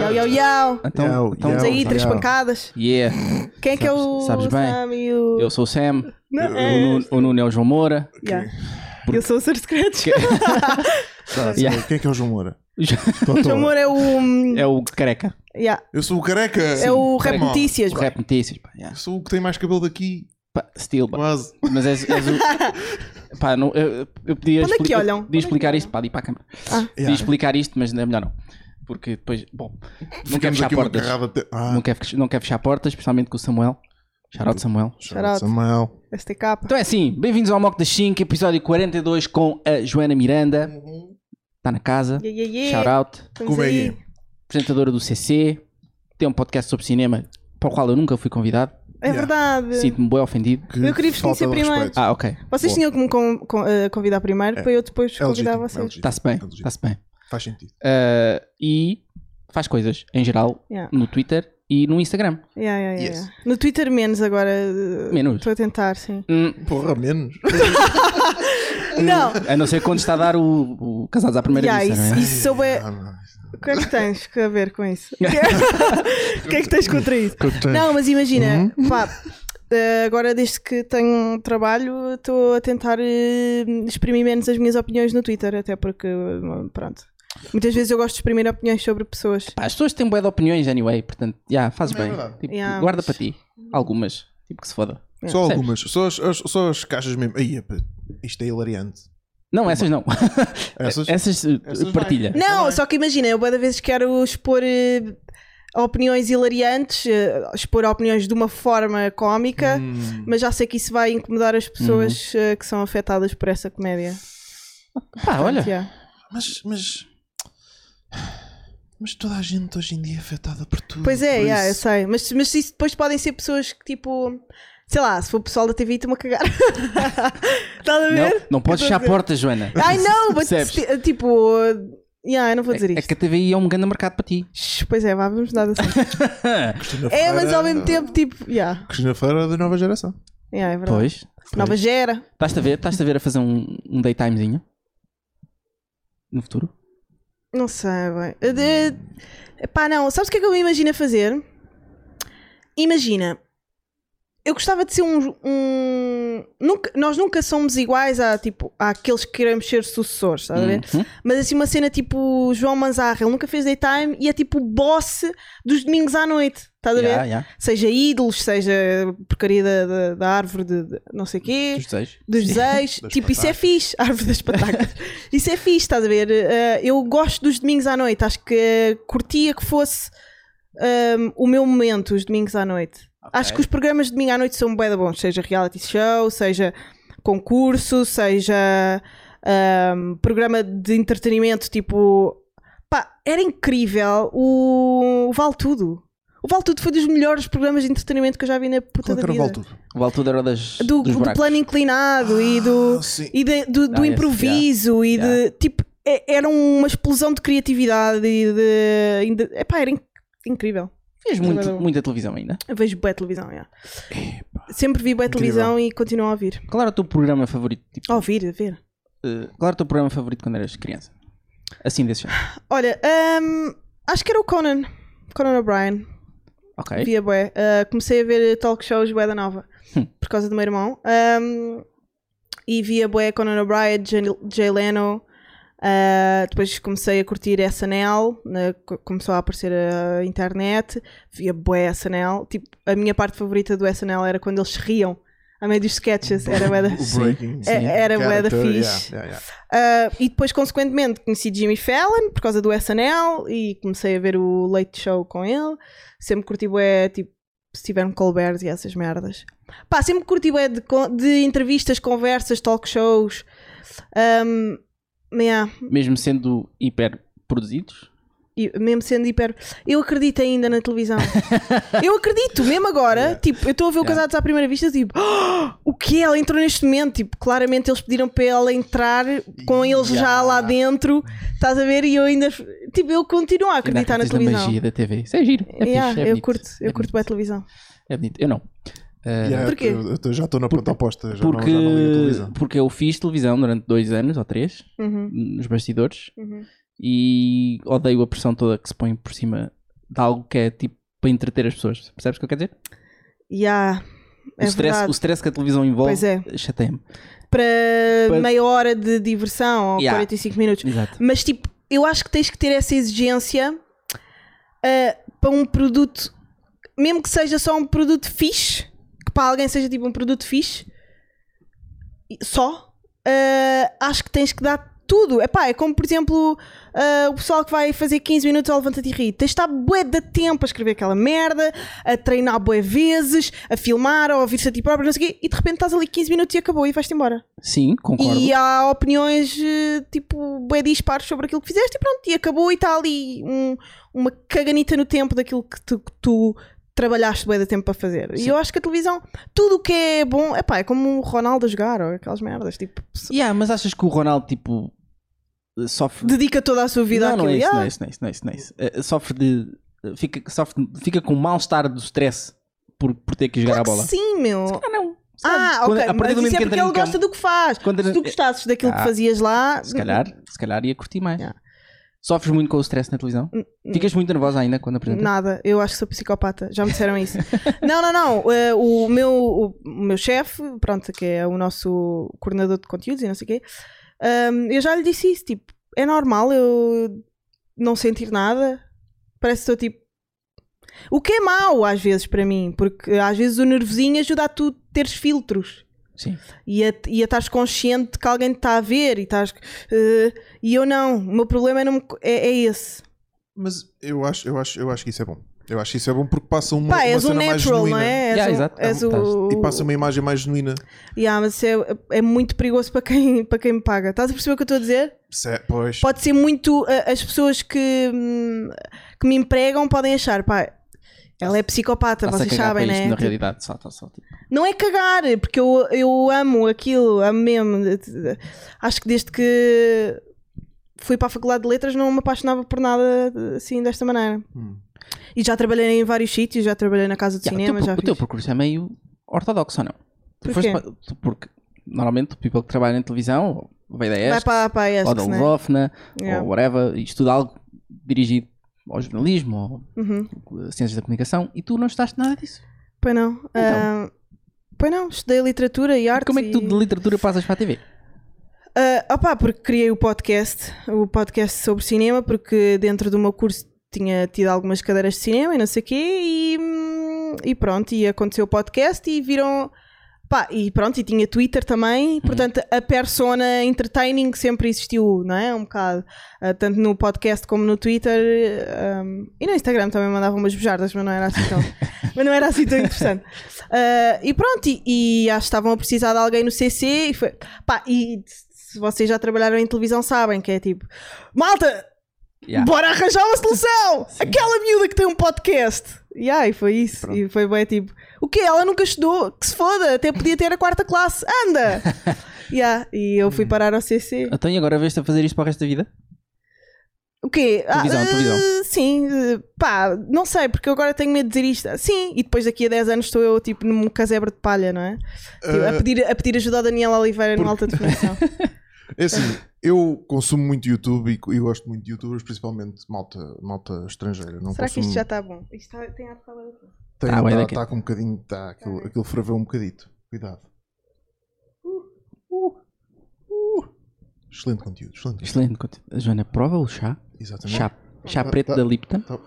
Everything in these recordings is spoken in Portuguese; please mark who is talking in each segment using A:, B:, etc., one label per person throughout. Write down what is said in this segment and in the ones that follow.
A: Yau, yau, yau.
B: Então,
C: Yo,
B: então
C: yo.
B: yeah,
C: Yau,
A: Aí, três
C: yau.
A: pancadas.
B: yeah.
A: Quem é que é o
B: Sabes bem?
A: Sam e o...
B: Eu sou o Sam,
A: Não,
B: o
A: é-
B: Nu- o Nuno é o João Moura.
A: Yeah. Eu sou o Sr. Secreto.
C: Tá,
B: Yeah.
C: sei. Quem é que é o João Moura? Tô
A: O
C: à toa.
A: João Moura é o... hum,
B: É o Careca,
A: yeah,
C: Eu sou o careca!
A: É o Rap
C: Come on.
A: Notícias.
B: o
A: bro.
B: Rap Notícias. Pá, yeah.
C: Eu sou o que tem mais cabelo daqui.
B: Pá, still, pá.
C: Quase.
B: Mas és, és o. Pá, não, eu, eu podia,
A: Onde é que
B: expli- eu
A: olham? Onde
B: podia
A: é que
B: explicar
A: olham?
B: isto, pá, de ir para a câmara. Podia
C: Yeah.
B: explicar isto, mas não é melhor não. Porque depois, bom, não quero
C: Ficamos
B: fechar
C: aqui uma
B: portas.
C: carrada até. Ah,
B: Não quero, fech- não quero fechar portas, especialmente com o Samuel. Shout out, Samuel.
C: shout out Samuel.
A: STK.
B: Então é assim, bem-vindos ao Mock das 5, episódio 42 com a Joana Miranda. Está na casa.
A: Yeah, yeah, yeah.
B: Então, Shout out.
A: Estamos
C: Como é
A: aí.
C: que
B: Apresentadora do CC. Tem um podcast sobre cinema para o qual eu nunca fui convidado.
A: É
C: Yeah.
A: verdade.
B: Sinto-me bem ofendido.
C: Que
A: Eu queria vos
C: falta
A: conhecer
C: de
A: primeiro.
C: respeito.
B: Ah, ok.
A: Vocês
C: Boa.
A: tinham que me con- con- eh, convidar primeiro para eu depois
C: É
A: convidar
C: legítimo, é
A: vocês.
C: legítimo.
B: Está-se bem,
C: É legítimo.
B: está-se bem.
C: Faz sentido.
B: Uh, e faz coisas em geral
A: Yeah.
B: no Twitter e no Instagram.
A: Yeah, yeah, yeah,
C: Yes.
A: yeah. No Twitter menos agora. eh,
B: Menos?
A: Estou a tentar, sim.
B: Hum,
C: Porra, menos.
A: Não!
B: a não ser quando está a dar o, o Casados à Hum. Primeira
A: Yeah,
B: Vista,
A: isso,
B: não é?
A: isso souber.
C: Ah, não.
A: O que é que tens a ver com isso? O que é- o que é que tens contra isso? Não, mas imagina,
B: Uhum.
A: pá, eh, agora desde que tenho trabalho, estou a tentar eh, exprimir menos as minhas opiniões no Twitter, até porque, eh, pronto. Muitas vezes eu gosto de exprimir opiniões sobre pessoas.
B: Pá, as pessoas têm bué de opiniões, anyway, portanto, yeah, faz
C: Também é
B: bem.
C: verdade.
B: Tipo,
A: Yeah,
B: guarda
A: mas-
B: para ti. Algumas. Tipo que se foda.
C: Só
B: Percebes?
C: algumas. Só as, as- só as caixas mesmo. Aí, epa, isto é hilariante. É,
B: Não, essas não.
C: Essas?
B: Essas, uh,
C: Essas vai.
B: partilha.
A: Não,
C: Também.
A: só que imagina, eu boa vezes quero expor eh, opiniões hilariantes, eh, expor opiniões de uma forma cómica,
C: Hum,
A: mas já sei que isso vai incomodar as pessoas
B: Uhum.
A: eh, que são afetadas por essa comédia.
B: Pá, Ah, olha.
A: Yeah.
C: mas, mas. Mas toda a gente hoje em dia é afetada por tudo.
A: Pois é,
C: por
A: yeah, eu
C: isso-
A: sei. Mas, mas isso depois podem ser pessoas que tipo. Sei lá, se for pessoal da TV, estou-me a cagar. Estás a
B: Não,
A: ver?
B: não podes
A: Eu tô a
B: fechar
A: ver.
B: portas, Joana.
A: Ai não, mas
B: Percebes?
A: ti- tipo. Yeah, eu não vou dizer
B: É, é
A: isto.
B: que a TVI é um grande mercado para ti.
A: Shhh, Pois é, vá, vamos dar assim.
C: Cristina
A: É,
C: Ferreira-
A: mas ao mesmo tempo, tipo. Yeah,
C: Cristina Ferreira da nova geração.
A: yeah, é verdade.
B: Pois.
A: Nova Gera.
B: Estás-te a ver? Estás-te a ver a fazer um, um daytimezinho? No futuro?
A: Não sei, bem. Eu de- Pá, não. Sabes o que é que eu me imagino a fazer? Imagina. Eu gostava de ser um. um- Nunca, nós nunca somos iguais a, tipo, àqueles que queremos ser sucessores, estás a ver?
B: Uhum.
A: Mas assim, uma cena tipo João Manzarra, ele nunca fez daytime e é tipo o boss dos domingos à noite, estás a ver?
B: Yeah, yeah.
A: Seja ídolos, seja porcaria da, da, da árvore de, de não sei o quê
B: Dos desejos.
A: dos desejos.
C: Das
A: tipo, isso é fixe. A árvore das patacas. isso é fixe, estás a ver? Eh, eu gosto dos domingos à noite. Acho que eh, curtia que fosse ehm, o meu momento, os domingos à noite. Acho que os programas de domingo à noite são bem bons, seja reality show, seja concurso, seja ehm, programa de entretenimento, tipo. Pá, era incrível o, o Vale Tudo. O Vale Tudo foi dos melhores programas de entretenimento que eu já vi na puta
C: Qual é que
A: da
C: era o
A: vida.
C: Valtudo?
B: O Altudo era das,
A: Do,
B: dos
A: do
B: buracos.
A: plano inclinado e do
C: Ah, sim.
A: e de- do, do
B: Ah, esse,
A: improviso e de tipo é- era uma explosão de criatividade e de, e de- epá, era inc- incrível
B: Fez muito,
A: Agora-
B: muita televisão ainda.
A: eu vejo boa televisão já. sempre vi boa
C: Incrível.
A: televisão e continuo a ouvir
B: Qual era o teu programa favorito? Tipo,
A: a ouvir a ver
B: eh, qual era o teu programa favorito quando eras criança? Assim desse género.
A: olha hum, acho que era o Conan Conan O'Brien
B: Ok.
A: via bué. Uh, comecei a ver talk shows bué da nova
C: Hum.
A: por causa do meu irmão Um, e via bué Conan O'Brien, Jay- Jay Leno Uh, depois comecei a curtir SNL né, co- começou a aparecer a internet via bué SNL tipo, a minha parte favorita do SNL era quando eles se riam a meio dos sketches era bué da...
C: O Breaking.
A: É- era bué da
C: Character,
A: fixe
C: yeah, yeah, yeah.
A: Uh, e depois, consequentemente, conheci Jimmy Fallon por causa do SNL e comecei a ver o Late Show com ele. Sempre curti bué, tipo, Stephen Colbert e essas merdas. Pá, sempre curti bué de, con- de entrevistas, conversas, talk shows. Um, mas, yeah,
B: Mesmo sendo hiper produzidos.
A: e- mesmo sendo hiper... Eu acredito ainda na televisão. eu acredito, mesmo agora. Tipo, eu estou a ver o
B: Yeah.
A: Casados à Primeira Vista tipo... "Ah, o que? Ela entrou neste momento? Tipo, claramente eles pediram para ela entrar com eles já
B: Yeah.
A: lá dentro. Estás a ver? E eu ainda... Tipo, eu continuo a
B: Ainda
A: acreditar na
B: acreditas
A: televisão.
B: magia da TV. Isso é giro. É
A: Yeah,
B: fixe, é
A: eu
B: bonito.
A: curto, eu
B: É
A: curto
B: bonito.
A: bem a televisão.
B: É bonito. Eu não. Eh,
C: Yeah,
A: É. Porquê?
C: eu- eu já estou na ponta oposta. Já
B: Porque,
C: não, já não ligo a televisão.
B: porque eu fiz televisão durante dois anos ou três,
A: Uhum,
B: nos bastidores,
A: uhum.
B: e odeio a pressão toda que se põe por cima de algo que é tipo para entreter as pessoas. Percebes o que eu quero dizer?
A: Yeah,
B: o,
A: é
B: stress, o
A: verdade.
B: stress que a televisão envolve
A: Pois é.
B: chateia-me.
A: Para
B: Para-
A: meia hora de diversão ou
B: Yeah.
A: 45 minutos.
B: Exato.
A: Mas tipo, eu acho que tens que ter essa exigência ah, para um produto, mesmo que seja só um produto fixe, que para alguém seja tipo um produto fixe, e- só, ah, acho que tens que dar tudo. Epá, é como por exemplo ah, o pessoal que vai fazer 15 minutos ao Levanta-te e Ri. Tens de estar bué de tempo a escrever aquela merda, a treinar bué vezes, a filmar, a ouvir-se a ti próprio, não sei o quê, e de repente estás ali 15 minutos e acabou e vais-te embora.
B: Sim, concordo.
A: E há opiniões eh, tipo bem dispares sobre aquilo que fizeste e pronto, e acabou e está ali um- uma caganita no tempo daquilo que tu, que tu trabalhaste bem da tempo para fazer. E
B: Sim.
A: eu acho que a televisão, tudo o que é bom, epá, é como o Ronaldo a jogar ou aquelas merdas, tipo, se-
B: Yeah, mas achas que o Ronaldo, tipo, sofre.
A: dedica toda a sua vida
B: não, não
A: àquilo.
B: é, isso,
A: Ah,
B: não é isso, não é isso, não é isso, não é isso. Eh, sofre de. eh, Fica, sofre, de- fica com mal-estar do stress por, por ter que jogar
A: claro
B: a bola.
A: que sim, meu.
B: Ah, não.
A: Ah,
B: Quando-
A: ok,
B: a partir do
A: mas isso
B: momento
A: é
B: que
A: porque
B: entra
A: ele
B: em
A: gosta
B: campo,
A: do que faz.
B: quando-
A: Se tu gostasses daquilo
B: Ah,
A: que fazias lá,
B: se calhar, se calhar ia curtir mais.
A: Yeah.
B: Sofres muito com o stress na televisão? Ficas muito nervosa ainda quando apresentas?
A: Nada, eu acho que sou psicopata, já me disseram isso. não, não, não. eh, o meu, o, meu chefe, pronto, que é o nosso coordenador de conteúdos e não sei o quê, ehm, eu já lhe disse isso, tipo, é normal eu não sentir nada. Parece que estou tipo. O que é mau às vezes para mim, porque às vezes o nervosinho ajuda a tu teres filtros
B: Sim.
A: e a, e a estás consciente de que alguém te está a ver e estás. eh, e eu não, o meu problema é, não me co- é, é esse.
C: Mas eu acho, eu, acho, eu acho que isso é bom. Eu acho que isso é bom porque passa uma,
A: Pá,
C: uma
A: és um
C: cena mais
A: natural,
C: genuína.
A: não é? És
B: Yeah,
A: um-
B: exato.
A: és o-
C: E passa uma imagem mais genuína.
A: Yeah, mas isso é, é muito perigoso para quem, para quem me paga. Estás a perceber o que eu estou a dizer?
C: Se- é, pois.
A: Pode ser muito. a- As pessoas que, hum, que me empregam podem achar, pá, ela é psicopata,
B: Está-se a
A: vocês
B: cagar
A: sabem,
B: para isto,
A: né?
B: Na
A: Tipo,
B: realidade, só, só, só, tipo.
A: não é cagar, porque eu, eu amo aquilo, amo mesmo. Acho que desde que fui para a Faculdade de Letras não me apaixonava por nada assim desta maneira.
C: Hum.
A: E já trabalhei em vários sítios, já trabalhei na casa do
B: Yeah,
A: cinema,
B: o teu,
A: já
B: o teu
A: fiz.
B: percurso é meio ortodoxo ou não? Tu
A: Porquê?
B: foste pa- tu- porque normalmente o people que trabalha em televisão veio da
A: Vai
B: ESC,
A: para, para a
B: ou
A: ESC,
B: da
A: né?
B: Lusófona,
A: Yeah.
B: ou whatever, e estuda algo dirigido ao jornalismo
A: Uhum.
B: ou eh, ciências da comunicação e tu não estás nada disso.
A: Pois não.
B: Então.
A: Ah, pois não, estudei literatura e arte.
B: Como é que tu
A: e-
B: de literatura passas para a TV?
A: Ah, opá, porque criei o podcast, o podcast sobre cinema, porque dentro do meu curso tinha tido algumas cadeiras de cinema e não sei o quê, e, hum, e pronto, e aconteceu o podcast e viram. Pá, e pronto, e tinha Twitter também,
B: Uhum.
A: portanto a persona entertaining sempre existiu, não é? Um bocado, Ah, tanto no podcast como no Twitter ah, e no Instagram também mandavam umas bujardas, mas não era assim tão, mas não era assim tão interessante. Ah, e pronto, e, e acho que estavam a precisar de alguém no CC e foi, pá, e se vocês já trabalharam em televisão sabem que é tipo, malta,
B: Yeah.
A: bora arranjar uma solução! Aquela miúda que tem um podcast! Yeah, e foi isso.
B: Pronto.
A: E foi bem tipo, o quê? Ela nunca estudou? Que se foda! Até podia ter a quarta classe! Anda! yeah, e eu fui parar ao CC.
B: Então e agora vês-te Hum. a fazer isto para o resto da vida?
A: O quê?
B: Televisão,
A: eh,
B: televisão.
A: Sim, eh, pá, não sei, porque eu agora tenho medo de dizer isto. Sim, e depois daqui a 10 anos estou eu, tipo, num casebre de palha, não é? Tipo, a,
C: Ah,
A: pedir, a pedir ajuda ao Daniel Oliveira no alta definição.
C: É assim, eu consumo muito YouTube e co- e gosto muito de YouTubers, principalmente malta, malta estrangeira. Não
A: Será que isto
C: consumo-
A: já está bom? Isto está- tem ar de falar aqui.
C: tem,
B: Tá bem
C: tá,
B: daqui.
C: tá com um bocadinho, tá, aquilo, aquilo ferveu um bocadito. Cuidado.
A: Uh,
C: Excelente conteúdo, excelente. conteúdo.
B: Excelente. conteúdo. A Joana, prova o chá?
C: Exatamente.
B: Chá, chá preto
C: Tá.
B: da Lipton?
C: Tá,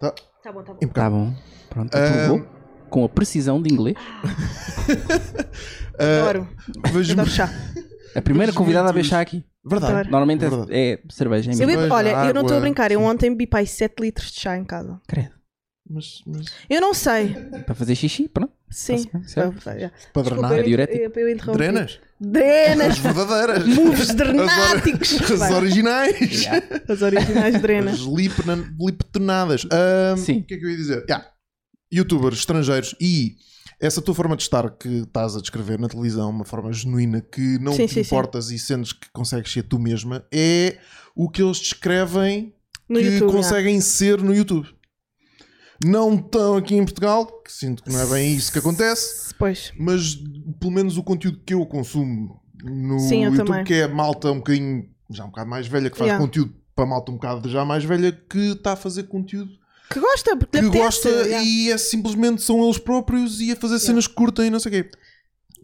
C: tá.
A: Tá bom, tá bom.
B: Tá
C: Impecável.
B: bom. Pronto,
C: Ah.
B: aprovou. Com a precisão de inglês. Tá.
C: Ah,
A: Adoro.
C: vejo-
A: Adoro chá.
B: A primeira
C: Mas
B: convidada a ver
C: muitos-
B: chá aqui.
C: Verdade.
A: Adoro.
B: Normalmente é-
C: Verdade.
B: é, cerveja, é
A: Eu
B: mesmo.
A: bebo-
C: Cerveja,
A: olha, eu não estou a
C: água,
A: brincar. Eu
C: sim.
A: ontem bebi pai 7 litros de chá em casa.
B: Credo.
C: Mas, mas
A: Eu não sei.
B: Para fazer xixi, pronto.
A: Sim.
C: Ah,
B: Tá-se bem, certo.
A: Desculpa, já.
C: para
A: Desculpa,
C: drenar.
A: eu, inter-
B: diurético.
A: eu, eu interrompi.
C: Drenas?
A: Drenas.
C: As verdadeiras.
A: Moves
C: As ori-
A: drenáticos.
C: As originais.
A: As originais drenas.
C: As lipna- liptonadas. Ahm,
B: Sim.
C: O que é que eu ia dizer? Yeah. Youtubers estrangeiros e essa tua forma de estar que estás a descrever na televisão, uma forma genuína que não
A: Sim,
C: te
A: sim, sim.
C: importas e sentes que consegues ser tu mesma, é o que eles descrevem
A: No
C: que
A: YouTube. já.
C: conseguem ser no YouTube. Não estão aqui em Portugal, que sinto que não é bem isso que acontece,
A: Pois.
C: mas pelo menos o conteúdo que eu consumo no
A: Sim, eu
C: YouTube,
A: também.
C: que é malta um bocadinho já um bocado mais velha, que faz
A: Yeah.
C: conteúdo para malta um bocado já mais velha, que está a fazer conteúdo
A: Que gosta, porque
C: que
A: lhe
C: gosta
A: apetece, yeah.
C: e é simplesmente são eles próprios e a fazer cenas que curtem e não sei o quê.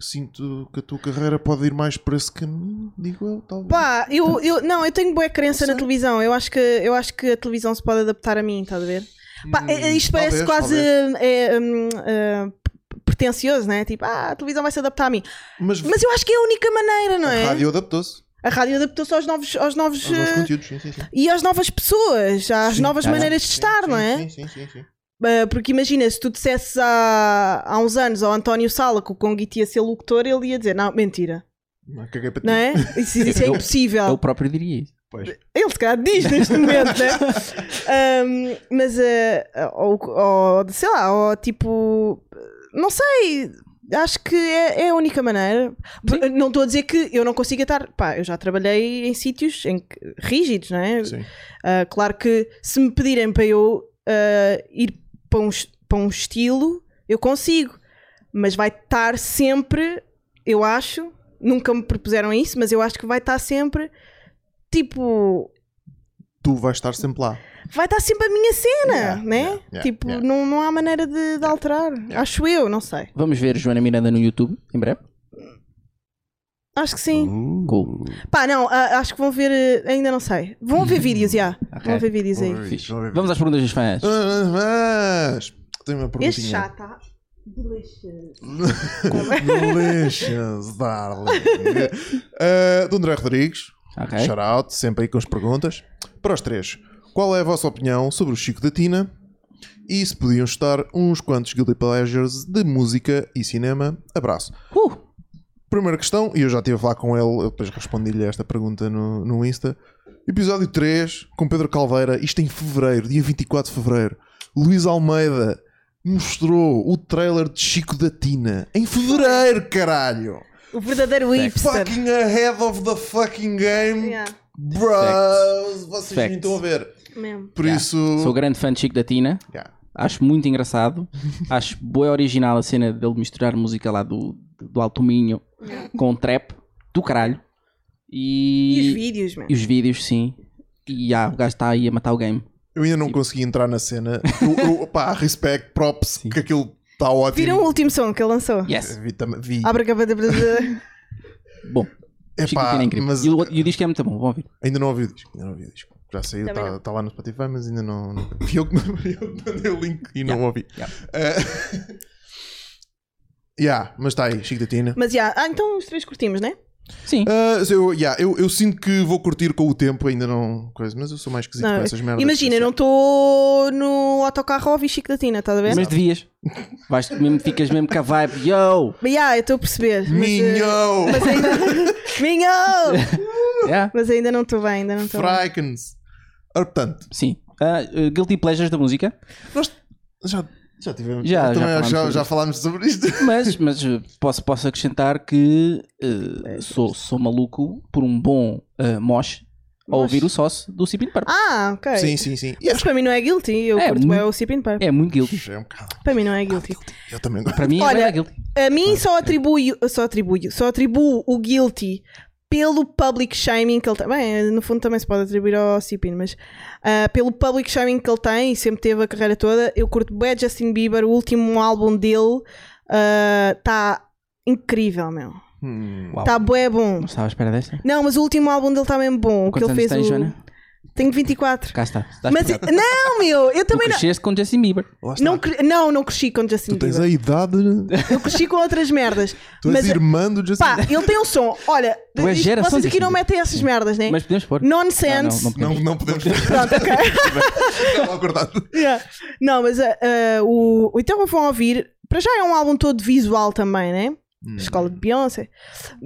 C: Sinto que a tua carreira pode ir mais para esse caminho, digo eu, talvez.
A: Pá, eu, eu, não, eu tenho boa crença na
C: Sério?
A: televisão. Eu acho, que, eu acho que a televisão se pode adaptar a mim, estás a ver? Pá,
C: Hum,
A: é- é- isto parece
C: talvez,
A: quase
C: talvez.
A: é, hum, é, p- pretencioso, né? Tipo, ah, a televisão vai se adaptar a mim.
C: Mas,
A: Mas eu acho que é a única maneira, não é?
C: a rádio adaptou-se
A: A rádio adaptou-se aos novos, aos novos,
C: aos novos
A: eh,
C: conteúdos. Sim, sim, sim.
A: e às novas pessoas, às
B: Sim,
A: novas
B: tá.
A: maneiras de estar,
C: sim,
A: não é?
C: Sim, sim, sim. sim.
A: Uh, Porque imagina, se tu dissesses há, há uns anos ao António Sala que o Conguito ia ser locutor, ele ia dizer: Não, mentira,
C: Não, caguei para ti.
A: não é? Eh, Isso, isso é
B: Eu-
A: impossível.
B: Eu próprio diria isso.
C: Pois.
A: Ele se calhar diz neste momento, né? Um, mas, uh, ou, ou, sei lá, ou tipo, não sei, acho que é, é a única maneira.
B: Sim.
A: Não estou a dizer que eu não consiga estar, pá, eu já trabalhei em sítios em que- rígidos, não é?
C: Sim.
A: Uh, claro que se me pedirem para eu uh, ir para um, es- para um estilo, eu consigo. Mas vai estar sempre, eu acho, nunca me propuseram isso, mas eu acho que vai estar sempre tipo.
C: Tu vais estar sempre lá.
A: Vai estar sempre a minha cena,
C: Yeah,
A: né?
C: yeah, yeah,
A: tipo,
C: yeah.
A: Não, não há maneira de, de alterar. Acho eu, não sei.
B: Vamos ver Joana Miranda no YouTube em breve.
A: Acho que sim.
C: Uhum.
B: Uhum. Cool.
A: Pá, não, a- acho que vão ver, uh, ainda não sei. Vão ver vídeos, já.
B: Ok.
A: Vão ver vídeos aí.
B: Fixe. Vamos às perguntas dos fãs.
C: Ah, Mas tenho uma
A: Este
C: perguntinha.
A: chá está delicious.
C: Delicious, darling. Ah, do André Rodrigues.
B: Ok.
C: Ah. Shout out, sempre aí com as perguntas. Para os três, qual é a vossa opinião sobre o Chico da Tina? E se podiam estar uns quantos Guilty Pleasures de música e cinema? Abraço.
B: Uh,
C: Primeira questão, e eu já estive a falar com ele, eu depois respondi-lhe esta pergunta no, no Insta. Episódio 3, com Pedro Caldeira, isto em fevereiro, dia 24 de fevereiro. Luís Almeida mostrou o trailer de Chico da Tina. Em fevereiro, caralho!
A: O verdadeiro hipster.
C: Fucking ahead of the fucking game.
A: Yeah,
C: Bros, vocês
B: Facts.
C: me estão a ver.
A: mesmo.
C: Por
B: Yeah.
C: isso.
B: sou grande fã de Chico da Tina.
C: Yeah.
B: Acho muito engraçado. Acho boa original a cena dele misturar música lá do, do Alto Minho com trap do caralho.
A: E os
B: E,
A: vídeos, mano.
B: e os vídeos, sim. E ah, o gajo está aí a matar o game.
C: Eu ainda não consegui entrar na cena. Eu, eu, pá, respect, props, que aquilo está ótimo.
A: Viram o último som que ele lançou? Ah,
B: Yes.
C: Vi, tam- vi.
A: Abra capa de
B: Bom,
C: Epá,
B: Chico da Tina é incrível.
C: mas
B: E, o, e o disco é muito bom, vão ouvir.
C: ainda não ouvi o disco. Ainda não ouvi o disco. Já saiu,
A: Também
C: está
A: não.
C: tá lá no Spotify, mas ainda não. não- Fui eu que fui eu que mandei o link e não ouvi.
B: Yeah.
C: Eh, yeah, mas está aí, Chico da Tina.
A: Mas já, ah, então os três curtimos, né?
B: Sim.
C: Ah, eu, yeah, eu, eu sinto que vou curtir com o tempo, ainda não. Coisa, mas eu sou mais esquisito
A: Não,
C: com essas merdas.
A: Ah, Imagina, eu não estou no autocarro a ouvir Chico da Tina, estás a ver?
B: mas devias. Vais, mesmo, ficas mesmo com a vibe. Yo!
A: Mas já, eu estou a perceber.
C: Minho!
A: Mas, eh, mas ainda. Minho!
B: Yeah.
A: Mas ainda não estou bem, ainda não estou bem.
C: Frikens. Ora, portanto,
B: Sim. Ah, uh, guilty pleasures da música.
C: nós já, já tivemos.
B: Já,
C: também
B: já
C: acho
B: falámos
C: que já- já falámos sobre isto.
B: Mas, mas uh, posso, posso acrescentar que uh,
C: É
B: sou, sou maluco por um bom uh, mosh ao
A: Mosh.
B: ouvir o sócio do Cipin Purple.
A: Ah, ok.
C: Sim, sim, sim. E
A: Mas para mim não é guilty, eu
B: É,
A: curto
B: mu- Ah,
A: bem o Sipin Purp.
B: É muito guilty.
C: acho que é um bocado.
A: Para mim não é guilty.
C: Eu também gosto.
B: Para mim é
A: Olha,
B: bem guilty.
A: A mim só atribuo, só atribuo, só atribuo o guilty pelo public shaming que ele tem. Bem, no fundo também se pode atribuir ao Sipin, mas ah, pelo public shaming que ele tem e sempre teve a carreira toda, eu curto bem Justin Bieber, o último álbum dele está incrível, meu.
C: Hum.
B: Uau.
A: Está bué bom.
B: Não estava à espera desta.
A: Não, mas o último álbum dele está mesmo bom. O que ele
B: Quantos anos
A: fez
B: tens,
A: o...
B: Joana?
A: Tenho 24.
B: Cá está. Estás
A: Mas
B: pegado.
A: não, meu, eu
B: Tu
A: também não.
B: cresceste com Justin Bieber.
C: Lá está.
A: Não, cre- não, não cresci com Justin
C: tu tens
A: Bieber.
C: a idade.
A: Eu cresci com outras merdas.
C: Tu és
A: mas
C: irmã do Justin.
A: Pá, ele tem um som. Olha,
B: Tu és
A: isto-
B: geração
A: vocês aqui
B: Justin
A: não
B: Bieber.
A: metem essas merdas, né?
B: Mas podemos pôr.
A: Nonsense.
B: Não, não, não
C: Não,
B: podemos.
C: não podemos.
A: Pronto, ok.
C: Estava acordado.
A: Yeah. Não, mas ah, ah, o... então vão ouvir. Para já é um álbum todo visual também, né?
B: Hum.
A: Escola de Beyoncé.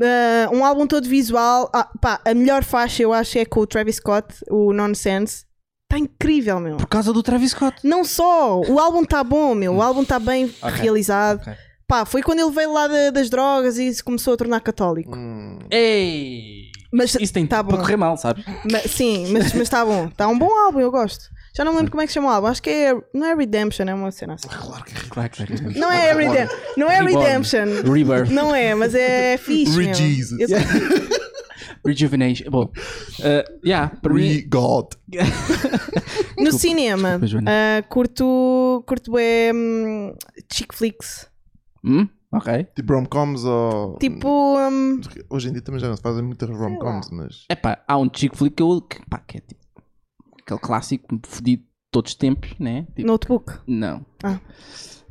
A: Ah, um álbum todo visual. Ah, pá, a melhor faixa eu acho é com o Travis Scott, o Nonsense. Está incrível, meu.
B: Por causa do Travis Scott.
A: Não só, o álbum está bom, meu. O álbum está bem realizado.
B: Ok.
A: Pá, foi quando ele veio lá da- das drogas e se começou a tornar católico.
C: Hum.
B: Ei!
A: Mas
B: Isso tem
A: tá
B: tudo para
A: bom.
B: correr mal, sabes?
A: Ma- sim, mas está bom. Está um bom álbum, eu gosto. Já não me lembro como é que se chama o álbum. Acho que é. Não é Redemption, é uma cena assim.
C: Claro que
B: Claro que sim.
A: Não é, Redem não é
B: Reborn.
A: Redemption.
B: Rebirth.
A: Não é, mas é fixe. meu.
C: Re-Jesus.
A: Eu-
B: Eh, Rejuvenation. Bom. Uh, yeah, para mim.
C: Re-God.
A: No cinema,
B: desculpa, Joana.
A: ah, curto, curto é chick flicks.
B: Hum? Ok.
C: Tipo rom-coms ou.
A: Tipo, hum,
C: Hoje em dia também já não se fazem muitas rom-coms, mas.
B: É pá, há um chick flick que eu. Que, pá, que é tipo. Aquele clássico fodido de todos os tempos, né? Tipo,
A: notebook.
B: Não.
A: Ah.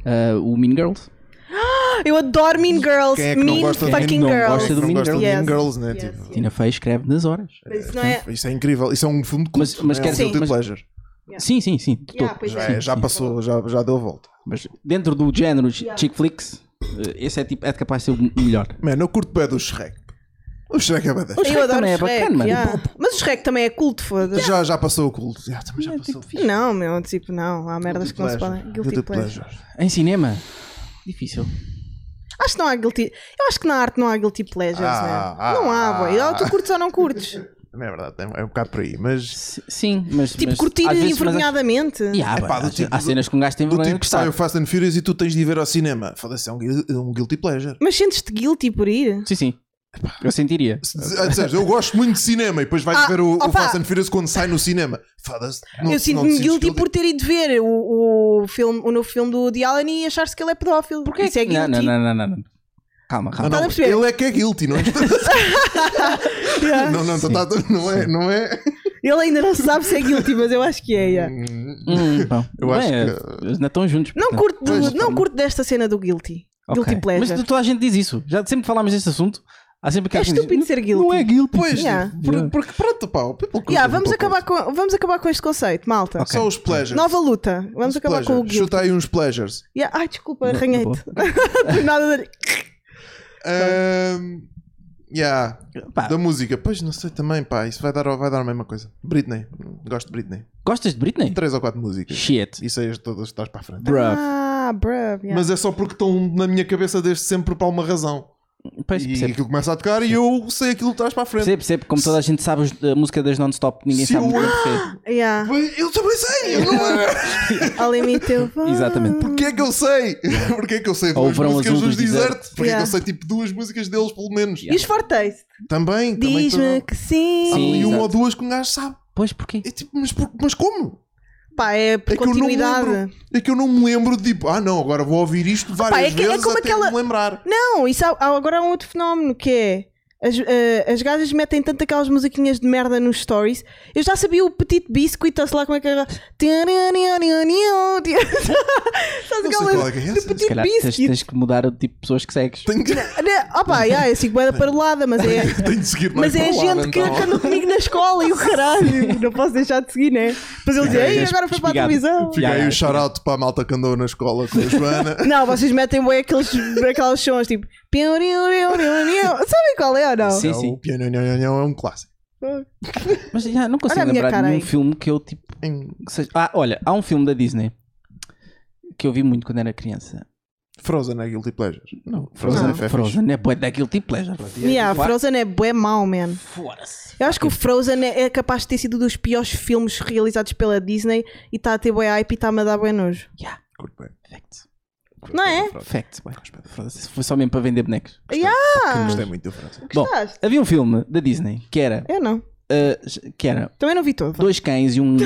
B: Ah, o Mean Girls.
A: Eu adoro Mean Girls.
C: Quem é que não
A: mean
C: gosta de
A: fucking
C: não
A: Girls.
C: Gosta de
B: Mean
C: não gosta de Mean
A: Girls.
C: Girls, né?
A: Yes,
C: Tipo,
A: yes.
B: Tina Fey escreve nas horas.
A: Mas isso não é.
C: Isso é incrível. Isso é um filme de culto.
B: Mas- mas
C: é
B: quer
C: um
A: dizer-
C: guilty
B: mas-
C: pleasure.
B: Sim, sim, sim. de
A: Yeah,
B: todo.
A: pois
C: Já,
A: é.
C: é, já
B: sim.
C: passou, já, já deu a volta.
B: Mas dentro do género
A: Yeah.
B: chick flicks, eh, esse é, tipo, é capaz de ser o melhor.
C: Mano, eu curto bem do Shrek. O Shrek é bem
A: Eu
B: Shrek
A: adoro
B: também é
A: Shrek,
B: bacana, mano.
A: yeah. Mas o Shrek também é culto, foda-se.
C: já, já passou o culto. Já, também já passou.
A: Não, meu, tipo, não. Há merdas que não se podem. Guilty pleasure.
B: Em cinema, difícil.
A: Acho que não há guilty. Eu acho que na arte não há guilty pleasures,
C: Ah,
A: né?
C: ah,
A: não há, boy.
C: ah.
A: Ou tu curtes ou não curtes.
C: Não é verdade, é um- é um bocado por aí. Mas
B: S- Sim, mas.
A: tipo,
B: mas,
A: curtir
B: às vezes- mas-
A: envergonhadamente.
B: E há,
C: Epá,
B: pá,
C: do
B: há,
C: tipo-
B: há cenas que um gajo tem
A: é
C: do
B: vergonha
C: tipo
B: de
C: que sai
B: gostar.
C: o Fast and Furious e tu tens de ir ver ao cinema. Foda-se, é um, guil- um guilty pleasure.
A: Mas sentes-te guilty por ir?
B: Sim, sim. Eu sentiria.
C: Se diz- ah, dizes, eu gosto muito de cinema e depois vais
A: Ah,
C: ver o, o
A: opa.
C: Fast and Furious quando sai no cinema. Foda-se. não-
A: eu
C: não te
A: sinto-me
C: sentes
A: guilty por ter ido ver o, o, filme, o novo filme do Woody Allen e achar-se que ele é pedófilo. Porquê? Isso é guilty.
B: não, não, não, não, não. Calma, calma.
C: Ah, não,
A: Estás a perceber?
C: ele é que é guilty, não é?
A: Yeah.
C: não, não, tá- tá- não é. Não é.
A: Ele ainda não sabe se é guilty, mas eu acho que é. yeah.
B: Hum, bom.
C: Eu acho
B: Bem,
C: que-
B: eh, Ainda estão juntos.
A: Não,
B: portanto.
A: curto do-
C: Pois,
A: não curto desta cena do guilty.
B: Ok.
A: Guilty pleasure.
B: Mas toda a gente diz isso. Já sempre que falámos deste assunto. Há sempre que
A: É
B: alguém diz,
A: estúpido
B: "Não-
A: ser guilty."
B: Não é guilty.
C: Pois,
A: Yeah.
C: tipo, por-
B: Yeah.
C: porque pronto, pá, o people curte
A: Yeah,
C: um
A: vamos,
C: pouco.
A: acabar com, vamos acabar com este conceito, malta.
B: Ok.
C: Só os pleasures.
A: Nova luta. Vamos
C: Os
A: acabar com o
C: pleasures.
A: guilty.
C: Chuta aí uns pleasures.
A: Yeah. Ai, desculpa,
B: Não, não
A: arranhei-te. Do nada de-
C: Ahm, yeah.
B: Pá,
C: Da música, pois não sei também, pá, isso vai dar, vai dar a mesma coisa. Britney, gosto de Britney.
B: Gostas de Britney?
C: Três ou quatro músicas.
B: Shit.
C: Isso aí as todas estás para a frente.
B: Bruv.
A: Ah, bruv. yeah.
C: Mas é só porque estão na minha cabeça desde sempre por alguma razão.
B: Pois,
C: e
B: percebo.
C: aquilo começa a tocar e eu sei aquilo que estás para a frente.
B: Percebo, percebo. Como toda a gente sabe os- a música das non-stop, ninguém
C: Se
B: sabe
C: eu-
B: muito bem porquê.
A: Yeah.
C: Mas Eu também sei! Eu não... é?
A: Ao limite eu vou.
B: Exatamente.
C: Porquê é que eu sei? Porquê é que eu sei
B: Ou o
C: duas
B: Verão
C: músicas
B: Azul
C: dos
B: dos Desert.
C: Desert? Porquê é que
A: Yeah.
C: eu sei tipo duas músicas deles, pelo menos?
A: E os fortes?
C: Também, também.
A: Diz-me
C: também.
A: que sim.
C: Há
B: Sim.
C: ali uma
B: exato.
C: ou duas que um gajo sabe.
B: Pois, porquê?
C: É tipo, mas, por- mas como?
A: Pá, é por
C: É que eu não
A: continuidade.
C: lembro. É que eu não me lembro de tipo, ah não, agora vou ouvir isto várias
A: é que- é
C: vezes
A: como
C: até
A: aquela-
C: me lembrar.
A: Não, isso há, há- agora há um outro fenómeno que é. As, eh, as gajas metem tanto aquelas musiquinhas de merda nos stories. Eu já sabia o Petit Biscuit, ou sei lá como é que era. Sabes
C: Não sei qual é
A: aquela. Tipo,
C: que é essa.
B: Se calhar tens,
A: Biscuit.
B: tens que mudar o tipo de pessoas que segues.
C: Tenho que,
A: Opa, é yeah, eu sigo boeda parolada, mas é.
C: tenho de seguir mais
A: Mas é a
C: para o lado,
A: gente que,
C: então.
A: que andou comigo na escola e o caralho, não posso deixar de seguir, né? Depois ele dizia,
C: é,
B: Yeah,
A: ei,
B: és
A: agora foi para a
B: espigado."
A: televisão.
C: Fica
B: Já,
C: aí
B: já,
C: o shout-out para a malta que andou na escola com a Joana.
A: Não, vocês metem bem aqueles, aqueles sons tipo. piu, riu, riu, riu, riu. Sabem qual é ou não?
B: Sim,
C: É
B: sim.
C: O piano é um clássico.
B: Mas já não consigo
A: Olha a minha
B: lembrar
A: cara
B: de nenhum
A: aí.
B: filme que eu tipo.
C: Em
B: que seja- Ah, olha, há um filme da Disney que eu vi muito quando era criança.
C: Frozen é Guilty Pleasure. Não, Frozen
A: Não.
C: é fé fixe.
B: Frozen é bué da Guilty Pleasure.
A: Ah. Yeah,
B: Fora-
A: Frozen é bué mau, man.
B: Fora-se.
A: Eu acho que o Frozen é, é capaz de ter sido um dos piores filmes realizados pela Disney e está a ter bué hype e está-me a dar bué nojo.
B: Yeah,
C: Curto bem.
B: fact.
A: Não é?
B: Fact, bué. Frozen. Foi só mesmo para vender bonecos. tá,
A: Yeah!
C: Gostei muito do Frozen.
B: Bom,
A: Gostaste?
B: havia um filme da Disney que era.
A: Eu não.
B: uh, que era
A: Também não vi todo.
B: dois cães e um.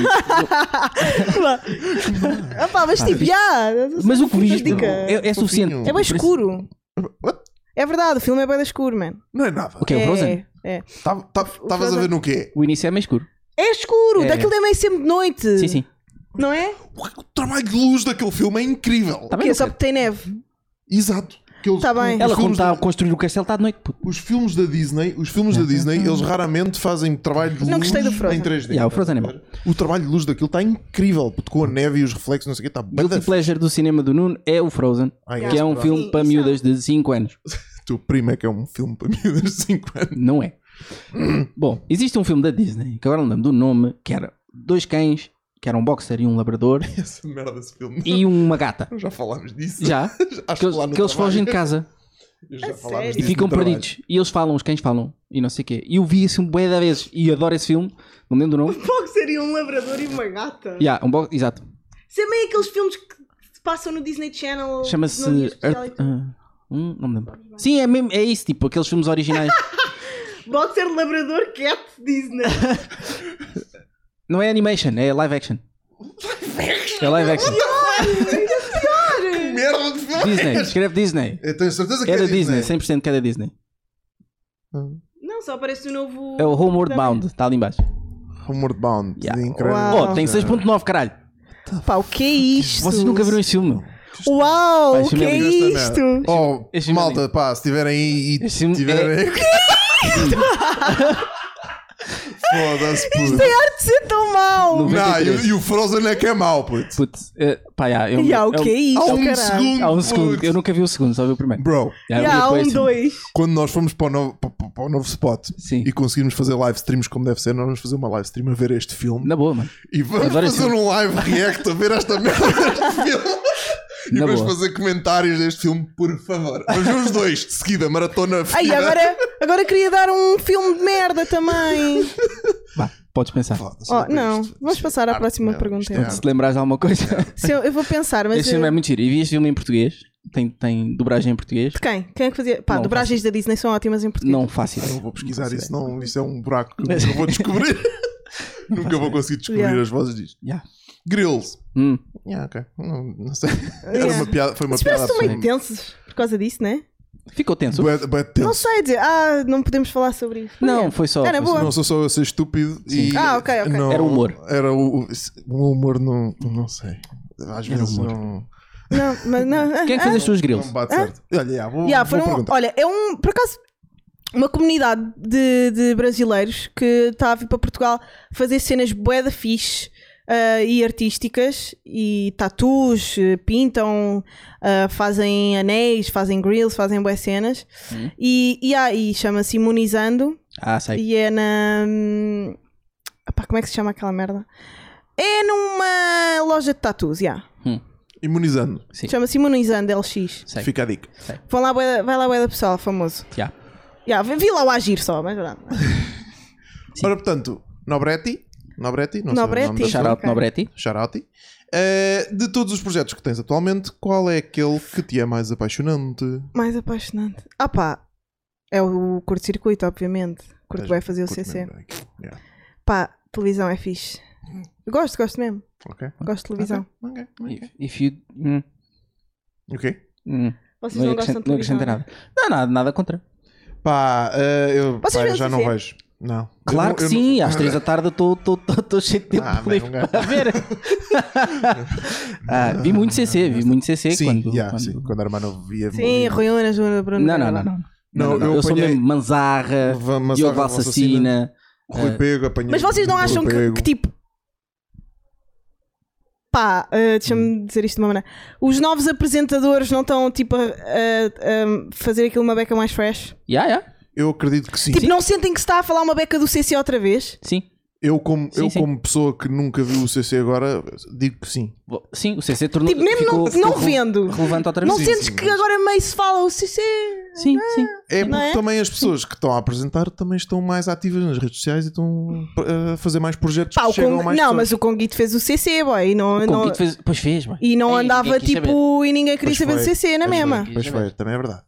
A: Ah pá, mas tipo, yeah,
B: Tá. Mas o que viste
A: Dica.
B: é, é suficiente.
A: É bem escuro.
C: What?
A: É verdade, o filme é bem escuro, man.
C: Não é nada.
B: O que é o Frozen?
A: É, é.
C: Estavas a
A: Frozen-
C: ver no quê?
B: O início é meio escuro.
A: É escuro,
B: É.
A: daquilo é meio sempre de noite.
B: Sim, sim.
A: Não é?
C: O trabalho de luz daquele filme é incrível.
B: Tá bem,
A: Que é
B: não
A: só
B: quero.
A: porque tem neve.
C: Exato. Aqueles-
A: Tá bem.
C: os
B: Ela, quando
C: filmes
B: está
C: da-
B: a construir o castelo, está de noite, puto.
C: Os filmes da Disney, os filmes da Disney,
B: Uhum.
C: eles raramente fazem trabalho de luz
A: Não gostei do Frozen.
C: em 3D.
B: Yeah, o Frozen é mau.
C: O trabalho de luz daquilo está incrível, puto, com a neve e os reflexos, não sei o quê, está bem da
B: Guilty Pleasure do cinema do Nuno é o Frozen,
C: Ah,
B: que é um
C: Frozen.
B: filme para
A: Sim,
B: miúdas de 5 anos.
C: teu primo é que é um filme para miúdas de 5 anos.
B: Não é. Bom, existe um filme da Disney, que agora não lembro do nome, que era dois cães, que era um boxer e um labrador,
C: Essa merda desse filme.
B: e uma gata.
C: Nós já falámos disso.
B: Já?
C: Acho
B: Que,
C: que
B: eles- que
C: lá no
B: eles
C: trabalho.
B: fogem de casa
C: Já
A: A
C: falámos
A: sério?
B: e
C: disso
B: ficam
C: no trabalho.
B: perdidos. E eles falam, os cães falam, e não sei o quê. E eu vi esse filme bué da vezes, e adoro esse filme, não lembro do nome.
A: Pouco seria um labrador e uma gata.
B: Yeah, um bo- Exato.
A: Isso é meio aqueles filmes que se passam no Disney Channel.
B: Chama-se.
A: num dia especial e
B: Earth-
A: tudo.
B: ah, hum, não me lembro. Sim, é, mesmo, é isso, tipo, aqueles filmes originais.
A: Boxer, né? labrador, cat, Disney.
B: não é animation, é live action. É live action.
C: Merda de filme!
B: Disney, escreve Disney.
C: Eu tenho certeza que
B: É
C: é
B: da Disney,
C: Disney.
B: 100% que é da Disney.
A: Não, só aparece o novo.
B: É o Homeward Bound, está ali embaixo.
C: Homeward Bound.
B: Yeah.
C: Incrível.
A: Uau.
B: Oh, tem 6.9, caralho.
A: Pá, o que é isto?
B: Vocês nunca viram esse filme, meu.
A: Uau,
B: Pá,
A: o
B: esse
A: que é
B: filme
C: é
A: isto?
C: Oh,
B: Este filme é
C: malta, pá, se tiverem aí e
B: Este filme é
C: tiverem. Foda-se, puto.
A: Tem
B: é
A: arte de ser tão mau!
C: Não,
B: 93.
C: e, e o Frozen é que é mau, puto.
B: Putz, eh, pá, já, eu-
A: E há o
B: eu-
A: que é
C: Há
A: isto,
C: um
A: caralho?
C: segundo.
B: Há um segundo, é
C: puto.
B: eu nunca vi o segundo, só vi o primeiro.
C: Bro,
B: Já,
A: E
B: eu vi
A: há
B: depois
A: um,
B: esse-
A: dois.
C: quando nós fomos para o novo, para, para- para o novo spot
B: Sim.
C: e conseguimos fazer live streams como deve ser, nós vamos fazer uma live stream a ver este filme
B: Na boa, mano.
C: e vamos
B: Adoro esse
C: fazer um live react a ver esta merda deste filme. E
B: Na
C: vamos
B: boa.
C: fazer comentários deste filme, por favor. Vamos ver os dois, de seguida, maratona
A: Ai,
C: fedida.
A: agora, agora queria dar um filme de merda também.
B: Vá, podes pensar.
C: Foda-se,
A: Oh,
C: olha
A: não,
C: é isto.
A: vamos
C: Isto
A: passar à
C: arte,
A: próxima
C: meu.
A: pergunta,
C: Isto é
A: então.
C: arte.
B: Se lembras de alguma coisa.
A: Se eu, eu vou pensar, mas. eh,
B: Este filme é muito giro. E vi este filme em português. Tem, tem dobragem em português.
A: De quem? Quem é que fazia? Pá,
B: Não,
A: dobragens da Disney são ótimas em português.
B: Não faço
C: Eu
B: ideia.
C: não vou pesquisar
B: Não
C: isso, não. Isso é um buraco que eu nunca vou descobrir. nunca vou conseguir descobrir
A: Yeah.
C: as vozes disto.
B: Yeah.
C: Grills.
B: Hum,
C: Yeah, ok. Não, não sei. Era
A: Yeah.
C: uma piada, foi uma
A: Mas
C: piada
A: parece tão meio
C: absurda.
A: tensos por causa disso, né?
B: Ficou tenso.
C: Bué- bué tenso.
A: Não sei dizer, ah, não podemos falar sobre isso.
B: Não, foi só.
A: Era
B: foi
A: boa.
B: só-
C: Não sou só eu ser estúpido e.
B: Sim.
A: Ah, ok, ok.
C: não-
B: Era humor.
C: Era o, o humor, não, não sei. Às
B: Era
C: vezes
B: humor.
C: não.
A: Não, mas não.
B: Quem é que fez as suas grills?
C: Não bate certo. Olha, yeah, vou,
A: Yeah,
C: vou
A: foram-
C: perguntar.
A: olha, é um. Por acaso, uma comunidade de, de brasileiros que está a vir para Portugal fazer cenas bué da fixe. ah, e artísticas e tatus, eh, pintam, ah, fazem anéis, fazem grills, fazem bué cenas
B: Hum.
A: e, e, há- e chama-se Imunizando
B: Ah, sei.
A: e é na. hum, Epá, como é que se chama aquela merda? É numa loja de tatus, yeah.
C: Imunizando.
B: Sim.
A: chama-se Imunizando LX.
B: Sei.
C: Fica a dica.
A: Vão lá, bué da- vai lá, bué da pessoal, famoso.
B: Já.
A: Já, vi lá o agir só, mas verdade.
C: Ora, portanto, Nobretti. Nobretti, não
A: Nobretti.
C: sei o nome da
B: Shout out
A: Ok.
B: Nobretti.
C: Charati. Eh, de todos os projetos que tens atualmente, qual é aquele que te é mais apaixonante?
A: Mais apaixonante. Ah pá, é o curto-circuito, obviamente. Curto
C: Pois,
A: vai fazer o
C: Curto
A: CC.
C: mesmo, é. Yeah.
A: Pá, televisão é fixe. Gosto, gosto mesmo.
C: Ok.
A: Gosto de televisão.
C: Ok. ok.
B: If, if you. Hum,
C: Ok.
B: hum.
A: Vocês
B: Não
A: não,
B: acrescenta-
A: gostam de
B: não
A: televisão?
B: acrescenta nada. Não, nada, nada contra.
C: Pá, eh, eu,
A: Vocês
C: pá, eu
A: veem o
C: já não
A: CC?
C: vejo. Não.
B: Claro
C: Eu não-
B: que
C: eu
B: sim,
C: não-
B: às três da tarde estou cheio de tempo
C: Ah,
B: livre
C: mas não
B: para ver. Ah, vi muito CC, vi muito CC
C: Sim,
B: quando.
C: yeah,
B: quando-
C: sim, quando era mais novo via.
A: é Sim, Rui Unas, Bruno.
B: Não, não,
A: Varela.
B: não. não.
C: Não,
B: Não, não,
C: eu
B: Eu sou
C: apanhei-
B: mesmo Manzarra,
C: Va- Mas
B: Diogo
C: olha, Assassina,
B: Assassina.
C: Rui Pego, apanhei.
A: eh, Mas vocês não
C: Rui
A: acham que,
C: Pego.
A: que, tipo. Pá, eh,
B: Hum.
A: deixa-me dizer isto de uma maneira. Os novos apresentadores não estão, tipo, a, a- a fazer aquilo uma beca mais fresh?
B: Yeah, yeah,
C: Eu acredito que sim.
A: Tipo, não sentem que se está a falar uma beca do CC outra vez?
B: sim.
C: Eu, como,
B: Sim,
C: eu
B: sim.
C: como pessoa que nunca viu o CC agora, digo que sim.
B: Bo- Sim, o CC tornou
A: Tipo, mesmo
B: ficou-
A: não,
B: ficou
A: não
B: re-
A: vendo.
B: Relevante outra vez.
A: Não
C: sim,
A: sentes
C: sim,
A: que
C: mas-
A: agora é meio se fala o CC?
B: Sim, sim.
C: É
A: Não
C: porque
A: é?
C: também as pessoas que estão a apresentar também estão mais ativas nas redes sociais e estão a fazer mais projetos
A: Pá,
C: que
A: o
C: chegam a
A: Cong-
C: mais
A: Não,
C: pessoas.
A: mas o Conguito fez o CC, boy. E não,
B: O
A: não-
B: convite fez. Pois fez, vai.
A: E não
B: Ei,
A: andava
B: ninguém quis
A: tipo. E ninguém queria
C: Pois
A: saber do
C: foi,
A: CC na
B: pois foi.
A: mesma.
C: Pois foi, também é verdade.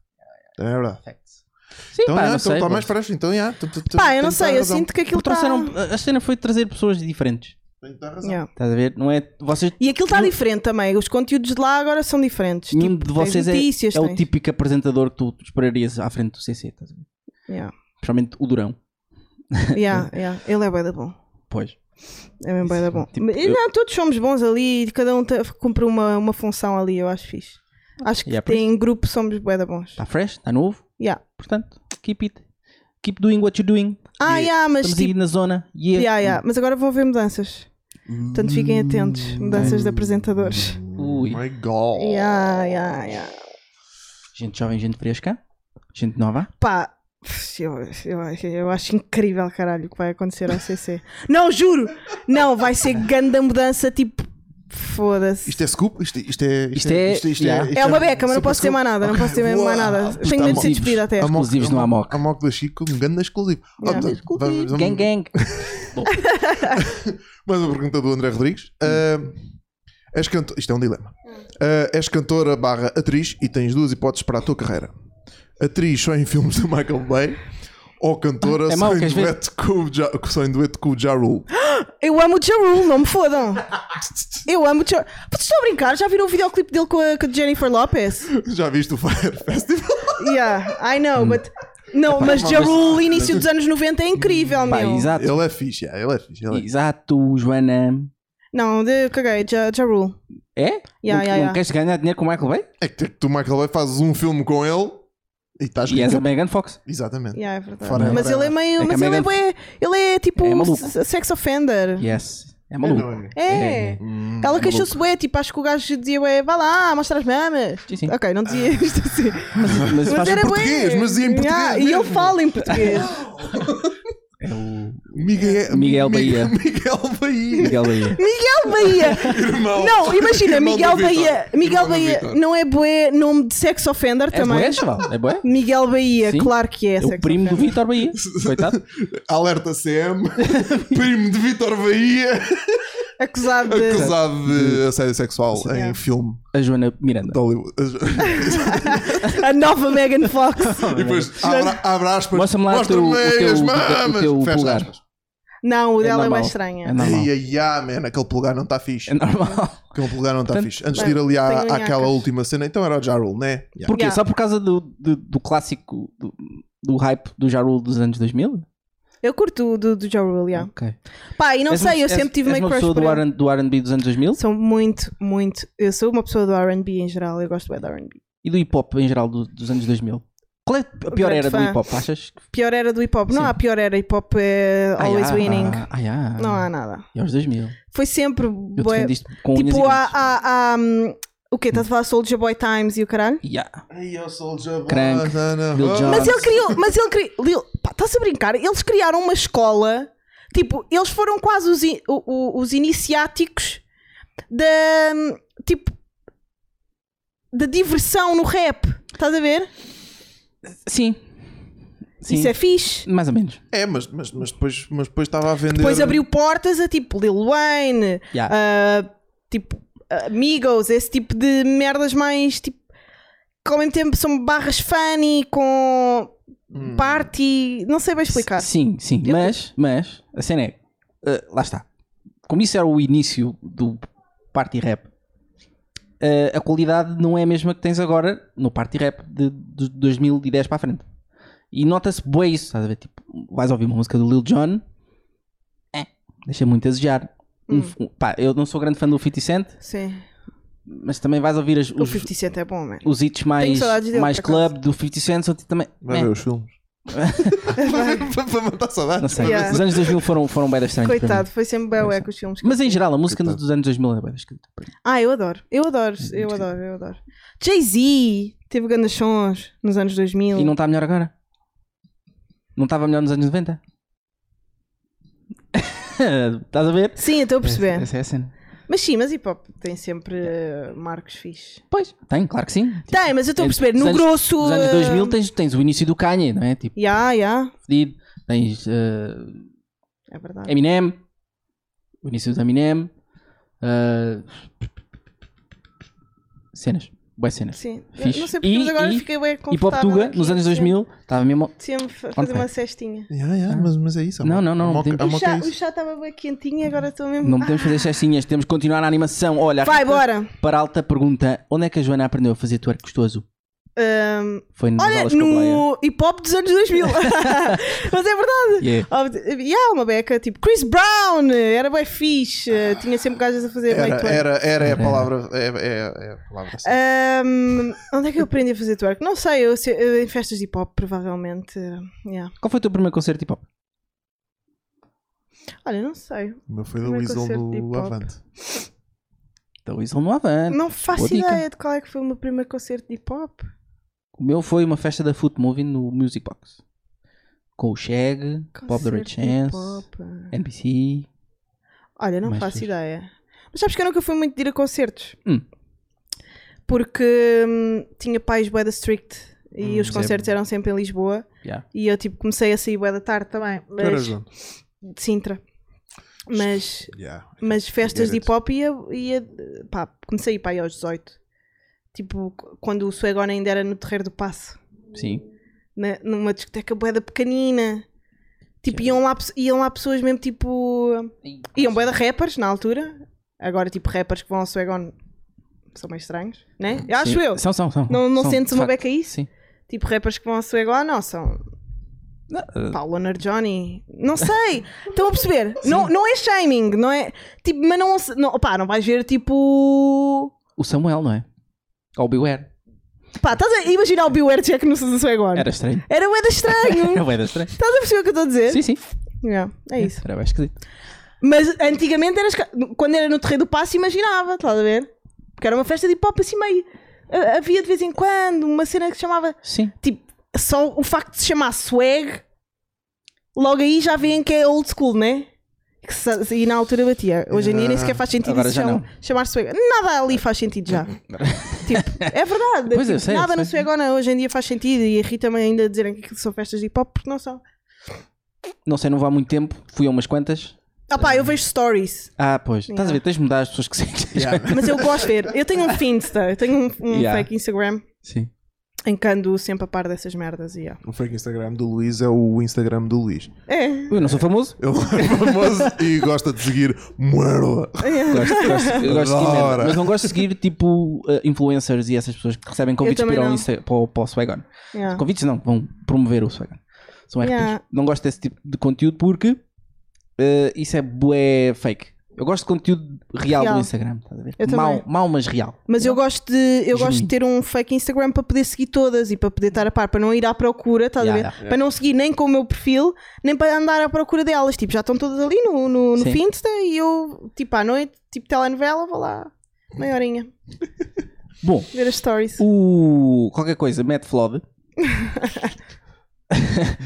C: Também é verdade.
B: Sim,
C: Então,
B: pá,
A: é,
C: já,
B: não
C: então
B: sei.
C: está
B: pô.
C: mais fresco. Então, já, tu- tu- tu-
A: Pá, eu não
C: tens toda
A: sei,
C: a
A: eu
C: razão.
A: sinto que tá, aquilo tá-
B: Porque
A: está.
B: trouxeram. A cena foi trazer pessoas diferentes.
C: Tens toda a razão.
A: Yeah.
B: Estás a ver? Não é. Vocês
A: E aquilo está diferente também. Os conteúdos de lá agora são diferentes.
B: Nenhum
A: Tipo,
B: de vocês é,
A: tens notícias,
B: é o
A: tens-
B: típico apresentador que tu tu esperarias à frente do CC, estás a ver?
A: Yeah,
B: Principalmente o Durão.
A: yeah, yeah. Ele é bué da bom.
B: Pois.
A: É mesmo bué da bom.
B: Tipo,
A: Mas-
B: eu-
A: Não, todos somos bons ali. Cada um te- cumpre uma, uma função ali. Eu acho fixe. Acho que
B: Yeah, por Tá.
A: em grupo somos bué da bons.
B: Está fresh, está novo.
A: Yeah.
B: Portanto, keep it. Keep doing what you're doing.
A: Ah,
B: Yeah.
A: yeah, mas
B: Estamos
A: tipo.
B: aí na zona. Yeah.
A: Yeah, yeah. Mas agora vão haver mudanças. Portanto, fiquem atentos. Mudanças de apresentadores.
B: Ui.
C: Hum, oh My God.
A: Yeah, yeah, yeah.
B: Gente jovem, gente fresca. Gente nova.
A: Pá, eu, eu, acho- eu acho incrível, caralho, o que vai acontecer ao CC. Não, juro! Não, vai ser grande mudança, tipo. Foda-se.
C: Isto é scoop? Isto, isto é.
B: Isto é- yeah.
A: É uma beca, mas não posso dizer mais nada, não posso dizer mesmo mais nada.
C: Uau,
A: Tenho medo de ser
B: exclusivos.
A: despedida até.
B: Amor. Exclusivos no Amok.
C: A Amok da Chico, um grande exclusivo. Ah,
A: Yeah.
C: portanto, vamos- vamos-
B: Gang, gang.
C: Mais uma pergunta do André Rodrigues. Ah, és canto... Isto é um dilema.
A: Hum.
C: Ah, és cantora barra atriz e tens duas hipóteses para a tua carreira. Atriz só em filmes do Michael Bay ou cantora
B: É
C: só,
B: mau,
C: em
B: queres ver?
C: dueto com o ja... só em dueto com o Ja Rule.
A: Eu amo o Ja Rule, não me fodam. Eu amo o Ja Vocês estão a brincar? Já viram o videoclipe dele com a, com a Jennifer Lopez?
C: Já viste o Fire Festival?
A: Yeah, I know, but. Não, mas
B: uma
A: Ja
B: vez-
A: Rule, início dos anos 90 é incrível,
B: Pá,
A: meu.
B: exato.
C: Ele é fixe, yeah, ele é fixe. Ele é...
B: Exato, Joana.
A: Não, de, caguei, Ja, ja Rule.
B: É?
A: Yeah,
B: não,
A: yeah,
B: não
A: yeah.
B: queres ganhar dinheiro com o Michael Bay?
C: É que tu, Michael Bay, fazes um filme com ele e estás
B: E és a
C: rico.
B: Megan Fox.
C: Exatamente.
A: Yeah, é verdade.
C: Fora-
A: mas ele é
B: É
A: meio.
B: que
A: mas
B: a
A: ele, é,
B: Megan-
A: bué- ele é tipo
B: É maluco.
A: s- sex offender.
B: Yes. É maluco.
C: não é?
A: É.
B: É, é.
C: Hum,
A: Ela
C: maluco.
A: queixou-se bué, tipo, acho que o gajo dizia bué, vá lá, mostra as mamas.
B: Sim, sim.
A: Ok, não dizia isto assim.
B: Mas faz-
C: em português, mas dizia em
A: e
C: português
A: ele
C: mesmo.
A: fala em português.
C: É Miguel,
B: Miguel
C: Mi-
B: Bahia.
C: Miguel Bahia.
B: Miguel Bahia.
A: Miguel Bahia.
C: Irmão.
A: Não, imagina,
C: Irmão do
A: Miguel
C: Vitor.
A: Bahia. Miguel
C: Irmão do
A: Bahia
C: Vitor.
A: não é bué nome de sex offender
B: É
A: também?
B: boé, chaval. É boé.
A: Miguel Bahia,
B: Sim.
A: claro que é.
B: É o
A: sex
B: primo do
A: offender.
B: Vitor Bahia. Coitado.
C: Alerta CM. primo de Vitor Bahia.
A: Acusado de.
C: Acusado de é. assédio sexual em filme
B: A Joana Miranda.
C: de Hollywood.
A: A nova Megan Fox.
C: E depois abra, abre aspas.
B: Mostra-me lá o teu-
C: Mostra-me
B: o teu-
C: as
B: o teu- o teu
C: mamas. Fecha
B: pulgar.
C: aspas.
A: Não, o
B: É
A: dela é
B: normal.
A: mais estranha.
B: É normal.
C: Ai, ai, ai, man, aquele pulgar não está fixe.
B: É normal.
C: Aquele pulgar não está
B: Portanto,
C: fixe. Antes de ir ali à,
A: tenho
C: àquela
A: nhacas.
C: última cena, então era o Jarul, né? Yeah.
B: Porquê?
A: Yeah.
B: Só por causa do, do, do clássico, do, do hype do Jarul dos anos 2000?
A: Eu curto o do, do Ja Rule, yeah.
B: Ok.
A: Pá, e não
B: És uma-
A: sei, eu
B: és-
A: sempre tive
B: és
A: meio
B: uma
A: crush
B: pessoa
A: por
B: do
A: ele.
B: R&B do R&B dos anos 2000
A: Sou muito, muito. Eu sou uma pessoa do RB em geral, eu gosto bem do RB.
B: e do hip hop em geral do- dos anos 2000? Qual é a pior
A: Grande
B: era do
A: fã.
B: hip hop? Achas? que-
A: Pior era do hip hop. Não
B: Sim.
A: há pior era, hip hop é
B: Ai,
A: always
B: ah,
A: winning.
B: Ah, ah,
A: Não há nada.
B: E aos 2000.
A: Foi sempre.
B: Eu
A: bué-
B: defendo isto com unhas e
A: Tipo, há.
B: dentes.
A: há- há, hum, o quê? Estás a falar Soldier Boy Times e o caralho?
B: Yeah.
C: Ai, eu sou o Jarul.
B: Crank, Lil
C: oh.
B: Jon.
A: Mas é- ele criou. Mas ele criou. Lil, pá, estás a brincar? Eles criaram uma escola. Tipo, eles foram quase os, in- o- o- os iniciáticos da. hum, Tipo. Da diversão no rap. Estás a ver?
B: Sim. Sim.
A: Isso é fixe.
B: Mais ou menos.
C: É, mas, mas, mas depois mas depois estava a vender.
A: Depois abriu portas a tipo Lil Wayne,
B: Yeah.
A: a, tipo Amigos, esse tipo de merdas mais tipo. Que ao mesmo tempo são barras funny com
B: Hum.
A: party. Não sei bem explicar.
B: Sim, sim.
A: Eu-
B: Mas, mas, a cena é. eh, lá está. Como isso era o início do party rap, eh, a qualidade não é a mesma que tens agora no party rap de, de 2010 para a frente. E nota-se bem isso. Estás a ver? Tipo, vais ouvir uma música do Lil Jon. É, deixa muito a desejar. Um
A: Hum.
B: f- um- pá, eu não sou grande fã do 50 Cent,
A: Sim.
B: mas também vais ouvir as-
A: O
B: os,
A: 50 Cent é bom, man.
B: os hits mais,
A: saudades dele,
B: mais
A: por acaso.
B: club do 50 Cent. são também.
C: Vai
B: é.
C: ver os filmes. Para para matar saudades.
B: Não sei.
A: Yeah.
B: Os anos 2000 foram, foram bem estranhos. para mim.
A: Coitado, foi sempre bem ué com os filmes. que
B: Mas é.
A: eu
B: em
A: vi.
B: geral, a música
C: Coitado.
B: dos anos 2000 é bem escrita. para mim.
A: Ah, eu adoro, eu adoro, eu adoro, eu adoro. Jay-Z teve grandes sons nos anos 2000.
B: E não está melhor agora? Não estava melhor nos anos 90? Estás a ver?
A: Sim, eu estou a perceber.
B: Essa é a cena.
A: Mas sim, mas hip hop tem sempre eh, marcos fixe.
B: Pois, tem, claro que sim. Tipo,
A: Tem, mas eu estou a
B: entre
A: perceber,
B: os
A: no
B: anos-
A: grosso. eh,
B: Nos anos 2000 tens, tens o início do Kanye, não é? Tipo,
A: Ya, ya,
B: fedido. Tens eh,
A: é verdade.
B: Eminem. O início do Eminem. eh, cenas. Boas cenas.
A: Sim, Eu
B: É. Fixe.
A: não sei porque,
B: E-
A: mas agora
B: e-
A: fiquei bem
B: E Pop
A: confortável.
B: Tuga,
A: aqui,
B: nos anos 2000, estava mesmo.
A: Sempre, sempre a fazer
B: Ok.
A: uma cestinha.
C: Yeah, yeah, mas, mas é isso. é
B: Ah. Não,
C: uma-
B: não, não,
C: é
B: não
C: uma-
B: podemos.
C: é
A: O
C: uma
A: chá,
C: coisa.
A: o chá estava bem quentinho e agora estou mesmo.
B: Não podemos fazer cestinhas, temos que continuar na animação. Olha,
A: Ah. Vai, bora!
B: Para alta pergunta, onde é que a Joana aprendeu a fazer twerk gostoso?
A: Ahm,
B: Foi nas
A: olha,
B: aulas com a Blair.
A: no hip hop dos anos 2000. mas é verdade.
B: Yeah.
A: Oh, E há uma beca, tipo Chris Brown, era bem fixe,
B: Ah.
A: tinha sempre gajas a fazer bem
C: Era,
A: twerk.
C: era, era é a palavra. É, é, é a palavra. certa.
A: Ahm, onde é que eu aprendi a fazer twerk? Não sei, eu, sei- eu- em festas de hip hop, provavelmente. yeah.
B: Qual foi o teu primeiro concerto de hip hop?
A: Olha, não sei,
C: O meu foi da
A: Primeiro
C: Weasel
A: concerto de
C: do
A: hip-hop.
C: Avante.
B: Então isso não avante.
A: não faço
B: boa dica.
A: ideia de qual é que foi o meu primeiro concerto de hip hop.
B: O meu foi uma festa da Foot Movie no Music Box. Com o Shag, Bob the
A: Concerto
B: Red
A: de
B: Chance,
A: hip-hop.
B: NBC.
A: Olha, não
B: Mais
A: faço
B: fixe.
A: ideia. Mas sabes que eu nunca fui muito de ir a concertos.
B: Hum.
A: Porque hum, tinha pais bué da strict e
B: Hum,
A: os
B: isso é
A: concertos eram sempre em Lisboa.
B: Yeah.
A: E eu tipo comecei a sair bué da tarde também.
C: Tu
A: Mas,
C: eras onde?
A: de Sintra. Mas,
C: Yeah.
A: mas festas de
C: Get it.
A: hip hop ia, ia. Pá, comecei a ir para aí aos 18. Tipo, c- quando o Suegona ainda era no Terreiro do Passo.
B: Sim.
A: na- numa discoteca boeda pequenina. Tipo, iam lá, pe- iam lá pessoas mesmo tipo. Iam bué de rappers na altura. Agora, tipo, rappers que vão ao Swagon são meio estranhos, né? Eu Acho eu.
B: São, são, são.
A: Não, não
B: São,
A: sentes
B: de
A: uma
B: facto.
A: beca a isso?
B: Sim.
A: Tipo, rappers que vão ao Swagon, não, são.
B: Não, eh,
A: Paulo Leonard Johnny, não sei, estão a perceber? Não, não é shaming, não é? Tipo, mas não, se- não, opá, não vais ver tipo.
B: o Samuel, não é? Ou o Beware.
A: Pá, estás a imaginar o Beware Jack no Susan Swagon?
B: Era estranho.
A: Era bué de estranho,
B: Era bué da estranho.
A: estás a perceber o que eu estou a dizer?
B: Sim, sim.
A: Yeah, Hum. é isso.
B: Era bem esquisito.
A: Mas antigamente eras, ca- quando era no terreiro do passo, imaginava, estás a ver? Porque era uma festa de hip hop assim meio. ah, Havia de vez em quando uma cena que se chamava.
B: Sim.
A: Tipo, só o facto de se chamar swag, logo aí já veem que é old school, né? Que se- E na altura batia. Hoje em dia nem sequer faz sentido
B: Agora
A: isso
B: já
A: chamar,
B: não.
A: chamar swag. Nada ali faz sentido já. tipo, é verdade.
B: Pois eu
A: tipo,
B: sei, eu
A: nada no
B: sei.
A: swagona hoje em dia faz sentido e irrita-me ainda dizerem que aquilo são festas de hip hop porque não são.
B: Não sei, não vou há muito tempo. Fui a umas quantas.
A: Ah pá, eu vejo stories.
B: Ah, pois. Estás a
A: Yeah.
B: ver? Tens de mudar as pessoas que segues.
A: Mas eu gosto de ver. Eu tenho um Finsta, eu tenho um, um
B: Yeah.
A: fake Instagram
B: Sim.
A: em que ando sempre a par dessas merdas. E, ó.
C: O fake Instagram do Luís é o Instagram do Luís.
A: É,
B: Eu não sou famoso.
C: Ele é famoso e gosta de seguir merda.
B: Gosto, gosto, eu gosto de seguir,
C: Adoro.
B: merda. mas não gosto de seguir tipo eh, influencers e essas pessoas que recebem convites para,
A: também
B: ir ao
A: não.
B: Insta, para, o- para o Swagon.
A: yeah.
B: Convites não, que vão promover o Swagon. São RPs.
A: Yeah.
B: Não gosto desse tipo de conteúdo porque eh, isso é bué fake. Eu gosto de conteúdo real,
A: Real.
B: do Instagram, estás a ver?
A: Eu
B: Mal,
A: também.
B: mal, mas real.
A: Mas eu gosto de eu gosto de
B: Genuíno.
A: ter um fake Instagram para poder seguir todas e para poder estar a par, para não ir à procura, estás
B: Yeah,
A: a ver?
B: yeah.
A: Para não seguir nem com o meu perfil, nem para andar à procura delas. Tipo, já estão todas ali no, no, no
B: Sim.
A: Finsta e eu, tipo, à noite, tipo telenovela, vou lá, meia horinha,
B: Bom,
A: ver as stories.
B: o. qualquer coisa, Matt Flood.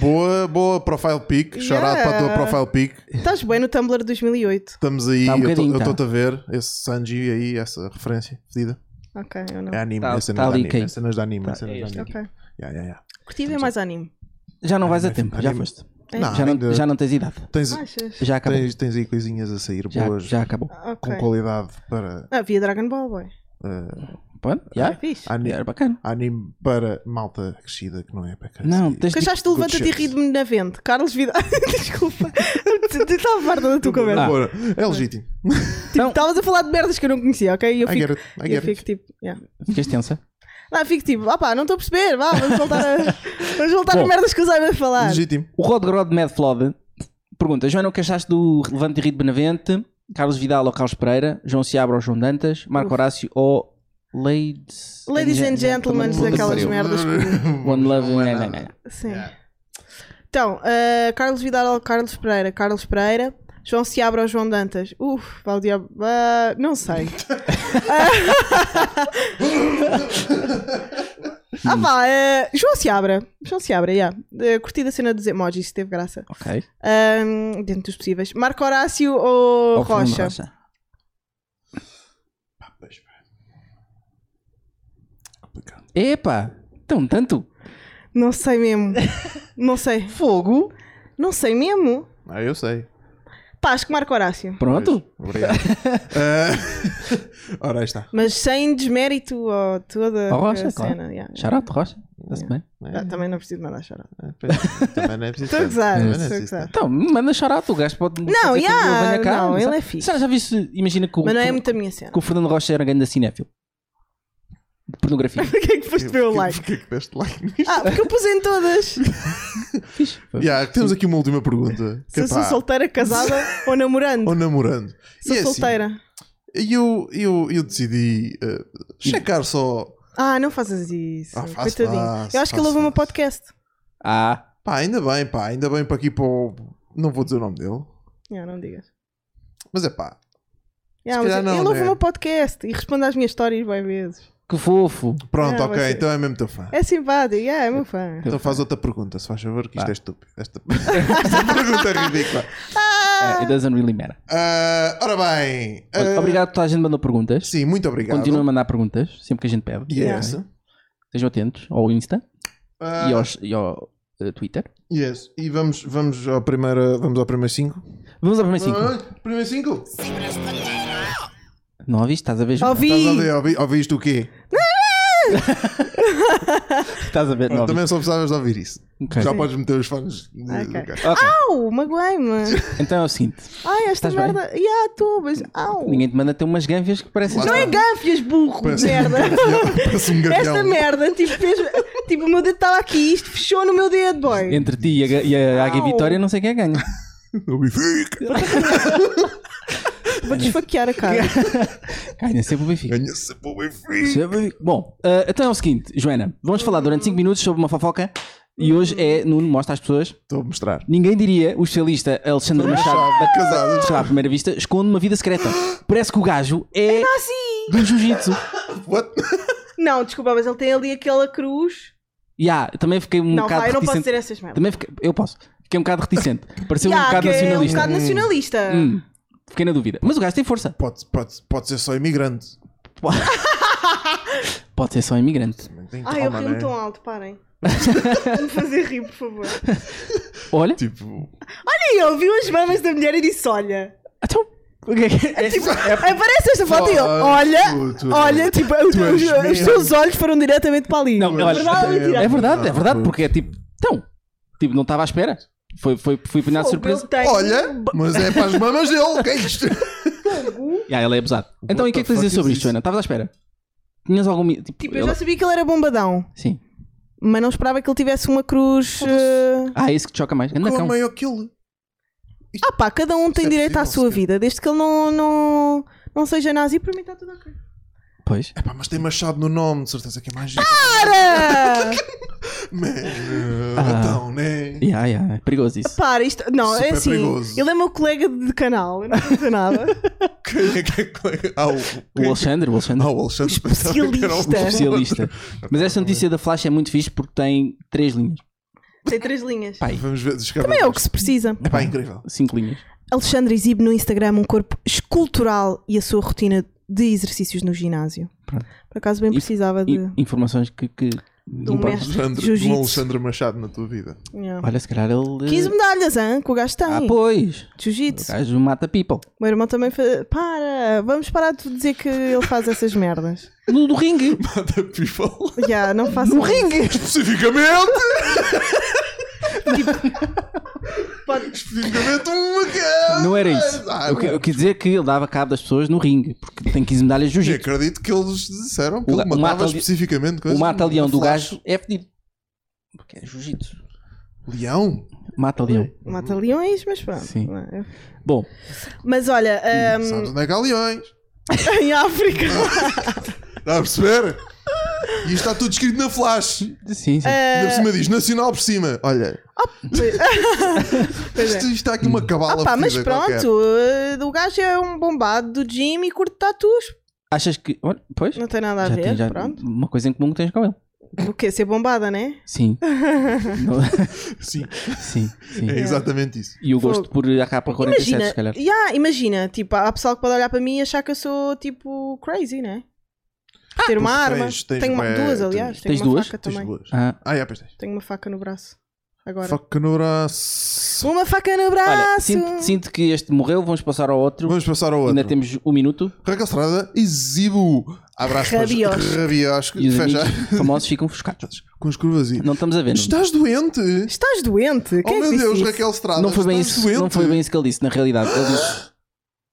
C: Boa, boa profile pic. Charado
A: Yeah.
C: para a tua profile pic.
A: Estás bem no Tumblr 2008.
C: Estamos aí,
B: Tá um
C: eu tô-
B: bocadinho,
C: eu
B: tá.
C: estou-te a ver esse Sanji aí, essa referência fedida.
A: Ok, eu não.
C: É anime,
B: Tá-
C: é cenas
B: tá ali,
C: de anime.
B: ok.
C: É cenas de anime, é
B: Tá,
C: cenas
B: é
C: de
B: este.
C: anime.
A: Ok.
C: Yeah, yeah, yeah.
A: Curti ver mais anime.
B: Já não vais a
C: mas-
B: tempo,
C: mas-
B: já foste.
A: É.
C: Não,
B: já, não,
C: Ah, ainda-
B: já não tens idade.
C: Tens,
A: Achas?
B: Já acabou.
C: tens, tens aí coisinhas a sair
B: Já,
C: boas,
B: já acabou.
C: com
A: Ok.
C: qualidade para
A: Ah, via Dragon Ball, boy.
C: eh,
B: Pronto, já? Ah,
A: É fixe.
C: anime,
B: Era bacana.
C: anime para malta crescida que não é para crescer.
B: Não, tens
A: Que achaste tu
C: Good
A: levanta-te e
C: shit.
A: ri-me na vente. Carlos Vidal. Desculpa. Estava farta da tua conversa.
C: Agora,
A: Ah.
C: é legítimo.
B: Então-
A: Tipo, Estavas a falar de merdas que eu não conhecia, ok? E eu
C: I get
A: fico,
C: it. I
A: eu
C: get
A: fico
C: it.
A: tipo. Yeah.
B: Ficas tensa.
A: Não, eu fico tipo, ah pá, não estou a perceber, vá, vamos voltar a, vamos voltar a
B: Bom.
A: merdas que eu saiba falar.
C: Legítimo.
B: O Rod Rod Mad Flood pergunta: Joana, o que achaste do Levante e Rito Benavente? Carlos Vidal ou Carlos Pereira? João Seabra ou João Dantas? Marco Horácio ou Ladies,
A: Ladies and gentlemen,
B: Puta que
A: daquelas
B: pariu.
A: merdas que.
B: One Love.
C: Não é
B: não, não,
C: nada.
B: não.
A: Sim.
C: Yeah.
A: Então, ah, Carlos Vidal, Carlos Pereira, Carlos Pereira, João Seabra ou João Dantas? Uf, vá o diabo. Ah, não sei. ah pá, ah, João Seabra. João Seabra, yeah. Ah, curti da cena dos emojis, teve graça.
B: Ok.
A: Ahm, dentro dos possíveis. Marco Horácio ou
B: Ou Fernando
A: Rocha?
C: Complicado.
B: Epá, então tanto.
A: Não sei mesmo. não sei.
B: Fogo.
A: Não sei mesmo.
C: Ah, eu sei.
A: Pá, acho que Marco Horácio.
B: Pronto.
C: Pois. Obrigado. Eh, Ora, aí está.
A: Mas sem desmérito a toda
B: Ao Rocha,
A: a
B: claro.
A: cena. yeah.
B: Charote, Rocha. Está-se bem.
A: Ah, também não preciso mandar chorar.
C: Eh, É, pois, Também não é preciso.
A: Estou a gozar,
C: Também não é
A: estou a
C: preciso,
A: gozar.
B: Então, manda charote, o gajo pode.
A: Não,
B: fazer
A: yeah,
B: quando ele venha cá,
A: não, ele
B: sabe?
A: é fixe.
B: Já, já viste, imagina que o,
A: Mas não é
B: que o-
A: muito a minha cena.
B: que o Fernando Rocha era um grande cinéfilo. De pornografia.
A: Porquê é que foste ver o like?
C: Porquê que deste like nisto?
A: Ah, porque eu pus em todas.
B: Fixe.
C: Yeah, temos aqui uma última pergunta.
A: Se eu sou
C: Epá,
A: solteira, casada ou namorando.
C: Ou namorando.
A: Sou
C: E é assim,
A: solteira.
C: eu, eu, eu decidi eh, checar só.
A: Ah, não faças isso.
C: Ah, faço,
A: Coitadinho.
C: faço,
A: eu acho que ele
C: faço,
A: ouve o meu
C: faço.
A: podcast.
B: Ah,
C: Pá, ainda bem, pá, ainda bem para aqui para o. Não vou dizer o nome dele,
A: Não, não digas.
C: mas é pá.
A: Yeah, mas
C: calhar não,
A: ele ouve
C: né?
A: o meu podcast e responde às minhas histórias bem vezes.
B: que fofo.
C: Pronto,
A: Ah,
C: ok,
A: você-
C: então é mesmo teu fã.
A: É simpático, yeah, é meu fã.
C: Então faz outra pergunta, se faz favor, que isto
B: Vá.
C: é estúpido. Esta, esta pergunta é ridícula.
B: É, it doesn't really matter.
C: Ah, ora bem. ah,
B: Obrigado, toda a gente mandou perguntas.
C: Sim, muito obrigado.
B: Continua a mandar perguntas, sempre que a gente pede.
C: Yes.
B: Ok. Estejam atentos ao Insta
C: Ah,
B: e, aos- e ao eh, Twitter.
C: yes. E vamos, vamos, ao primeiro, vamos ao primeiro 5.
B: Vamos ao primeiro
C: Ah.
B: 5.
C: Primeiro 5?
B: Não ouviste? Estás a ver? Joana?
A: Ouvi!
C: Estás a ouvir, ouvi, ouviste o quê?
B: Estás a ver? Não,
C: Também só precisavas de ouvir isso.
B: Ok.
C: Já podes meter os fones. de-
A: Ok.
C: do carro.
B: Ok,
A: Au, magoei-me.
B: Então é o seguinte:
A: Ai, esta
B: Estás bem?
A: merda. Ya, estou, mas. Au.
B: ninguém te manda ter umas gânvias que parecem.
A: Não é gânfias, burro,
C: Parece-
A: merda.
C: Parece um
A: Esta
C: gavião.
A: merda, tipo, fez, tipo, o meu dedo estava aqui, isto fechou no meu dedo, boy.
B: Entre ti e a, ga- e a Águia
A: Au.
B: Vitória, não sei quem é que ganha.
C: Eu vi, "Fica!"
A: Vou desfaquear a cara.
B: Ganha sempre o Benfica.
C: Ganha-se para o Benfica.
B: Sempre- Bom, ah, então é o seguinte, Joana, vamos falar durante 5 minutos sobre uma fofoca e hoje é, Nuno, mostra às pessoas.
C: Estou a mostrar.
B: Ninguém diria, o socialista Alexandre Machado, da
C: casado.
B: Sei lá, à primeira vista, esconde uma vida secreta. Parece que o gajo é
A: assim.
B: do jiu-jitsu.
C: What?
A: Não, desculpa, mas ele tem ali aquela cruz.
B: E há, também fiquei um
A: não,
B: bocado
A: vai, eu não posso
B: reticente.
A: dizer essas merdas.
B: Também fiquei, eu posso. Fiquei um bocado reticente. Pareceu um
A: Ya,
B: bocado
A: que É um
B: nacionalista.
A: bocado nacionalista.
B: Hum, fiquei na dúvida. Mas o gajo tem força.
C: Pode, pode, pode ser só imigrante.
B: Pode ser só imigrante.
C: Tem
A: Ai, eu
C: calma,
A: rio
C: né?
A: tão alto, parem. Me fazer rir, por favor.
B: Olha,
C: Tipo,
A: E ele viu as mamas da mulher e disse: Olha.
B: então. o que é que- é- Oh,
A: Aparece esta foto e ele,
C: Ai,
A: olha,
C: tu- tu-
A: olha, tipo, os,
C: tu és
A: os- os
C: mesmo.
A: seus olhos foram diretamente para ali.
B: Não,
A: é
B: olha,
A: verdade ou
C: um
A: mentira?
B: É verdade, é
C: Ah,
B: verdade, porque é tipo. Então, tipo, não estava à espera. Foi, foi, fui apanhado de
A: Fogo,
B: surpresa.
A: eu tenho-
C: Olha, mas é para as mamas dele. Que é isto?
B: E aí, ele é abusado. Então, e o que é que
C: the
B: tens a dizer
C: fuck
B: sobre
C: is
B: isto, Joana? Estavas à espera? Tinhas algum. mi- Tipo,
A: Tipo, eu
B: ele-
A: já sabia que ele era bombadão,
B: Sim.
A: mas não esperava que ele tivesse uma cruz. eh,
B: Ah, é isso que te choca mais. Anda,
C: Como
B: cão.
C: é aquilo?
A: Ah pá, cada um tem
C: Isso é
A: direito à
C: possível,
A: sua vida, desde que ele não, não, não seja nazi, para mim está tudo ok.
B: Pois.
C: Epá, É mas tem Machado no nome, de certeza que é mais giro.
A: Ah! Para!
C: Mas, eh,
B: Ah.
C: então, né?
B: Yeah, yeah, é perigoso isso.
A: Para, isto. Não, é
C: Super
A: assim.
C: perigoso.
A: Ele é meu colega de canal, eu não vou dizer nada.
C: Quem é que é colega? Ah,
B: O
C: o-
B: Alexandre, o Alexandre. é
C: Ah, o Alexandre pensava que era o-
A: especialista.
B: Especialista. Mas esta notícia da Flash é muito fixe porque tem três linhas.
A: Tem três linhas.
B: Pai.
C: Vamos ver, descreve.
A: Também é o que se precisa.
C: Epá, incrível.
B: Cinco linhas.
A: Alexandre exibe no Instagram um corpo escultural e a sua rotina de exercícios no ginásio.
B: Pronto.
A: Por acaso bem
B: E-
A: precisava de.
B: I- informações que. que não
A: mestre.
B: podes-
C: Alexandre,
A: Jiu-jitsu.
C: um Alexandre Machado na tua vida.
A: Yeah.
B: Olha, se calhar ele. eh,
A: 15 medalhas, hein, que o gajo tem.
B: Ah, pois. O
A: Jiu-jitsu.
B: gajo mata people.
A: O meu irmão também faz. Para! Vamos parar de dizer que ele faz essas merdas.
B: No do ringue.
C: Mata people.
A: Já, não façam.
B: No ringue.
C: Especificamente,
A: Pode-
C: especificamente um uma cara.
B: Não era isso.
C: Ah,
B: Eu,
C: não
B: que-
C: era.
B: eu quis dizer que ele dava cabo das pessoas no ringue, porque tem 15 medalhas de
C: E
B: jiu-jitsu.
C: acredito que eles disseram que
B: O ga-
C: ele
B: o
C: matava
B: mata-lhe-
C: especificamente
B: O
C: coisas.
B: mata-leão do
C: Flash.
B: gajo é fedido. Porque é jiu-jitsu.
C: Leão?
B: Mata-leão.
A: Mata leões, mas pronto. é?
B: Sim. Bom,
A: Mas olha,
C: Sabes onde é que há leões?
A: ahm, em África.
C: Está a perceber? E isto está tudo escrito na flash. Ainda
B: sim, sim.
C: por cima diz nacional por cima. Olha,
A: Pois é.
C: isto, isto está aqui uma cabala
A: Ah pá, mas
C: fedida qualquer.
A: pronto, eh, o gajo é um bombado do gym e curte tatus.
B: Achas que. Olha, pois.
A: Não tem nada a
B: já
A: ver,
B: tem já
A: pronto.
B: uma coisa em comum que tens com ele.
A: O quê? Ser bombada, né?
B: Sim. Não-
C: Sim,
B: sim, sim.
C: é exatamente isso.
B: E o
A: Fogo.
B: gosto por AK-47,
A: Imagina,
B: se calhar.
A: yeah, imagina, tipo, há pessoal que pode olhar para mim e achar que eu sou tipo crazy, né? Ter uma
C: porque
A: arma.
C: Ah, tens- tens
A: tenho uma,
C: bué-
A: duas,
C: tens-
A: aliás.
B: tens
A: tenho uma
B: duas?
A: faca
C: Tens
A: também.
C: duas.
B: Ah,
C: Ah, já, pois tens.
A: Tenho uma faca no braço. Agora.
C: Faca no braço.
A: Uma faca no braço!
B: olha, sinto, sinto que este morreu, vamos passar ao outro.
C: Vamos passar ao
B: Ainda
C: outro.
B: temos um minuto
C: Raquel Estrada, exibo. Abraço para os-
A: Rabiosco.
C: Rabiosco.
B: e os
C: Fecha.
B: amigos famosos ficam ofuscados.
C: Com as curvas aí.
B: Não estamos a ver. Nuno.
C: Estás doente?
A: Estás doente?
C: Oh
A: Quem é que
C: meu
A: disse
C: Deus,
A: isso?
C: Raquel Estrada.
B: Não foi, bem
C: estás
B: isso,
C: doente?
B: não foi bem isso que ele disse, na realidade. Ele disse: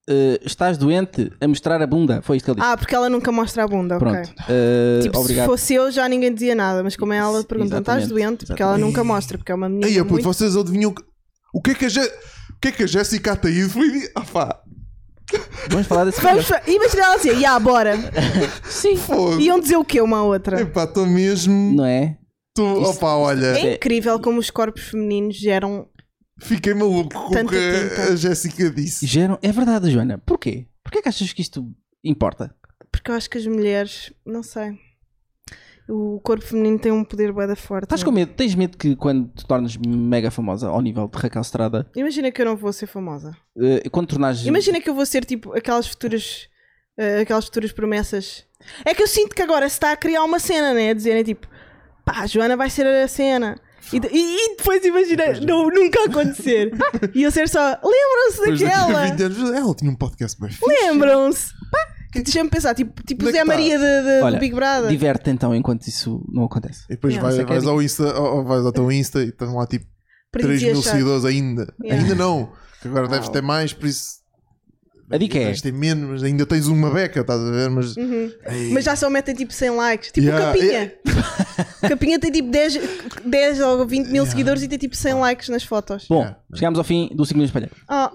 B: "Eh, Estás doente a mostrar a bunda. Foi isto que ele disse.
A: Ah, porque ela nunca mostra a bunda,
B: Pronto.
A: ok.
B: Eh,
A: Tipo, se
B: obrigado.
A: fosse eu já ninguém dizia nada, mas como é ela,
B: Isso,
A: perguntam: estás
B: exatamente,
A: doente? Porque ela
C: exatamente.
A: nunca mostra, porque é uma menina.
C: Ei, puto,
A: muito...
C: vocês adivinham que- o que é que a, Je... o que é que a Jéssica Ataíde foi di- Ah, pá,
B: Vamos falar desse
A: Vamos, fa- imagina ela assim, já, bora. Sim.
C: Fogo.
A: Iam dizer o quê uma à outra?
C: Epá, estou mesmo.
B: Não é?
C: Tô...
B: Isto-
C: Opa, olha,
A: É incrível como os corpos femininos geram.
C: fiquei maluco com o
A: é Tanta
C: que a-
A: tinta.
C: a Jéssica disse.
B: Geram... É verdade, Joana. Porquê? Porquê é que achas que isto importa?
A: Porque eu acho que as mulheres, não sei. O corpo feminino tem um poder boeda forte.
B: Estás com medo? Tens medo que quando te tornes mega famosa ao nível de Raquel Estrada,
A: é? Imagina que eu não vou ser famosa.
B: eh, quando tornares.
A: Imagina que eu vou ser tipo aquelas futuras eh, aquelas futuras promessas. É que eu sinto que agora se está a criar uma cena, né? A dizerem tipo, pá, a Joana vai ser a cena. E, de- e- e depois imagina não, nunca acontecer. e eu ser só, lembram-se
C: Depois daqui a
A: daquela?
C: 20 anos, Ela tinha um podcast bem fixe.
A: Lembram-se? Pá, que deixa-me pensar, tipo, tipo
C: Onde é
A: Zé
C: que tá?
A: Maria de, de- do
B: Olha,
A: Big Brother.
B: Diverte então enquanto isso não acontece.
C: E depois
A: Yeah.
C: vai-
B: Isso é que é
C: vais, ao Insta, ou- ou vais ao teu Insta e estão lá tipo
A: para
C: 3
A: dizer
C: mil
A: chato.
C: seguidores ainda.
A: Yeah.
C: Ainda não. Que agora
B: Ah,
C: deves ter mais, por isso.
B: A dica é:
C: Deves ter menos, mas ainda tens uma beca, estás a ver? Mas.
A: Uhum.
C: Ei.
A: Mas já só metem tipo 100 likes. Tipo o
C: Yeah,
A: Capinha. O Capinha tem tipo 10, 10 ou 20 mil
C: Yeah.
A: seguidores e tem tipo 100 likes nas fotos.
B: bom,
C: Yeah.
B: chegámos ao fim do 5 minutos de espalhar.
A: Ah.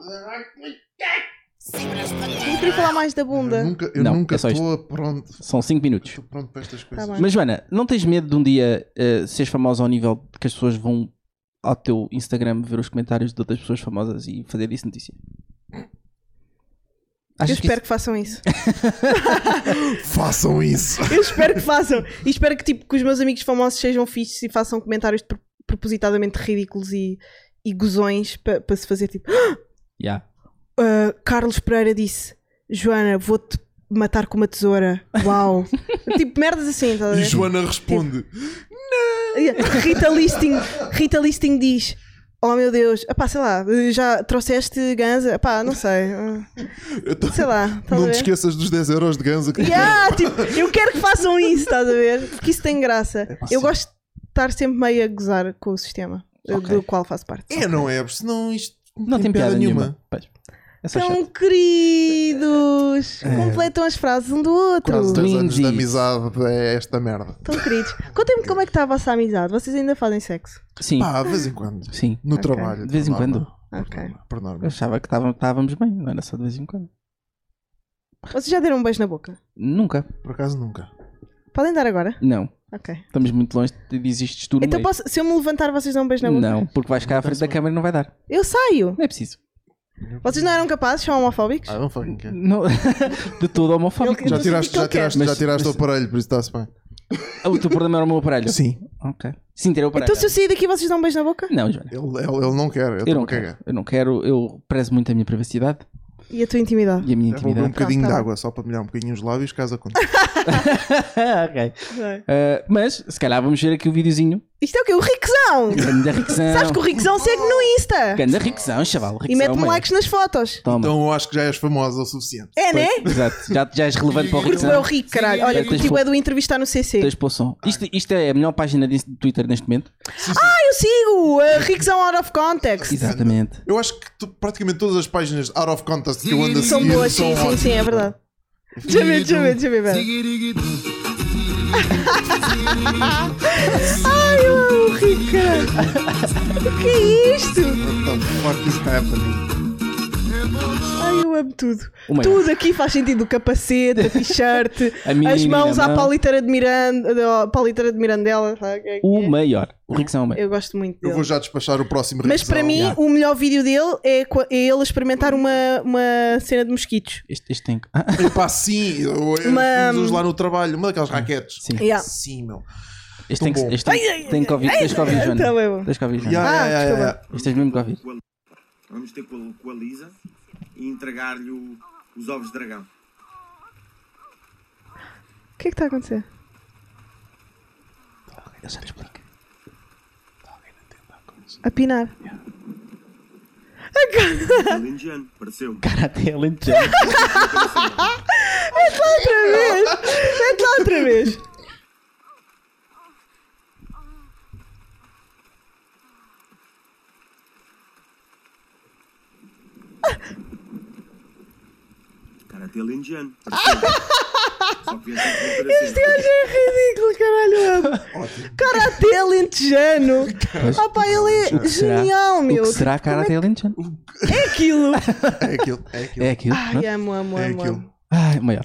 A: Não queria falar mais da
C: Eu
A: bunda.
C: nunca eu
B: Não,
C: nunca
B: é só
C: estou pronto.
B: São 5 minutos.
C: Estou pronto para estas coisas.
A: bem.
B: Mas, Joana, não tens medo de um dia eh, seres famosa ao nível de que as pessoas vão ao teu Instagram ver os comentários de outras pessoas famosas e fazer disso notícia?
A: Eu
B: Achas que
A: espero que façam isso.
C: Façam isso!
A: Eu espero que façam. E espero que, tipo, que os meus amigos famosos sejam fixos e façam comentários pro- propositadamente ridículos e, e gozões para se fazer tipo.
B: isso- Yeah.
A: "Ah, Carlos Pereira disse: Joana, vou-te matar com uma tesoura. Uau! tipo, merdas assim, estás a
C: E
A: ver?
C: Joana responde:
A: Rita Listing, Rita Listing diz: Oh meu Deus, ah pá, sei lá, já trouxeste ganza? Ah pá, não sei, ah,
C: Eu tô-
A: sei lá, estás a
C: Não te
A: ver?
C: esqueças dos 10 euros de ganza que
A: Yeah, tipo, eu quero que façam isso, estás a ver? Porque isso tem graça. Eu gosto de estar sempre meio a gozar com o sistema eh,
B: Ok.
A: do qual faço parte.
C: É, não é? Porque senão isto
B: Não tem piada nenhuma. Pois. É só chato.
A: Tão queridos, completam as frases um do outro.
C: Quase dois anos de
B: Lindis.
C: amizade é esta merda.
A: Tão queridos. Contem-me como é que está a vossa amizade. Vocês ainda fazem sexo?
B: Sim,
C: Pá, de vez em quando.
B: sim.
C: No
A: Ok.
C: trabalho.
B: De vez em
C: por
B: quando.
C: norma. Por
A: Ok.
C: norma, Por
B: Eu
C: norma.
B: achava que estava- estávamos bem, não era só de vez em quando.
A: Vocês já deram um beijo na boca?
B: Nunca.
C: Por acaso nunca.
A: Podem dar agora?
B: Não.
A: Ok.
B: Estamos muito longe de existes tu no
A: Então
B: meio.
A: posso, se eu me levantar, vocês dão um beijo na boca?
B: Não, porque vais cá à frente da câmara e não vai dar.
A: Eu saio.
B: Não é preciso.
A: Vocês não eram capazes? São homofóbicos?
C: Ah, não fucking care.
B: Não- de todo homofóbico.
A: Ele-
C: Já
A: não sei o
C: tiraste,
A: é que ele
C: já tiraste,
B: quer.
C: já
B: Mas-
C: tiraste
B: mas-
C: o aparelho, por isso está-se bem.
B: O teu problema era o meu aparelho.
C: Sim.
B: Ok. Sim, ter o aparelho.
A: Então se eu sair daqui, vocês dão um beijo na boca?
B: Não, Joana.
C: Ele, ele, ele não quer. Eu,
B: Eu não,
C: estou a
B: quero,
C: cagar.
B: eu não quero, eu prezo muito a minha privacidade
A: E a tua intimidade?
B: e a minha
C: Já vou beber um
B: intimidade.
C: bocadinho
A: Tá, tá
C: de
A: bem.
C: água, só para molhar um bocadinho os lábios,
B: Tá
C: caso aconteça.
B: Ok. Uh, mas, se calhar, vamos ver aqui o videozinho.
A: Isto é o quê? O Riquezão!
B: Ganda Rickzão.
A: Sabes que o Riquezão segue no Insta!
B: Ganda Rickzão, chaval.
A: E
B: Rickzão,
A: mete-me um
B: mano.
A: likes nas fotos.
B: Toma.
C: Então eu acho que já és famosa o suficiente.
A: É, né?
B: Exato. Já, já és relevante para o
A: Porque é o
B: Rickzão.
A: rico, caralho. Olha,
B: Tens
A: tipo
B: pô-
A: é do entrevistar no CC.
B: Tens para o som. Isto, isto é a melhor página de de Twitter neste momento.
A: Ah, eu sigo! eh, Riquezão out of context.
B: Exatamente.
C: Eu acho que tu- praticamente todas as páginas out of context que eu ando a
A: São
C: seguir
A: boas, sim, sim, sim, é verdade. Deixa eu ver, deixa eu ver, deixa eu ver. pera. Ai, o rico, caralho. O que é isto?
C: What the fuck is tá happening?
A: Ai, eu amo tudo.
B: O maior.
A: Tudo aqui faz sentido. O capacete, a t-shirt,
B: A menina
A: as mãos
B: na
A: à
B: mão.
A: palitera de, Miranda, à palitera de Mirandela. sabe o que é que
B: O
A: é?
B: maior. O Rickzão é o maior.
A: Eu gosto muito
C: Eu
A: dele.
C: vou já despachar o próximo
A: Mas
C: requisão.
A: para mim,
B: Yeah.
A: o melhor vídeo dele é, co- é ele experimentar uma, uma cena de mosquitos.
B: Este, este tem. que- Ah,
C: Epá, sim, eu, eu
A: Uma-
C: fiz lá no trabalho, uma daquelas raquetes.
B: sim. Ah,
A: Yeah.
C: Sim, meu.
B: Este tem que,
C: bom.
B: este tem, tem que ouvir. Tens que ouvir, Joana.
A: Então é bom.
B: Tens que ouvir, Joana.
C: Ya,
A: Ah,
C: ya, ya,
A: desculpa.
C: ya.
B: Isto tens mesmo que ouvir.
D: Vamos ter com a, com a Lisa e entregar-lhe o- os ovos de dragão.
A: O que é que está a acontecer?
B: Eu já te explico.
A: A pinar.
D: Alentejano, pareceu-me.
A: é
B: Karate alentejano.
A: Outra vez! Mete lá outra vez!
D: Karate alentejano, pareceu-me. é Só que vieste a interromper a
A: Este
D: cena.
A: gajo é ridículo, caralho! Karate alentejano! Oh pá, ele é genial,
B: o
A: meu! Tipo,
B: que será Karate alentejano?
A: É aquilo!
C: É aquilo, é aquilo.
B: É aquilo. não
A: Ai, amo, amo,
C: É
A: amo.
C: aquilo.
A: amo.
B: Ai, o maior.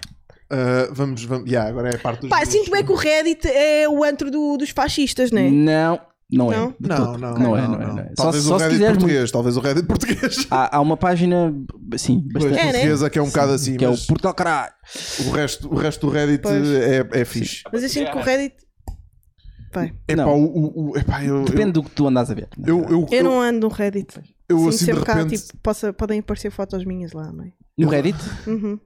C: Ah, vamos, vamos. Ya, agora é a parte dos.
A: Pá,
C: dos-
A: sinto bem que o Reddit é o antro do- dos fascistas, não é?
B: Não, não é.
A: Não?
B: de
C: Não,
B: todo.
C: não,
B: não é, não é. não é. Só,
C: Talvez
B: só
C: o
B: se
C: Reddit
B: quiseres
C: português,
B: muito.
C: talvez o Reddit português.
B: Há, há uma página, sim, bastante.
A: É, né?
C: portuguesa que é um bocado assim,
B: Que é o
C: mas
B: Portugal Caralho.
C: o resto, o resto do Reddit
A: Pois.
C: é, é fixe.
A: Mas eu sinto que o Reddit. Pai,
C: É pá,
B: Não.
C: o, o, o- epá, eu,
B: Depende do que tu andas a ver. na
C: eu, eu,
B: verdade.
C: eu,
A: eu não ando no Reddit.
C: eu,
A: Sim,
C: assim de
A: sempre cá,
C: repente.
A: tipo, possa- podem aparecer fotos minhas lá, não é?
B: No Reddit?
A: Uhum.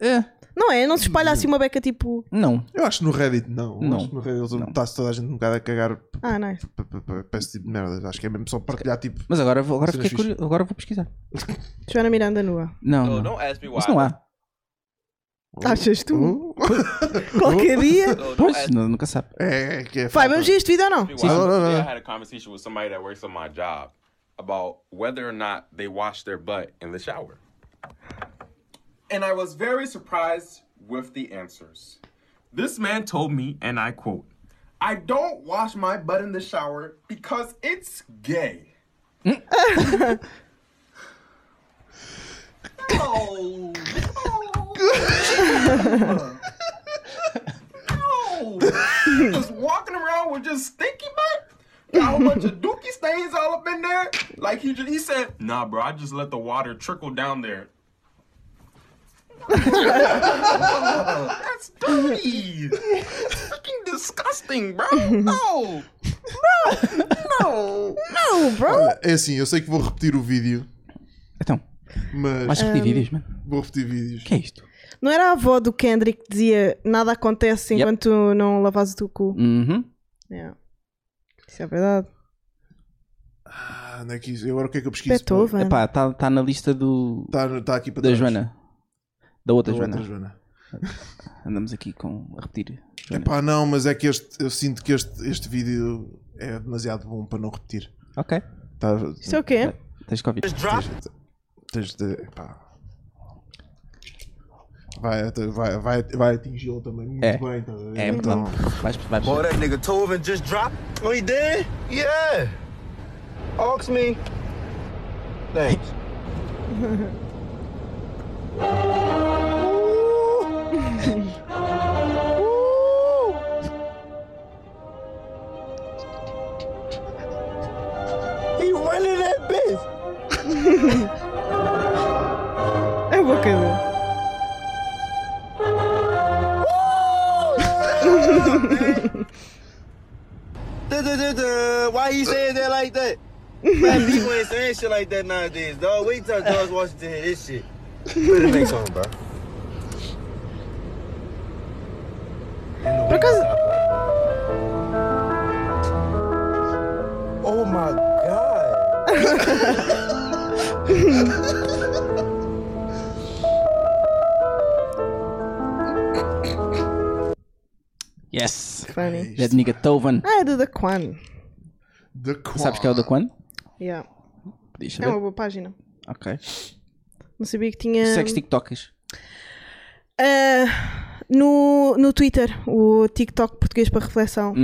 B: É,
A: Não é? Não se espalha assim uma beca tipo.
B: não.
C: Eu acho que no Reddit não. Eu
B: Não.
C: acho que no Reddit
B: Não.
C: está-se toda a gente um bocado a cagar p-
A: Ah, não. é?
C: p- p- p- para esse tipo de merdas. Acho que é mesmo só partilhar tipo.
B: Mas agora, vou- agora,
C: Será
B: fiquei
C: fixe.
B: curioso. agora vou pesquisar.
A: Joana Miranda nua.
B: Não,
E: So
B: não.
E: don't ask me why.
B: Isso não há.
A: Achas
C: Oh,
A: tu? Qualquer dia.
E: So,
B: Pois,
E: I-
B: nu- nunca sabe.
C: É, é que é.
A: Vai, vamos ver este vídeo ou não?
E: Well,
C: no, no,
E: today
C: no.
E: I had a conversation with somebody that works on my job about whether or not they wash their butt in the shower. And I was very surprised with the answers. This man told me, and I quote, I don't wash my butt in the shower because it's gay. no. No. No. Oh! Just walking around with just stinky butt. Got a whole bunch of dookie stains all up in there. Like he just, he said, nah, bro, I just let the water trickle down there. That's dirty. That's fucking disgusting, bro. No. Bro. No.
A: Não, bro.
C: É assim, eu sei que vou repetir o vídeo,
B: Então,
C: mas
B: vais repetir vídeos, mano.
C: vou repetir vídeos.
B: O que é isto?
A: Não era a avó do Kendrick que dizia nada acontece
B: Yep.
A: enquanto não lavas o teu cu?
B: Uhum.
A: Yeah. Isso é verdade.
C: Ah, onde é que isso? Agora o que é que eu pesquiso?
A: Beethoven.
B: Epá, está tá na lista do,
C: Está tá aqui para
B: da
C: trás.
B: Joana. Da outra
C: Da
B: Joana.
C: outra Joana.
B: Andamos aqui com a repetir. Joana.
C: Epá, não, mas é que este, eu sinto que este, este vídeo é demasiado bom para não repetir.
B: Ok.
C: Tá,
A: Isso é o quê?
B: Tens que ouvir.
C: tens de- epá. Vai, vai, vai, vai atingi-lo também muito
B: É.
C: bem. estás a ver?
B: É,
C: Então,
B: portanto, vais, vais.
F: Oh, that nigga Tovin just dropped. Oh, he did? Yeah. Ask me. Thanks. He went in that bitch.
A: É a boca dele.
F: Da-da-da-da. Why you saying that like that? Man, people ain't saying shit like that nowadays, dog. Wait till George Washington hear this shit. Better make something, bro.
A: Por acaso,
F: Oh my god.
B: Yes.
A: funny.
B: That nigga Tovan.
A: Ah, é do The Quan.
C: The Quan.
B: Sabes que é o da Quan?
A: Yeah.
B: Podias
A: É Hum. uma
B: saber.
A: boa página.
B: Ok.
A: Não sabia que tinha.
B: Segues TikToks.
A: Ah, no, no Twitter, o TikTok português para reflexão.
C: Hum,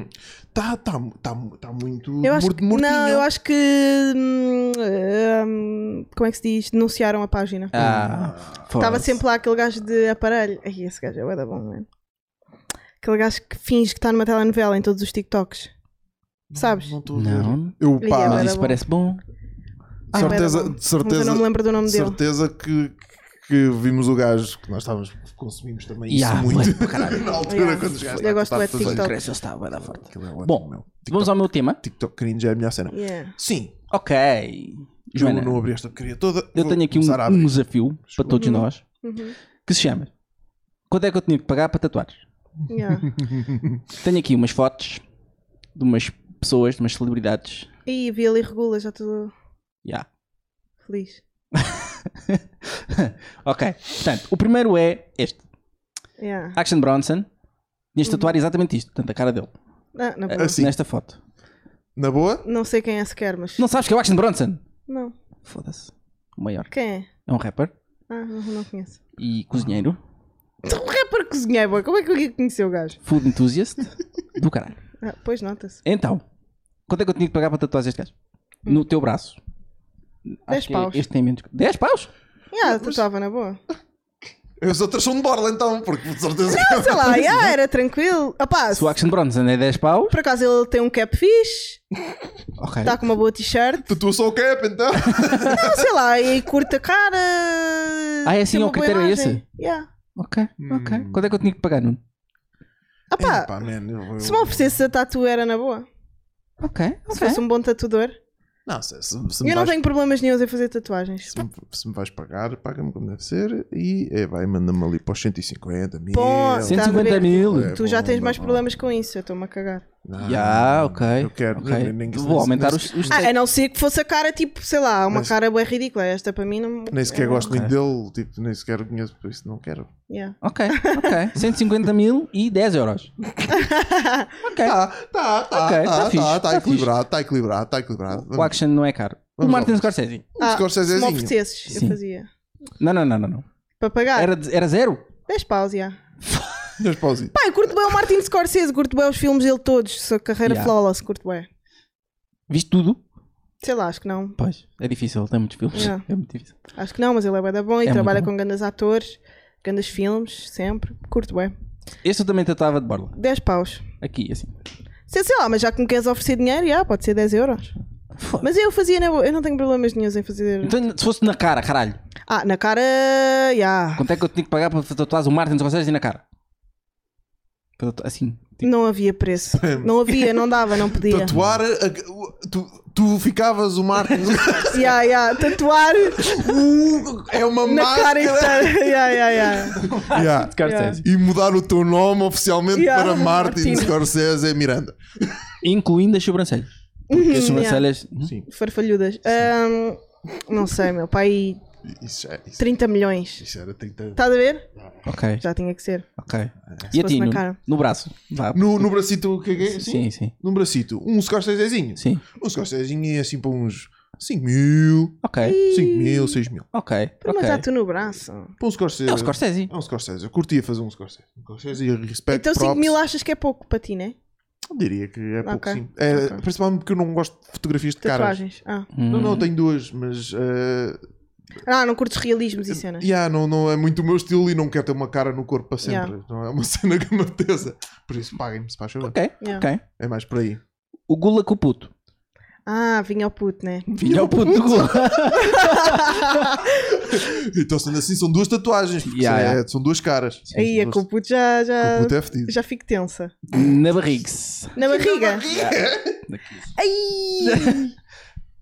B: Uhum.
C: Tá, tá, tá, tá muito
A: Eu acho,
C: morto
A: que, não, eu acho que. hum, hum, como é que se diz? Denunciaram a página.
B: Ah,
A: Estava
B: foda-se.
A: sempre lá aquele gajo de aparelho. Ai, esse gajo é bué da bom, mano. Aquele gajo que finge que está numa telenovela em todos os TikToks. Sabes?
C: Não estou a ver.
B: Não,
C: Eu,
A: E
C: pá,
A: agora?
B: mas
A: era
B: isso
A: bom.
B: parece bom.
A: Ah,
C: certeza-
A: era bom.
C: de
A: Mas eu não me
C: certeza,
A: lembro do nome
C: de
A: dele.
C: certeza que, que vimos o gajo que nós estávamos, consumimos também
B: Yeah,
C: isso é
B: foi
C: muito.
B: para caralho.
C: Na altura,
A: Yeah.
C: quando os gajos
A: Eu gosto
C: estavam
A: bué de
C: todos a-
A: TikTok.
B: Cresce, está, vai dar forte.
C: Aquilo é ótimo,
B: Bom,
C: meu.
B: Vamos ao meu tema?
C: TikTok cringe é a melhor cena.
A: Yeah.
C: Sim,
B: Ok. Joana,
C: eu não abri esta porcaria toda.
B: eu
C: vou
B: tenho aqui um,
C: começar a
B: um
C: abrir.
B: desafio para todos nós
A: Uhum.
B: que se chama Quanto é que eu tinha que pagar para tatuar?
A: Yeah.
B: Tenho aqui umas fotos de umas pessoas, de umas celebridades.
A: Ih, vi ali regula, já estou
B: Yeah.
A: feliz.
B: ok, portanto, o primeiro é este:
A: Yeah.
B: Action Bronson. Tinhas de tatuar exatamente isto, portanto, a cara dele, eh,
A: Ah, na boa.
C: Assim,
B: nesta foto.
C: na boa,
A: Não sei quem é sequer, mas.
B: Não sabes que é o Action Bronson?
A: Não.
B: Foda-se. O maior.
A: Quem é?
B: É um rapper
A: Ah, não, não conheço.
B: e cozinheiro,
A: Um rapper cozinheiro, boy. como é que eu ia conhecer o gajo?
B: food enthusiast do caralho.
A: Ah, pois nota-se.
B: Então, quanto é que eu tinha que pagar para tatuar este gajo? No teu braço.
A: Dez
B: que é
A: paus.
B: Este tem menos. 10 paus?
A: Ah, tu estava na boa.
C: as outras são de borla então, porque de certeza que
A: Sei lá, yeah, era tranquilo. Opá,
B: Se o Action Bronson é 10 paus,
A: por acaso ele tem um cap fixe,
B: ok.
A: está com uma boa t-shirt.
C: tatua só o cap então.
A: Não, sei lá, e curta a cara.
B: Ah, é assim,
A: tem
B: é o
A: uma boa
B: critério é
A: imagem.
B: esse?
A: Yeah.
B: Ok,
C: Hum.
B: ok. Quanto é que eu tinha que pagar, Nuno?
A: Opá,
C: Epá, man, eu- eu-
A: se me oferecesse a tatu era na boa.
B: Ok,
A: Se
B: ok.
A: fosse um bom tatuador.
C: Não, se, se, se me
A: Eu não
C: vais,
A: tenho problemas nenhum em fazer tatuagens.
C: se, me, se me vais pagar, paga-me como deve ser e é, vai, manda-me ali para os 150 mil.
A: Bom,
C: Sim.
A: tá.
B: 150
A: estás a ver?
B: mil.
C: É
A: Tu já
C: bom,
A: tens
C: bom,
A: mais
C: bom.
A: problemas com isso, eu estou-me a cagar.
C: Não,
B: Já, ok.
C: Eu quero.
B: ok.
C: nem- nem-
B: Vou
C: nem-
B: aumentar
C: nem-
B: os, os
A: Ah, a não ser que fosse a cara tipo, sei lá, uma
C: Mas-
A: cara bem ridícula. Esta para mim não.
C: Nem sequer gosto muito dele, tipo, nem sequer o conheço, por isso não quero.
A: Yeah.
B: Ok, ok. 150 mil e 10 euros. Ok.
C: Tá, tá, tá,
B: Ok, tá
C: tá,
B: fixe,
C: tá, tá
B: tá
C: equilibrado, tá equilibrado, tá equilibrado.
B: O action não é caro.
C: Vamos
B: o Martin
C: lá.
B: Scorsese.
A: Ah, Se me
C: Scorsesezinho.
A: oferecesses,
B: Um Sim.
A: eu fazia.
B: Não, não, não, não. não.
A: Para pagar.
B: Era, de- era zero?
A: 10 paus, já. Yeah.
C: Mas pausinho.
A: Pá, eu curto bem o Martin Scorsese, curto bem os filmes dele todos. Sua carreira
B: Yeah.
A: flawless, curto bem.
B: Viste tudo?
A: Sei lá, acho que não.
B: Pois, é difícil, tem muitos filmes.
A: Yeah.
B: É muito difícil.
A: Acho que não, mas ele é bué da bom e
B: É
A: trabalha
B: muito bom.
A: com grandes atores, grandes filmes, sempre. Curto bem.
B: Este eu também tratava de borla.
A: 10 paus.
B: Aqui, assim.
A: Sei, sei lá, mas já que me queres oferecer dinheiro, já, pode ser 10 euros.
B: Foda.
A: Mas eu fazia, na boa, eu não tenho problemas nenhum em fazer.
B: Então, se fosse na cara, caralho.
A: Ah, na cara, já.
B: Quanto é que eu tinha que pagar para tatuar o Martin Scorsese na cara? Para tatu- Assim. tipo,
A: Não havia preço. Não havia, não dava, não podia.
C: Tatuar. a- o- tu, tu ficavas o Martin.
A: Yeah, yeah. Tatuar
C: Uh, é uma
A: na cara
C: máscara.
A: inteira. Yeah, yeah, yeah.
C: Yeah.
B: Scorsese.
C: E mudar o teu nome oficialmente
A: Yeah,
C: para Martin,
A: Martin.
C: Scorsese Miranda.
B: Incluindo as sobrancelhas. Porque as sobrancelhas.
A: Farfalhudas. Ahm, não sei, meu pai,
C: Isso, já- isso,
A: 30 milhões.
C: isso era 30
A: Estás a ver?
B: Ok,
A: Já tinha que ser.
B: ok. E a
A: fosse
B: ti,
A: na
B: no,
A: cara.
B: no braço. Vá.
C: No, no bracito o que é que é?
B: Sim, sim.
C: No bracito. Um Scorsesezinho.
B: Sim.
C: Um Scorsesezinho ia assim para uns 5 mil,
B: Ok,
C: 5 É, mil, 6 mil.
B: ok.
A: Para
B: ok.
A: matar tu no braço.
C: Para um Scorsese.
B: É o Scorsese.
C: É um Scorsese. Eu curtia fazer um Scorsese. Um Scorsese e respeito
A: Então 5 mil achas que é pouco para ti, né?
C: Diria que é pouco
A: Ok.
C: sim. É,
A: Ok.
C: Principalmente porque eu não gosto de fotografias de caras.
A: Tatuagens. Ah.
C: Não, não, tenho duas, mas. eh,
A: ah, não curtes realismos e cenas.
C: yeah, não, não é muito o meu estilo e não quero ter uma cara no corpo para sempre.
A: Yeah.
C: Não é uma cena que me apeteça. Por isso, paguem-me, se faz favor.
B: Ok,
A: Yeah.
B: ok.
C: É mais por aí.
B: O Gula com o puto.
A: Ah, vinha ao puto, né?
B: Vinha o puto do Gula.
C: Então, sendo assim, são duas tatuagens. porque
B: Yeah,
C: é-
B: yeah.
C: são duas caras.
A: Aí a
C: São
A: com
C: duas-
A: o puto já, já,
C: com o puto é fedido.
A: já fico tensa.
B: Na barrigues.
A: Na barriga.
B: Daqui.
A: Ai!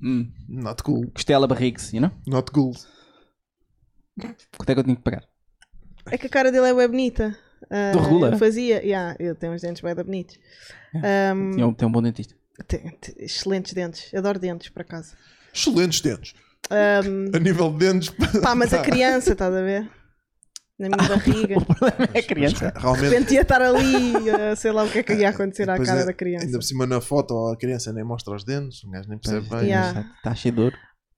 B: Hum.
C: Not cool.
B: Costela barrigues, you know?
C: Not cool.
B: Quanto é que eu tinha que pagar?
A: É que a cara dele é bem bonita. Ah,
B: Do Regula?
A: Eu fazia, yeah, ele tem uns dentes bem da bonitos.
B: Tinha um- Tem um bom dentista.
A: Tem- tem Excelentes dentes, adoro dentes para casa.
C: Excelentes dentes.
A: Um,
C: A nível de dentes,
A: Pá, mas a criança, estás a ver? Na minha barriga.
B: O problema é a criança.
A: De
C: realmente.
A: repente ia estar ali, ah, sei lá o que é que ia acontecer à
C: Pois
A: cara
C: é,
A: da criança.
C: Ainda por cima na foto a criança nem mostra os dentes, o gajo nem percebe bem.
A: Yeah.
B: Está cheio de dor.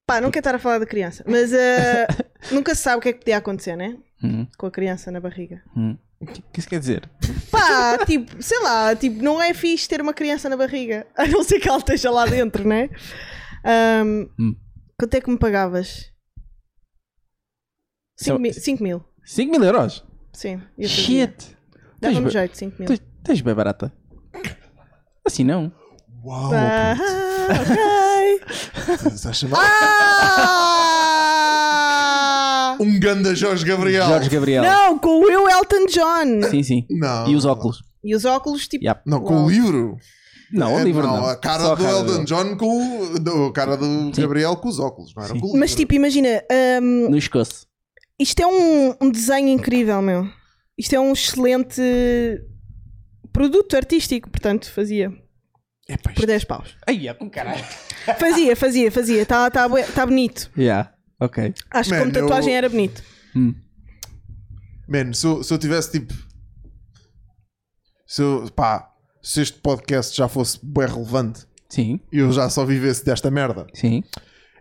A: Pá, não quero estar a falar da criança, mas ah, nunca se sabe o que é que podia acontecer, né?
B: Hum,
A: Com a criança na barriga.
B: hum. O que que isso quer dizer?
A: Pá, tipo, sei lá, tipo, não é fixe ter uma criança na barriga, a não ser que ela esteja lá dentro, né? Um,
B: Hum.
A: Quanto é que me pagavas?
B: Então,
A: 5 mil, cinco mil,
B: 5 mil euros?
A: sim. eu fazia.
B: Shit! Tens
A: Dava-me
B: ba-
A: jeito, 5 mil.
B: tens- Tens bem barata. Assim não.
C: Uau!
A: Ah, ok.
C: Estás a chamar- Um ganda Jorge Gabriel!
B: Jorge Gabriel.
A: Não, com o Will Elton John.
B: Sim, sim.
C: Não.
B: E os óculos.
A: E os óculos, tipo,
B: Yeah.
C: Não, com o livro.
B: Não, o
C: É,
B: livro não.
C: A cara
B: Só
C: do Elton
B: dele.
C: John com o. do- a cara do Gabriel com os óculos, não era
B: Sim.
C: com o livro.
A: mas tipo, imagina, um,
B: No escoço.
A: Isto é um, um desenho incrível, meu. Isto é um excelente produto artístico, portanto, fazia.
C: Epá, isto-
A: Por 10 paus.
B: Ai, é
A: Um
B: com caralho.
A: Fazia, fazia, fazia. Está tá, bué- tá bonito.
B: Yeah, ok.
A: Acho que
C: Man,
A: como tatuagem
C: eu-
A: era bonito.
C: Man, se eu, se eu tivesse tipo. Se eu, pá, se este podcast já fosse bem relevante
B: Sim,
C: e eu já só vivesse desta merda,
B: sim.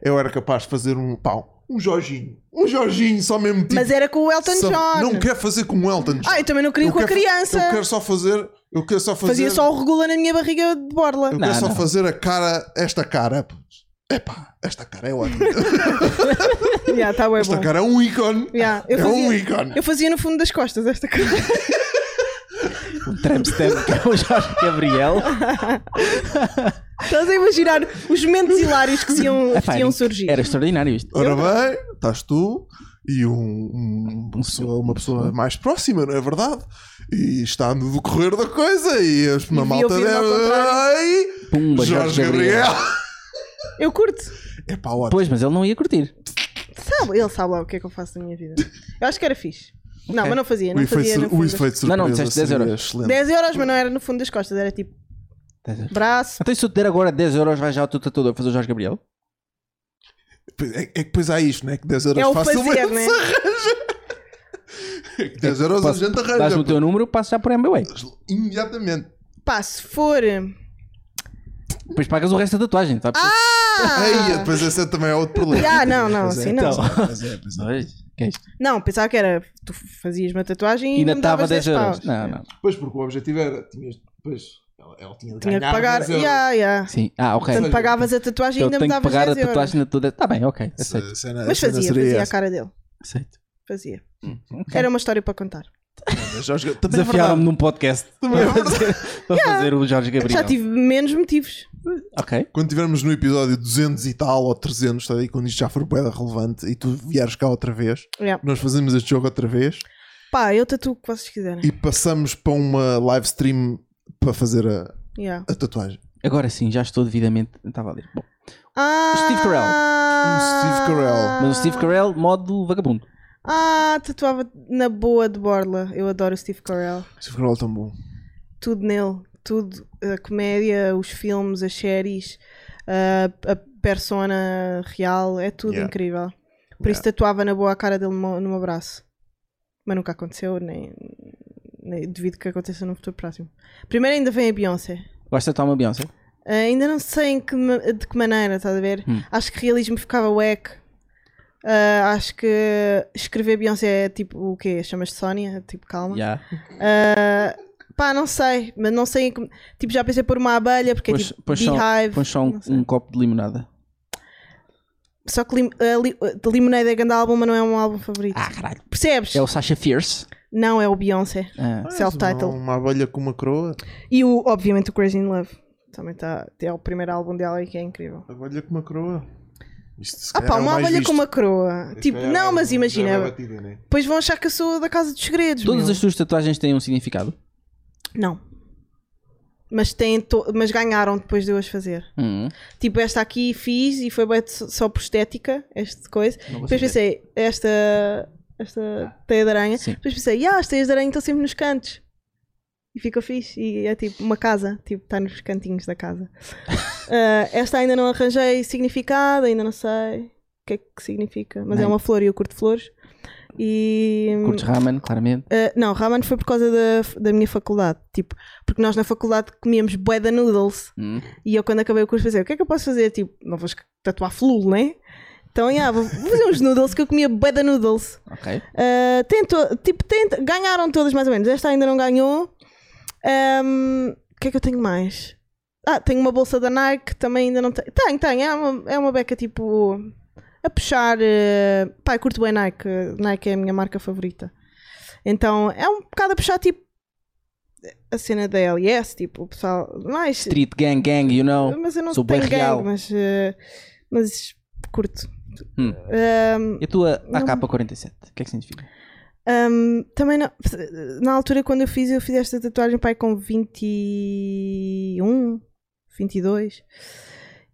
C: eu era capaz de fazer um. pá, um Jorginho. Um Jorginho só mesmo tipo.
A: Mas era com o Elton
C: só-
A: John.
C: Não quero fazer com o Elton John.
A: Ah, eu também não queria
C: Eu
A: com a
C: quero-
A: criança.
C: Eu quero só fazer. Eu quero só fazer.
A: Fazia só o regula na minha barriga de borla.
C: Eu
B: Não,
C: quero só
B: não.
C: fazer a cara. Esta cara. putz. Epá, esta cara é ótima.
A: Já, está bem
C: Esta
A: tá bom.
C: cara é um ícone.
A: Yeah, eu
C: é um
A: fazia-
C: ícone.
A: Eu fazia no fundo das costas esta coisa.
B: O Tramp Stamp, que é o Jorge Gabriel.
A: Estás a imaginar os momentos hilários que se iam, que
B: Epá,
A: iam surgir.
B: Era extraordinário isto.
C: Ora bem, estás tu e um, um- uma, pessoa, uma pessoa mais próxima, não é verdade? E está no decorrer da coisa e as- uma
A: E vi
C: malta
A: ouvir-me ao
C: deve.
A: contrário.
C: Ai,
B: Pumba,
C: Jorge, Gabriel!
A: Eu curto.
C: Epá, ótimo.
B: Pois, mas ele não ia curtir.
A: Sabe, ele sabe lá o que é que eu faço na minha vida. Eu acho que era fixe. Não,
B: Ok.
A: mas não fazia.
C: O
A: Não
C: efeito,
A: fazia
C: sur-
A: no
C: o
A: fundo das...
C: efeito de surpresa
B: Não, não, disseste 10
C: seria
B: euros.
C: excelente.
A: 10 euros, mas não era no fundo das costas, era tipo. Braço.
B: Então, e se eu te der agora 10 euros, vais já ao teu tatuador fazer o Jorge Gabriel?
C: É, é que depois há isto, né? Que 10 euros
A: É o
C: facilmente
A: fazer, né?
C: se arranja. É que 10 euros
B: Posso-
C: a gente
B: Dás-me
C: arranja.
B: o teu número, passo já por MBWay.
C: pô. Imediatamente.
A: Pá, se for. eh,
B: Depois pagas o resto da tatuagem, sabes?
C: Aí,
A: Ah!
C: depois esse é também é outro problema.
A: Ah, não, não,
C: Pois é,
A: assim não.
C: pois é, pois é, pois é.
B: Pois, que é isto?
A: Não, pensava que era. Tu fazias uma tatuagem e,
B: E ainda
A: me
B: estava
A: davas
B: 10 euros.
A: paus.
B: Não, não.
C: Pois, porque o objetivo era. Tinhas, depois, ela, ela tinha de
A: Tinha que
C: ganhar
A: pagar.
C: 10 euros.
A: Yeah, yeah.
B: Sim. Ah, ok.
A: Portanto, pagavas a tatuagem e
B: Eu
A: ainda me
B: tenho que
A: davas
B: pagar a
A: 10 euros.
B: tatuagem da toda. Está Tá bem, ok.
C: Se-
B: Aceito.
C: cena-
A: Mas
C: cena
A: fazia,
C: seria
A: fazia a
C: essa.
A: cara dele.
B: Aceito.
A: Fazia.
B: Ok.
A: Era uma história para contar.
C: Mas Jorge- também é
B: Desafiaram-me
C: verdade. é
B: num podcast para fazer, para fazer o Jorge Gabriel.
A: Já tive menos motivos.
B: Ok.
C: Quando estivermos no episódio 200 e tal, ou 300, está aí, quando isto já for boeda relevante e tu vieres cá outra vez,
A: Yeah.
C: nós fazemos este jogo outra vez
A: Pá, eu tatuo o que vocês quiserem.
C: e passamos para uma live stream para fazer a,
A: Yeah.
C: a tatuagem.
B: Agora sim, já estou devidamente. Estava a ler. Bom,
A: Ah,
B: Steve Carell.
C: Steve Carell.
B: mas o Steve Carell, modo vagabundo.
A: Ah, tatuava na boa de Borla. Eu adoro o Steve Carell.
C: Se for é tão bom.
A: Tudo nele. Tudo. A comédia, os filmes, as séries, a, a persona real. É tudo
C: Yeah.
A: incrível. Por isso
C: Yeah.
A: tatuava na boa a cara dele no, no meu braço. Mas nunca aconteceu, nem, nem devido que aconteça no futuro próximo. Primeiro ainda vem a Beyoncé.
B: Gosta de tomar uma Beyoncé?
A: Ah, Ainda não sei em que ma- de que maneira, estás a ver?
B: Hum.
A: Acho que realismo ficava wack. Ah, acho que escrever Beyoncé é tipo o quê? Chamas de Sónia? Tipo, calma. Ah,
B: Já.
A: Pá, não sei, mas não sei. em que- Tipo, já pensei pôr uma abelha, porque é
B: Pões
A: tipo
B: pões só,
A: beehive.
B: pões só um,
A: não sei.
B: um copo de limonada.
A: Só que lim, a li, a Lemonade é grande álbum, mas não é um álbum favorito.
B: Ah, caralho.
A: Percebes?
B: É o Sasha Fierce.
A: Não, é o Beyoncé.
B: Ah,
A: Self-title.
C: Uma, uma abelha com uma coroa.
A: E o, obviamente o Crazy in Love. Também tá, é o primeiro álbum dela e que é incrível.
C: Abelha com uma coroa. Isto, se
A: Ah
C: calhar,
A: pá,
C: é o
A: uma
C: mais
A: abelha
C: visto.
A: com uma coroa.
C: Se
A: Tipo,
C: calhar é
A: não,
C: o-
A: mas
C: já é
A: imagina.
C: uma batida, né?
A: Depois vão achar que eu sou da Casa dos Segredos.
B: Todas
A: meu.
B: as tuas tatuagens têm um significado?
A: Não. Mas, têm to- mas ganharam depois de eu as fazer.
B: Hum.
A: Tipo, esta aqui fiz e foi bué de so- só por estética, esta coisa.
B: Não vou
A: Depois pensei, esta, esta teia de aranha.
B: Sim.
A: Depois pensei, ah, as teias de aranha estão sempre nos cantos. E fica fixe. E é tipo uma casa, tipo, está nos cantinhos da casa. Ah, esta ainda não arranjei significado, ainda não sei o que é que significa. Mas é
B: Nem.
A: uma flor e eu curto flores. E.
B: Curtes ramen, claramente.
A: Uh, não, ramen foi por causa da, da minha faculdade. Tipo, porque nós na faculdade comíamos bué de noodles.
B: Hum.
A: E eu, quando acabei o curso, pensei: o que é que eu posso fazer? Tipo, não vou esca- tatuar flul, né? Então, yeah, vou vou fazer uns noodles que eu comia bué de noodles.
B: Ok.
A: Uh, tem to- tipo, tem- ganharam todas mais ou menos. Esta ainda não ganhou. Um, o que é que eu tenho mais? Ah, tenho uma bolsa da Nike que também ainda não tenho. Tenho, tenho. É uma, é uma beca tipo. A puxar. eh, pá, eu curto bem Nike. Nike é a minha marca favorita. Então é um bocado a puxar tipo. A cena da LS, tipo, o pessoal. Mais.
B: Street gang gang, you know.
A: Mas eu não
B: Tipo, sou bem
A: tenho
B: real.
A: gang, mas. eh, mas curto.
B: Hum.
A: Um,
B: E a tua
A: Não.
B: AK-47? O que é que significa?
A: Ahm, também não- na altura quando eu fiz, eu fiz esta tatuagem pai com 21, 22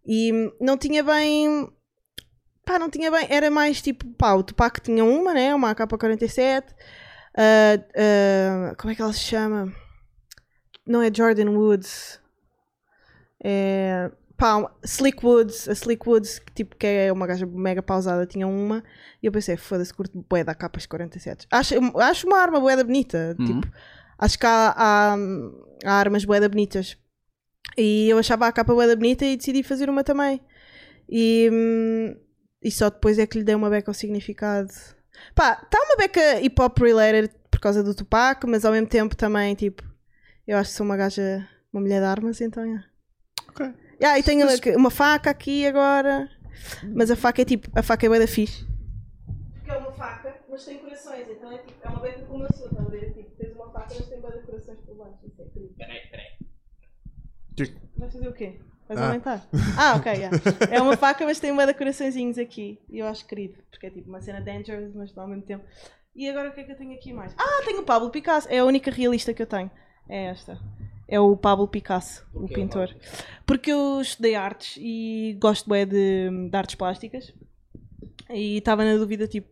A: e não tinha bem, pá, não tinha bem, era mais tipo, pá, o Tupac tinha uma, né, uma AK-47, ah, ah, como é que ela se chama? Não é Jordan Woods, é, pá, uma- Slick Woods, a Slick Woods, que, tipo, que é uma gaja mega pausada, tinha uma e eu pensei, foda-se, curto bué da capas 47. Acho, acho uma arma bué da bonita.
B: Uhum.
A: Tipo, acho que há, há, há armas bué da bonitas. E eu achava a capa bué da bonita e decidi fazer uma também. E, hum, e só depois é que lhe dei uma beca ao significado. Pá, está uma beca hip hop related por causa do Tupac, mas ao mesmo tempo também, tipo, eu acho que sou uma gaja, uma mulher de armas, então é.
C: Ok.
A: Yeah, e tenho aqui uma faca aqui agora. Mas a faca é tipo, a faca é bué da fixe. Porque é uma faca, mas tem corações, então é tipo, é uma beca como eu sou, estás a ver? Tipo, tens uma faca, mas tem bué de corações por baixo, isso é incrível.
C: Que-
A: Vais fazer o quê? Vais
C: Ah.
A: aumentar? Ah, ok, yeah. É uma faca, mas tem bué de coraçõezinhos aqui. E eu acho querido, porque é tipo uma cena dangerous, mas ao mesmo tempo. E agora o que é que eu tenho aqui mais? Ah, tenho o Pablo Picasso, é a única realista que eu tenho. É esta. É o Pablo Picasso, o pintor. Porque eu estudei artes e gosto bem de, de artes plásticas. E estava na dúvida, tipo,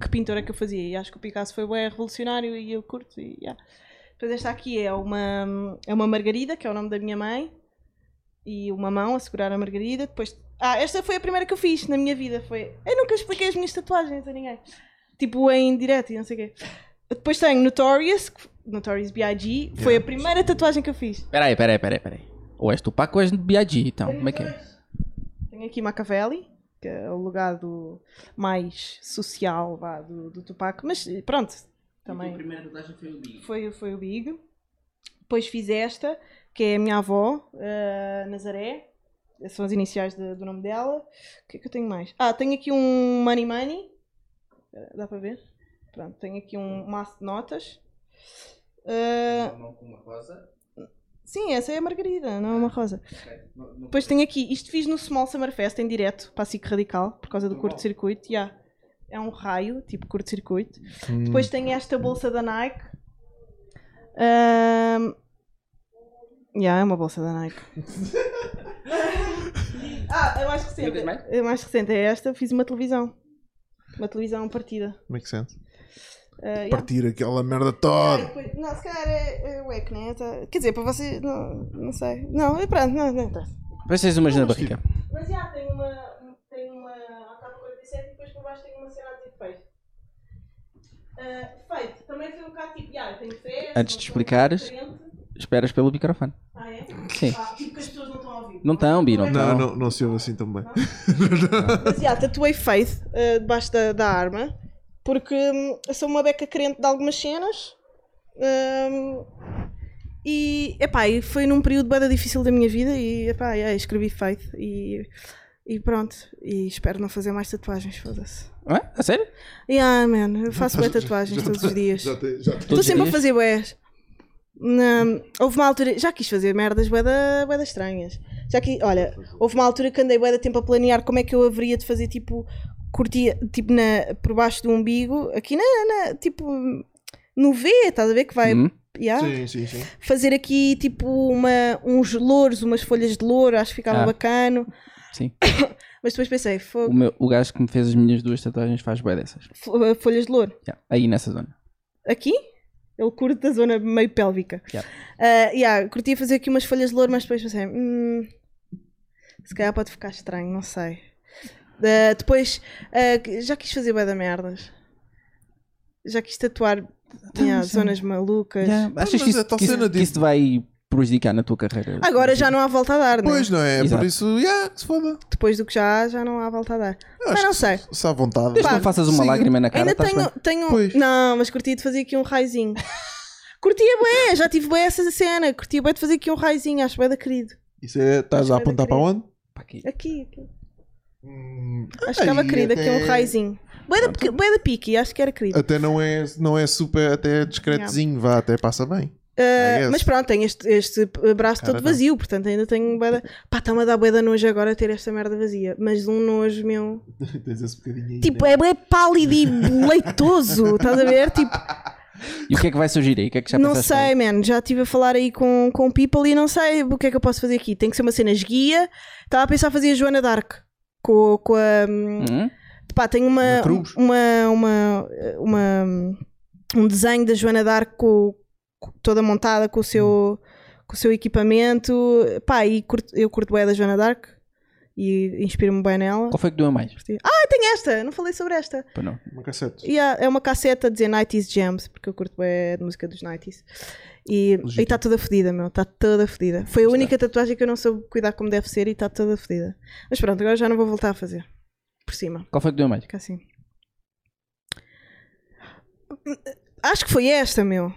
A: que pintor é que eu fazia. E acho que o Picasso foi bem revolucionário e eu curto. E, yeah. Depois esta aqui é uma, é uma margarida, que é o nome da minha mãe. e uma mão a segurar a Margarida. Depois. Ah, esta foi a primeira que eu fiz na minha vida. Foi... Eu nunca expliquei as minhas tatuagens a ninguém. Tipo em direto e não sei o quê. Depois tenho Notorious, que- Notorious B.I.G. Foi a primeira tatuagem que eu fiz.
B: Peraí, peraí, peraí, peraí. Ou és Tupac ou és B.I.G. então. Como é que é?
A: Tenho aqui Machiavelli, que é o legado mais social vá, do, do Tupac, mas eh, pronto, também. A primeira tatuagem foi o Big. Foi, o Big. Depois fiz esta, que é a minha avó, eh, Nazaré. Essas São as iniciais de- do nome dela. O que é que eu tenho mais? Ah, tenho aqui um Money Money. Eh, Dá para ver? Pronto, tenho aqui um maço de notas. Eh,
B: mão com uma rosa.
A: Sim, essa é a Margarida, não é uma rosa. Depois tenho aqui, isto fiz no Small Summer Fest em direto para a SIC Radical, por causa do curto-circuito. Yeah. É um raio, tipo curto-circuito. Depois tenho esta bolsa da Nike. Ahm, yeah, é uma bolsa da Nike. ah, a mais recente.
B: Tens mais?
A: A mais recente é esta, fiz uma televisão. Uma televisão partida.
C: Como é que sente?
A: Ah, yeah.
C: Partir aquela
A: Ah,
C: merda
A: e
C: toda.
A: depois- Não, se calhar é, é o EC, né? Tá- Quer dizer, para você. Não, não sei. Não, é pronto, não, não interessa.
B: Pareces uma na
A: assim?
B: barriga.
A: Mas já, tem uma. Tem uma AK-47 e depois por baixo tem uma cena de peixe. feito, também foi um bocado tipo. Já, tenho férias.
B: Antes de explicares. Esperas pelo microfone.
A: Ah, é?
B: Sim.
A: Ah, tipo que as pessoas não estão a ouvir.
B: Não estão, Bi, não
A: é?
B: Não.
C: Não, não, não se ouve assim também.
A: Mas já, tatuei Faith eh, debaixo da, da arma, porque hum, eu sou uma beca crente de algumas cenas. hum, e, epá, e foi num período bada difícil da minha vida e, epá, yeah, escrevi Faith e, e pronto. E espero não fazer mais tatuagens, foda-se.
B: Hã? A sério?
A: Yeah, man, eu faço bué
C: Já-
A: tatuagens
C: já- tá-
A: todos os dias.
C: Já tem, já tem.
A: Estou
B: Todos os
A: Então sempre a
B: dias?
A: fazer boés. houve uma altura, já quis fazer merdas boeda, boeda estranhas. Já que, olha, houve uma altura que andei boeda tempo a planear como é que eu haveria de fazer tipo curtia, tipo na por baixo do umbigo, aqui na, na- tipo no V, estás a ver que vai
B: Hum.
A: yeah?
C: Sim, sim, sim.
A: fazer aqui tipo uma uns louros, umas folhas de louro, acho que ficava
B: Ah.
A: bacano.
B: Sim.
A: Mas depois pensei, fo-
B: O, meu, o gajo que me fez as minhas duas tatuagens faz bem dessas.
A: fo- folhas de louro.
B: Yeah, Aí nessa zona.
A: aqui. Ele curte da zona meio pélvica.
B: Yeah.
A: Ah, yeah, curtia fazer aqui umas folhas de louro, mas depois pensei, hum, se calhar pode ficar estranho, não sei. Ah, depois, ah, já quis fazer bué da merdas. Já quis tatuar yeah,
B: mas,
A: zonas malucas.
B: Então, Yeah,
C: Ah,
B: Achas
C: mas
B: que isso,
C: é tal
B: que isso-
C: cena
B: que
C: de-
B: isso te vai prejudicar na tua carreira?
A: Agora já não há volta a dar, né?
C: Pois, não é?
B: Exato.
C: Por isso, yeah, que se foda.
A: Depois do que já há, já não há volta a dar.
C: Eu
A: Mas
C: acho
A: não sei.
C: que Se à vontade.
B: Desde que não
A: Pá,
B: faças uma
C: sim.
B: lágrima na cara,
A: Ainda
B: estás
A: tenho.
B: bem.
A: tenho...
C: Pois.
A: Não, mas curtia de fazer aqui um raizinho. curtia bué, já tive bué essa cena. Curtia bué de fazer aqui um raizinho, acho bué da querido.
C: Isso é, estás a
A: Acho que
C: apontar
A: era
C: para onde?
B: Pá, aqui.
A: Aqui, aqui.
C: Hum,
A: Acho que estava
C: aí
A: querido aqui
C: até-
A: um raizinho. Boa da, bué da piqui, acho que era querido.
C: Até não é, não é super, até é discretezinho, vá, até passa bem.
A: Ah,
C: guess.
A: mas pronto, tenho este, este braço
C: Cara,
A: todo
C: não.
A: vazio, portanto ainda tenho bué da... Pá, está-me a dar bué da nojo agora ter esta merda vazia. Mas um nojo meu...
C: Tens esse bocadinho aí.
A: Tipo, é bué pálido e leitoso, estás a ver? Tipo,
B: E o que é que vai surgir aí? O que é que já
A: não
B: pensaste?
A: sei, man. Já estive a falar aí com, com people e não sei o que é que eu posso fazer aqui. Tem que ser uma cena esguia. Estava a pensar fazer a Joana Dark com, com a... hum,
B: Hum?
A: Pá, tem uma, um,
C: Uma cruz?
A: uma, uma, uma- um desenho da Joana Dark com, com- toda montada com o seu, com o seu equipamento. Pá, e curto- eu curto bem da Joana Dark e inspiro-me bem nela.
B: Qual foi que doeu mais?
A: Tem esta, não falei sobre esta.
B: Pá, não.
C: né? Uma cassete.
A: E há- é uma casseta a dizer 90s Jams, porque eu curto bem de música dos 90s. E
C: Legítimo. tá.
A: está toda fodida, meu, está toda fodida. Foi a única tatuagem que eu não soube cuidar como deve ser e está toda fodida. Mas pronto, agora já não vou voltar a fazer. Por cima.
B: Qual foi que doeu mais?
A: Fica assim. Acho que foi esta, meu.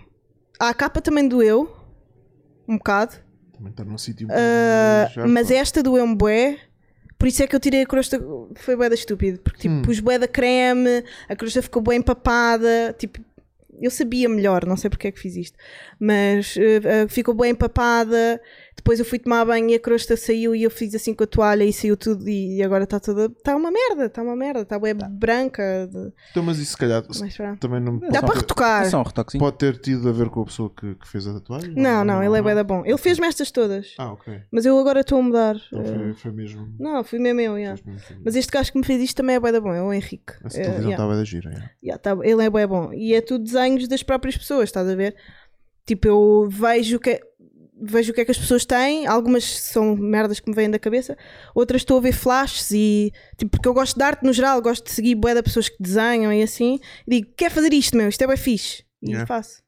A: A capa também doeu. Um bocado.
C: Também está num sítio.
A: Ah,
C: já,
A: mas
C: pá.
A: esta doeu-me bué. Por isso é que eu tirei a crosta. Foi bué da estúpido. Porque tipo,
C: Hum.
A: pus bué da creme, a crosta ficou bem empapada. Tipo, eu sabia melhor, não sei porque é que fiz isto. Mas eh, eh, ficou bem empapada. Depois eu fui tomar banho e a crosta saiu e eu fiz assim com a toalha e saiu tudo. E, e agora está toda. Está uma merda, está uma merda. Está bué branca. de-
C: Então, mas isso se calhar Tá. se-
A: é- Mas pronto.
C: também não
A: Dá
C: pode-
A: para retocar.
B: É só um retoquezinho.
C: pode ter tido a ver com a pessoa que, que fez a tatuagem?
A: Não, não, ele é bué da bom. Ele fez-me estas todas.
C: Ah, ok.
A: Mas eu agora estou a mudar.
C: Então
A: Eh,
C: foi, foi mesmo.
A: Não, fui mesmo eu, yeah.
C: fez mesmo-
A: Mas este gajo que me fez isto também é bué da bom, é o Henrique.
C: Essa
A: Eh,
C: televisão
A: yeah.
C: estava da gira. yeah.
A: Yeah, tá- ele é bué bom. E é tudo desenhos das próprias pessoas, estás a ver? Tipo, eu vejo que... vejo o que é que as pessoas têm. Algumas são merdas que me vêm da cabeça, outras estou a ver flashes e tipo, porque eu gosto de arte no geral, gosto de seguir bué de pessoas que desenham e assim. E digo, quer fazer isto, meu, isto é bem fixe. E
C: Yeah.
A: faço.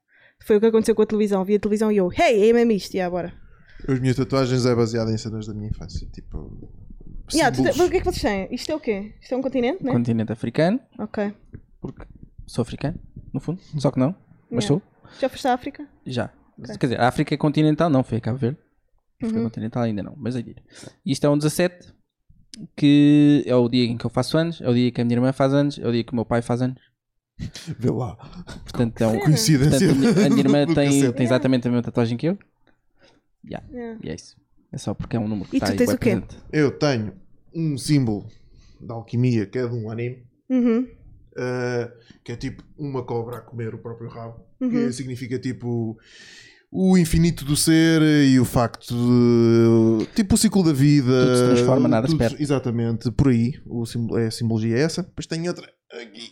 A: Foi o que aconteceu com a televisão. Vi a televisão e eu, hey, é mesmo isto, e yeah, bora.
C: As minhas tatuagens é baseada em cenas da minha infância. Tipo.
A: Yeah, tu te-
C: símbolos.
A: o que é que vocês têm? Isto é o quê? Isto é um continente, né?
B: Continente africano,
A: Ok.
B: porque sou africano, no fundo, só que não, mas
A: Yeah.
B: sou,
A: Já foste à África?
B: já. Quer dizer, a África é continental não, foi a Cabo Verde. África é
A: Uhum.
B: continental ainda não, mas aí de ir. Isto é um 17, que é o dia em que eu faço anos, é o dia que a minha irmã faz anos, é o dia que o meu pai faz anos.
C: Vê lá.
B: Portanto, é um,
C: Coincidência.
B: Portanto, a minha- a minha irmã
C: do
B: tem,
C: cacete.
B: tem exatamente a mesma tatuagem que eu. Yeah,
A: Yeah.
B: E é isso. É só porque é um número que
A: E
B: está
A: tu
B: aí
A: tens
B: bué
A: o quê?
B: presente.
C: Eu tenho um símbolo da alquimia que é de um anime.
A: Uhum.
C: Uh, que é tipo uma cobra a comer o próprio rabo,
A: Uhum.
C: que significa tipo o infinito do ser e o facto de. tipo o ciclo da vida.
B: Tudo se transforma, nada se
C: tudo-
B: perde.
C: Exatamente, por aí o símbolo, é, a simbologia é essa. Depois tem outra aqui,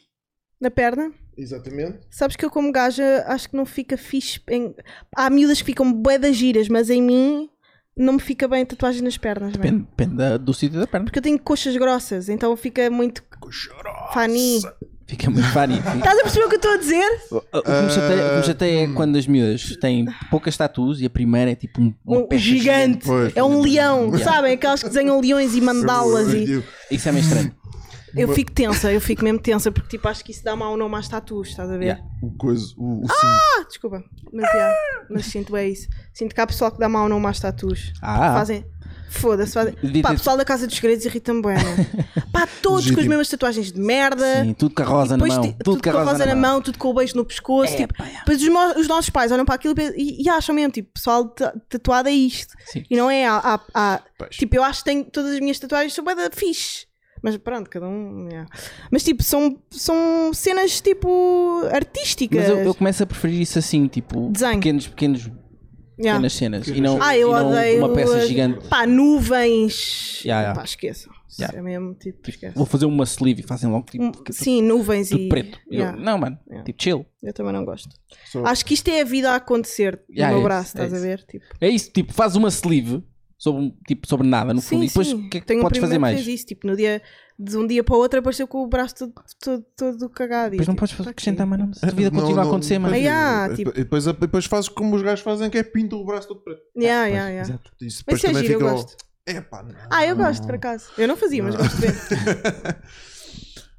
A: Na perna?
C: exatamente.
A: Sabes que eu, como gaja, acho que não fica fixe. em- Há miúdas que ficam bué das giras, mas em mim não me fica bem tatuagem nas pernas. man.
B: Depende, depende da- do sítio da perna.
A: Porque eu tenho coxas grossas, então fica muito. Fani. Estás
B: Fica muito funny.
A: a perceber o que eu estou a dizer?
B: O o que me chateia, o que me chateia
C: Hum.
B: é quando as miúdas têm poucas tatuas e a primeira é tipo um, uma
A: Um
B: peça
A: gigante.
C: Pois.
A: É um leão, sabem? Aquelas que desenham leões e mandalas. e...
B: Isso é meio estranho.
A: Eu fico tensa, eu fico mesmo tensa, porque tipo, acho que isso dá mau nome às tatuas, estás a ver?
B: Yeah.
C: O coisa, o, o símbolo.
A: Ah, desculpa. Mas, yeah, mas sinto é isso. Sinto que há pessoal que dá mau nome às tatuas.
B: Ah.
A: Fazem. Foda-se. Fazem...
B: Devia
A: Pá,
B: ter-
A: pessoal da Casa dos Segredos irrita-me bem, não? Pá, todos com as
C: Legítimo.
A: mesmas tatuagens de merda.
B: Sim, tudo com a rosa
A: E
B: na
A: depois
B: mão.
A: ti- Tudo, com a rosa na mão, tudo com o beijo no pescoço.
B: É,
A: tipo,
B: pá, yeah.
A: Depois os, mo- os nossos pais olham para aquilo e pensam- e, e acham mesmo, tipo, pessoal ta- tatuado é isto.
B: Sim.
A: E não é. Há, há- há-
C: Pois.
A: tipo, eu acho que tenho todas as minhas tatuagens são bué da fixe. Mas pronto, cada um. yeah. Mas tipo, são, são cenas tipo artísticas.
B: Mas eu, eu começo a preferir isso assim, tipo,
A: Desenho.
B: pequenos, pequenos,
A: Yeah.
B: pequenas cenas. E não,
A: Ah, eu
B: e não
A: odeio.
B: uma peça
A: as-
B: gigante.
A: Pá, nuvens.
B: Ya, ya.
A: Pá, esqueçam. Isso
B: Ya.
A: É mesmo tipo, esquece.
B: Vou fazer uma sleeve e fazem logo tipo,
A: Hum,
B: porque tudo-
A: Sim, nuvens
B: tudo
A: e.
B: preto. E eu,
A: Ya,
B: não, mano,
A: Yeah.
B: tipo chill.
A: Eu também não gosto.
C: Só-
A: Acho que isto é a vida a acontecer
B: Ya,
A: no
B: é
A: meu braço,
B: isso, é
A: estás a
B: isso.
A: ver? Tipo,
B: É isso, tipo, faz uma sleeve sobre, um- tipo, sobre nada, no
A: sim,
B: fundo. E depois
A: sim.
B: o que é que
A: Tenho um
B: podes
A: primo
B: fazer
A: meu que
B: mais?
A: Fez isso. Tipo, no dia, de um dia para o outro apareceu com o braço todo, todo, todo cagado. e
B: Depois não
A: tipo,
B: podes
A: "Tá
B: acrescentar
A: aqui."
B: mais nada. Se a vida
C: Não,
B: continua a
C: não,
B: acontecer, mano.
C: pois é,
A: Ah, yeah,
C: depois-
A: tipo-
C: depois, depois fazes como os gajos fazem, que é pintam o braço todo preto.
A: Ya, ya, ya.
B: Exato.
C: Isso
A: Mas
C: depois
A: isso é
C: também
A: giro, eu
C: fica. o-
A: gosto.
C: Epá, não.
A: Ah, eu gosto, por acaso. Eu não fazia,
B: Ah.
A: mas gosto de ver.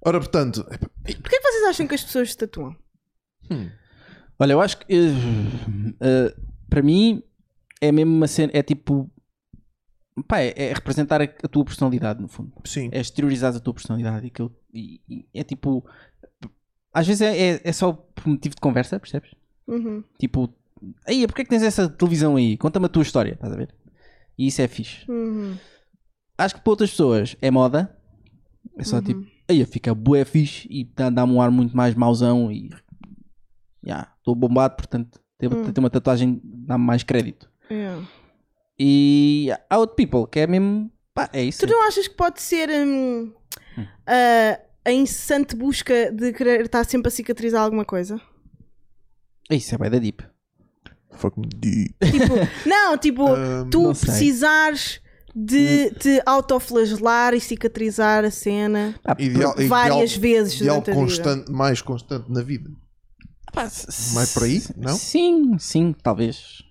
C: Ora, portanto, epá,
A: Porquê é que vocês acham que as pessoas se tatuam?
B: Olha, eu acho que eh, eh, para mim é mesmo uma cena, é tipo pá, é, é representar a, a tua personalidade no fundo,
C: sim.
B: é exteriorizar a tua personalidade e, que eu- e- e é tipo às vezes é, é- é só por motivo de conversa, percebes?
A: Uhum.
B: Tipo, aí porque é que tens essa televisão aí? Conta-me a tua história, estás a ver? E isso é fixe.
A: Uhum.
B: Acho que para outras pessoas é moda, é só tipo, aí fica bué fixe e dá- dá-me um ar muito mais mauzão e já, estou bombado, portanto, ter, ter uma tatuagem dá-me mais crédito.
A: Ya.
B: E há outro people que é mesmo, pá, é isso.
A: Tu não achas que pode ser hum, a- a incessante busca de querer estar sempre a cicatrizar alguma coisa?
B: É Isso é bué da deep.
C: Fuck me deep.
A: Não, tipo, tu
B: Ah, não sei. Hum.
A: precisares de te autoflagelar e cicatrizar a cena
B: Pá,
C: Ideal,
A: várias
C: ideal,
A: vezes
C: ideal
A: durante a vida.
C: constante, mais constante na vida.
B: pá, s-
C: Mais por aí, não?
B: Sim, sim, talvez.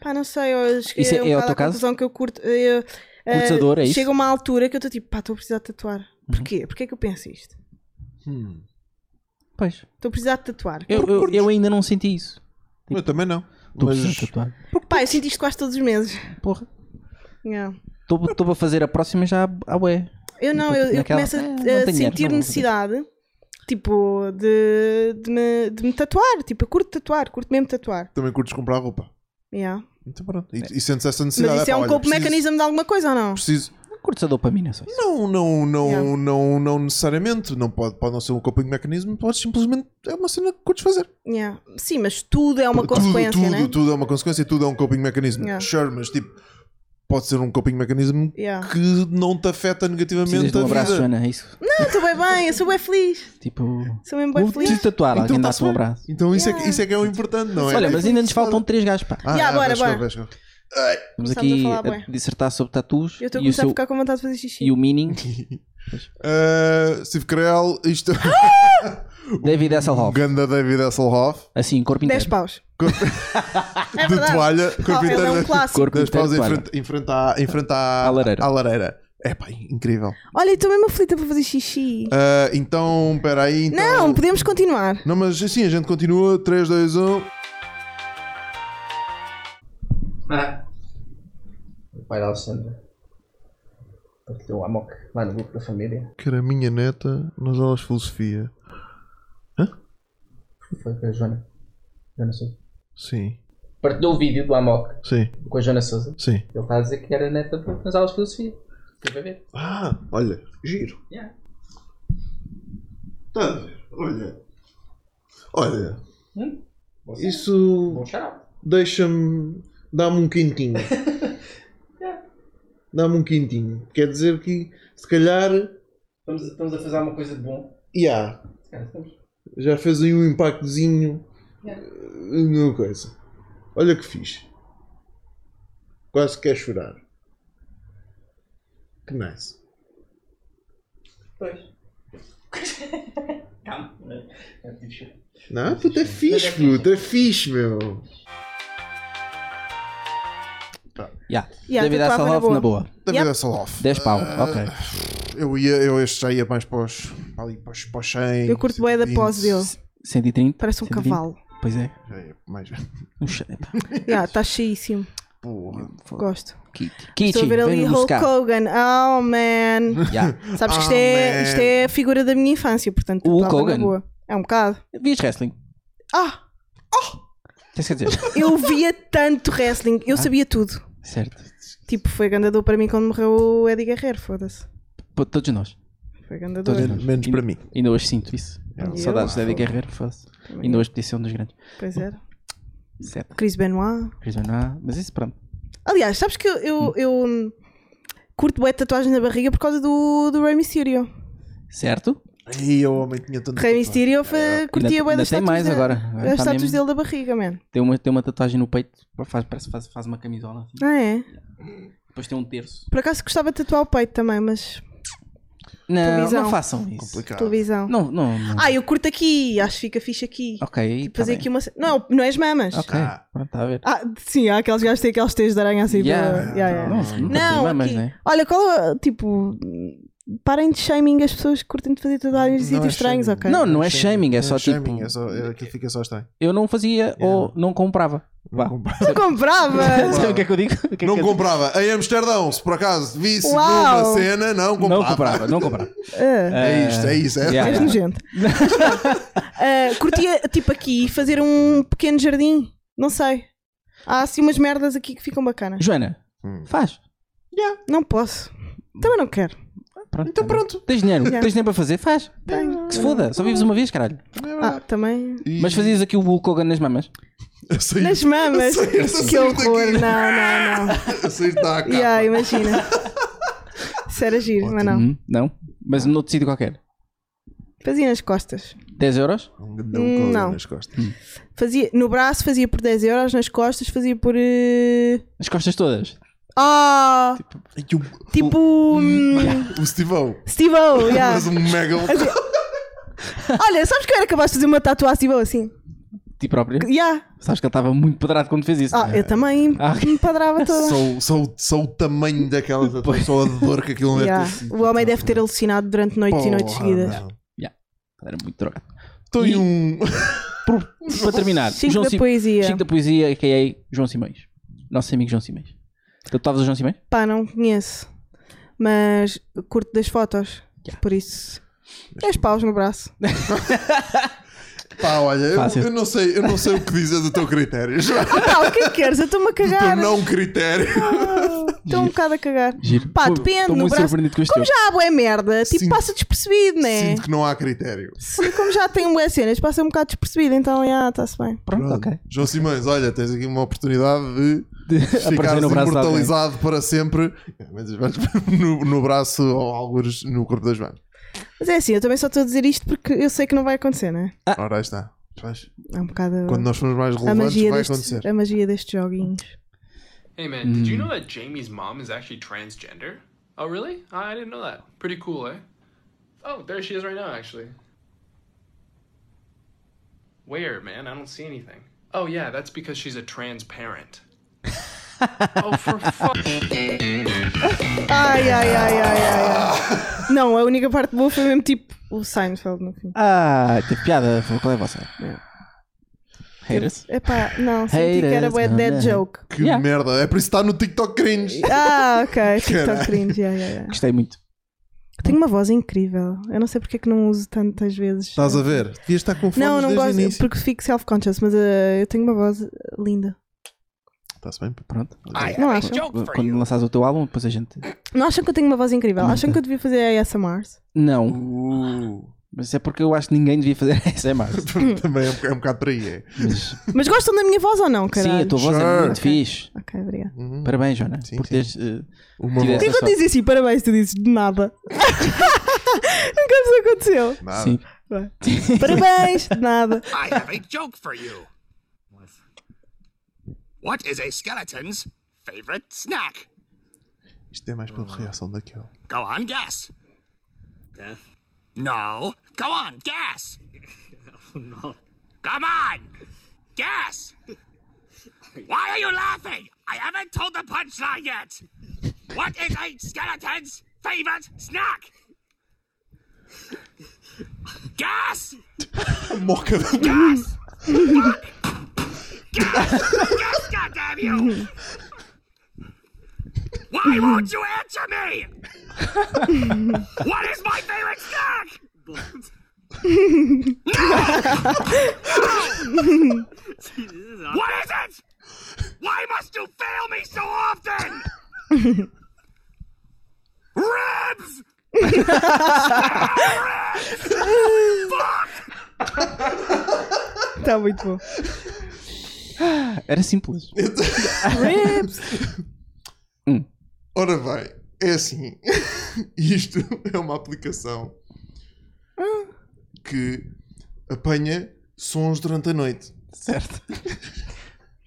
A: Pá, não sei, eu acho que
B: Isso
A: é,
B: é-
A: um
B: é o
A: bocado
B: teu
A: a
B: caso?
A: conclusão que eu curto. Eu, eh,
B: Curtador, é isso? Uhum.
A: Chega uma altura que eu estou tipo, pá, estou a precisar de tatuar. Porquê? Porquê é que eu penso isto?
C: Hum,
B: Pois.
A: Estou a precisar de tatuar.
B: Eu, eu, eu ainda não senti isso. Tipo,
C: Eu também não.
B: Estou
C: Mas
B: a tatuar.
A: Pá, eu sinto isto quase todos os meses.
B: Porra.
A: Yeah.
B: Estou a fazer a próxima já há há bué.
A: Eu não, eu, eu
B: Naquela-
A: começo a,
B: Ah, não
A: a
B: tenho dinheiro,
A: sentir
B: não vou fazer.
A: necessidade, tipo, de, de, me, de me tatuar. Tipo, eu curto tatuar, curto mesmo tatuar.
C: também curtes comprar roupa.
A: Yeah.
C: Então pronto.
B: É,
C: E, e sentes essa
A: Mas
C: necessidade.
A: isso é
C: Epá,
A: um
C: olha,
A: corpo
C: preciso-
A: mecanismo de alguma coisa ou não?
C: Preciso.
B: Curto a dopamina, só isso.
C: Não, não, não,
A: Yeah.
C: não, não necessariamente. Não pode, pode não ser um coping mecanismo, pode simplesmente. É uma cena que curtes fazer.
A: Yeah. Sim, mas tudo é uma
C: tudo,
A: consequência,
C: tudo,
A: né?
C: tudo é uma consequência, tudo é um coping mecanismo.
A: Yeah.
C: Sure, mas tipo, pode ser um coping mecanismo
A: Yeah.
C: que não te afeta
B: Precisas
C: negativamente
B: de um
C: a
B: abraço,
C: vida.
B: Joana, é isso.
A: Não, estou bem bem, eu sou bem feliz.
B: Tipo,
A: Sou mesmo bem
B: vou
A: feliz.
B: te tatuar, alguém
C: tá-se
B: dá-te um
C: bem.
B: abraço.
C: Então isso, é,
A: Yeah.
C: que- isso é que é o importante, tá não é?
B: Olha, mas ainda nos faltam três gajos, pá.
C: Ah,
A: Yeah,
C: ah,
A: bora,
C: vai,
A: bora.
C: vai, vai.
B: Estamos
A: Começamos
B: aqui
A: a falar,
B: a,
A: bué.
B: dissertar sobre tatus
A: Eu estou a
B: e o,
A: começar
B: seu,
A: a ficar com vontade de fazer xixi.
B: e o meaning.
C: Uh, Steve Carell, isto é um
B: David Hasselhoff.
C: Ganda David Hasselhoff,
B: Assim, corpo
A: 10
B: inteiro.
A: paus. é
C: de
A: verdade.
C: toalha, corpo
A: Ele é
C: inteiro
A: um clássico.
B: Corpo
C: das
B: inteiro,
C: pausas em
B: claro.
C: frente, em frente à, em frente à,
B: À lareira.
C: à lareira. É pá, incrível.
A: Olha, estou mesmo aflita para fazer xixi.
C: Uh, então, espera aí. Então...
A: Não, podemos continuar.
C: Não, mas assim, a gente continua. um. 3, 2, 1.
G: Vai lá ao centro. Partilhou o amok lá no grupo da família.
C: Que era a minha neta nas aulas de filosofia.
G: Foi com a Joana. Joana Souza.
C: Sim,
G: Partilhou o vídeo do amok
C: sim,
G: com a Joana Souza.
C: sim.
G: Ele está a dizer que era neta do- nas aulas de filosofia. Quer para ver?
C: Ah, olha, giro.
G: Yeah.
C: Tá a ver, olha. Olha,
G: Hum?
C: isso
G: Bom xarope.
C: deixa-me. dá-me um quintinho. dá-me um quintinho. Quer dizer que, se calhar,
G: Estamos, estamos a fazer alguma coisa de bom.
C: yeah,
G: Cara, estamos.
C: já fez aí um impactozinho.
G: Yeah.
C: eh, numa coisa. Olha que fixe. Quase quer chorar. Que nice.
G: Pois. Calma. É, é difícil.
C: Não, puta, é fixe, puta, é fixe, meu.
B: Yeah.
A: Yeah, tatuava
B: David
A: na
B: Hasselhoff
A: boa.
B: na boa.
C: David
A: Yep.
C: Hasselhoff.
B: 10 pau,
C: Ah.
B: ok.
C: Eu, ia, eu este já ia mais para os, para ali, para os, para os 100.
A: Eu curto bué da pose dele.
B: 130.
A: Parece um
B: 120.
A: cavalo.
B: Pois é.
C: Já ia mais.
B: Um cheiro, epá.
A: Já, está cheíssimo.
C: Porra.
A: Gosto.
B: Kit.
A: Estou
B: Kitchi,
A: a ver ali
B: vem-nos
A: Hulk
B: buscar.
A: Hogan. Oh, man.
B: Yeah.
A: Sabes que isto,
C: Oh,
A: é,
C: man.
A: isto é a figura da minha infância, portanto,
B: O Hulk
A: tatuava na
B: Hogan?
A: boa. É um bocado.
B: Vias wrestling.
A: Ah,
B: Tens que dizer.
A: eu via tanto wrestling.
B: Ah.
A: Eu sabia tudo.
B: certo.
A: Tipo, foi gandador para mim quando morreu o Eddie Guerreiro, foda-se.
B: Pô, todos nós.
A: Foi gandador.
B: Todos
C: Men- menos para mim. É um
B: Ainda hoje sinto isso.
A: Eu?
B: Saudades da Eddie
A: Ah,
B: Guerreiro. foda-se. Ainda
A: é.
B: hoje podia ser um dos grandes.
A: Pois era.
B: Certo.
A: Chris Benoit.
B: Chris Benoit. Mas isso, pronto.
A: Aliás, sabes que eu, eu, eu, hum, curto bué de tatuagens na barriga por causa do, do Rey Mysterio.
B: Certo?
C: Ai, eu homem tinha tanto.
A: Rey Mysterio foi, curtia
B: É, ainda-
A: bué das
B: ainda tem mais
A: tatuagens
B: agora.
A: da-
B: Agora
A: As
B: tá
A: estátuas
B: mesmo-
A: dele da barriga, man.
B: Tem uma, tem uma tatuagem no peito. Faz, parece que faz, faz uma camisola. assim.
A: Ah, é?
B: Depois tem um terço.
A: Por acaso gostava de tatuar o peito também, mas
B: Não,
A: Televisão.
B: não façam isso.
C: Complicado.
A: televisão.
B: Ah. Não, não. não.
A: Ah, eu curto aqui, acho que fica fixe aqui.
B: ok. tá
A: Fazer
B: bem.
A: aqui uma. ce- Não, não é as mamas.
B: Ok.
C: Ah.
B: Pronto, está a ver.
A: Ah, sim, há aqueles gajos que têm aqueles teios de aranha assim.
B: Yeah.
A: pra- Yeah, yeah.
B: Não, nunca
A: Não,
B: tive mamas,
A: aqui-
B: né?
A: Olha, qual é, tipo, parem de shaming as pessoas que curtem de fazer tatuagens em
C: Não é
A: sítios estranhos,
C: shaming.
A: ok?
B: Não, não é shaming, é só
C: shaming,
B: tipo-
C: É só, é, aquilo fica só estranho.
B: Eu não fazia ou não comprava. Vá.
A: Eu comprava!
B: Sabe o que é que eu digo? O que é
C: Não
B: que eu
C: comprava. Em Amsterdão, se por acaso visse
A: Uau.
C: numa cena, não
B: digo?
C: comprava.
B: Não comprava, não comprava.
A: Ah,
C: É isto, é isso. É.
B: Yeah.
A: És nojento. Ah, curtia, tipo, aqui fazer um pequeno jardim. Não sei. Há assim umas merdas aqui que ficam bacanas.
B: Joana,
C: Hum.
B: faz.
A: Não posso. Também não quero.
B: Pronto, então pronto. Tens dinheiro,
A: Yeah.
B: tens dinheiro para fazer, faz.
A: Tenho.
B: Que se foda, só vives uma vez, caralho.
C: É
A: Ah, também.
C: E-
B: Mas fazias aqui o Hulk Hogan nas mamas.
C: Eu saí,
A: Nas mamas.
C: Eu sei, eu
A: que
C: sei
A: horror.
C: daqui. Tá,
A: Não, não, não.
C: eu saí da capa.
A: Yeah, imagina. Isso era giro, mas não.
B: Hum, não? Mas num outro sítio qualquer.
A: Fazia nas costas.
B: 10 euros?
C: Um grandão couro
A: Não.
C: nas costas.
A: Fazia, no braço fazia por 10 euros, nas costas fazia por. eh,
B: As costas todas.
A: Ah!
C: E o,
A: Tipo. hum,
C: o Stevão.
A: Steve-O, yeah.
C: Mas um mega.
A: Olha, sabes que eu era capaz de fazer uma tatuagem Steve-O assim?
B: Ti próprio.
A: Yeah.
B: Sabes que ele estava muito pedrado quando fez isso.
A: Ah, eu também
B: Ah.
A: me padrava toda.
C: Só, só, só o tamanho daquela tatuagem, só a dor que aquilo
A: Yeah.
C: deve ter sido.
A: O homem deve ter alucinado durante noites e noites
C: assim, então. Porra,
A: seguidas.
C: não.
B: Era muito drogado.
C: Estou em um.
B: Por- para terminar,
A: Chico da
B: Sim-
A: poesia.
B: Ah, Chico da Poesia, a.k.a. João Simões. Nosso amigo João Simões. Tatuavas o João Simões?
A: Pá, não conheço. Mas curto das fotos.
B: Yeah.
A: Por isso. 10 paus no braço.
C: Pá, olha, eu,
B: Fácil.
C: eu não sei, eu não sei o que dizer do teu critério. Do
A: Pá, o que é que queres? Eu estou-me a
C: teu
A: cagar.
C: não critério.
A: Estou um bocado a cagar.
B: Giro.
A: Pá,
B: Pô,
A: depende.
B: Estou
A: No
B: muito
A: braço.
B: surpreendido com este
C: é
A: Como
B: teu.
A: já há bué merda, tipo,
C: Sinto-
A: passa despercebido,
B: né?
A: não é?
C: Sinto que não há critério.
A: Se- Como já tem bué cenas, passa um bocado despercebido, então, ah, está-se bem.
B: Pronto, ok.
C: João Simões, olha, tens aqui uma oportunidade de
B: Aparecer
C: ficares
B: no braço de alguém.
C: imortalizado para sempre É, Mas vais no, no braço ou algures no corpo das mãos.
A: Mas é assim, eu também só estou a dizer isto porque eu sei que não vai acontecer, não é?
B: Ah.
C: Ora, aí está. Vais-
A: É um bocado
C: Quando nós formos mais
A: a,
C: relevantes,
A: magia
C: vai
A: deste,
C: acontecer.
A: a magia destes joguinhos.
H: Hey man, did you know that Jamie's mom is actually transgender? Oh really? I I didn't know that. Pretty cool, eh? Oh, there she is right now, actually. Where, man? I don't see anything. Oh yeah, that's because she's a trans parent. oh, for fuck.
A: Ai, ai, ai, ai, ai,
C: Ah.
A: ai. Não, a única parte boa foi mesmo tipo o Seinfeld no fim.
B: Ah, teve piada. Qual é você? Haters?
A: Epá, não, senti que era
B: Haters
A: bué dead
B: gonna
A: joke.
C: Que
B: Yeah.
C: merda. É por isso que está no TikTok cringe.
A: Ah, ok,
C: Caralho.
A: TikTok cringe. Yeah, yeah, yeah.
B: Gostei muito.
A: Tenho uma voz incrível. Eu não sei porque é que não uso tantas vezes.
C: Estás a ver? Devias estar com fones
A: Não, não
C: desde o
A: gosto
C: início.
A: porque fico self-conscious, mas eh, eu tenho uma voz linda.
C: Está-se bem.
B: Pronto.
A: Não acham?
B: Quando lançares o teu álbum, depois a gente.
A: Não acham que eu tenho uma voz incrível? Acham que eu devia fazer ASMRs?
B: Não,
C: Uh,
B: mas é porque eu acho que ninguém devia fazer SMR.
C: também é um, boca- é um bocado por aí. É.
B: Mas,
A: Mas gostam da minha voz ou não, caralho?
B: sim, a tua voz é
C: Sure.
B: muito fixe.
A: Ok, obrigada.
C: Uhum.
B: Parabéns, Joana,
C: Sim,
B: por
C: sim.
B: teres. eh,
C: Uma
B: Tive-
A: Por que
C: voz.
A: é que eu dizes assim? Parabéns, tu dizes de nada. Nunca isso aconteceu.
C: Nada.
B: sim.
A: Vai. Parabéns, de nada.
I: I have a joke for you. What is a skeleton's favorite snack?
C: Isto é mais pela reação daquele.
I: Go on, guess. Death? No. Go on, guess. Oh, no. Come on! Guess! Why are you laughing? I haven't told the punchline yet! What is a skeleton's favorite snack? Guess!
C: Moca de
I: Guess! Fuck! Guess! Guess, goddamn you! Why won't you answer me? what is my favorite snack? No! No! what is it? Why must you fail me so often? Ribs!
A: Está Tá muito bom.
B: Era simples.
A: Ribs.
C: Ora bem, é assim. Isto é uma aplicação que apanha sons durante a noite.
B: Certo.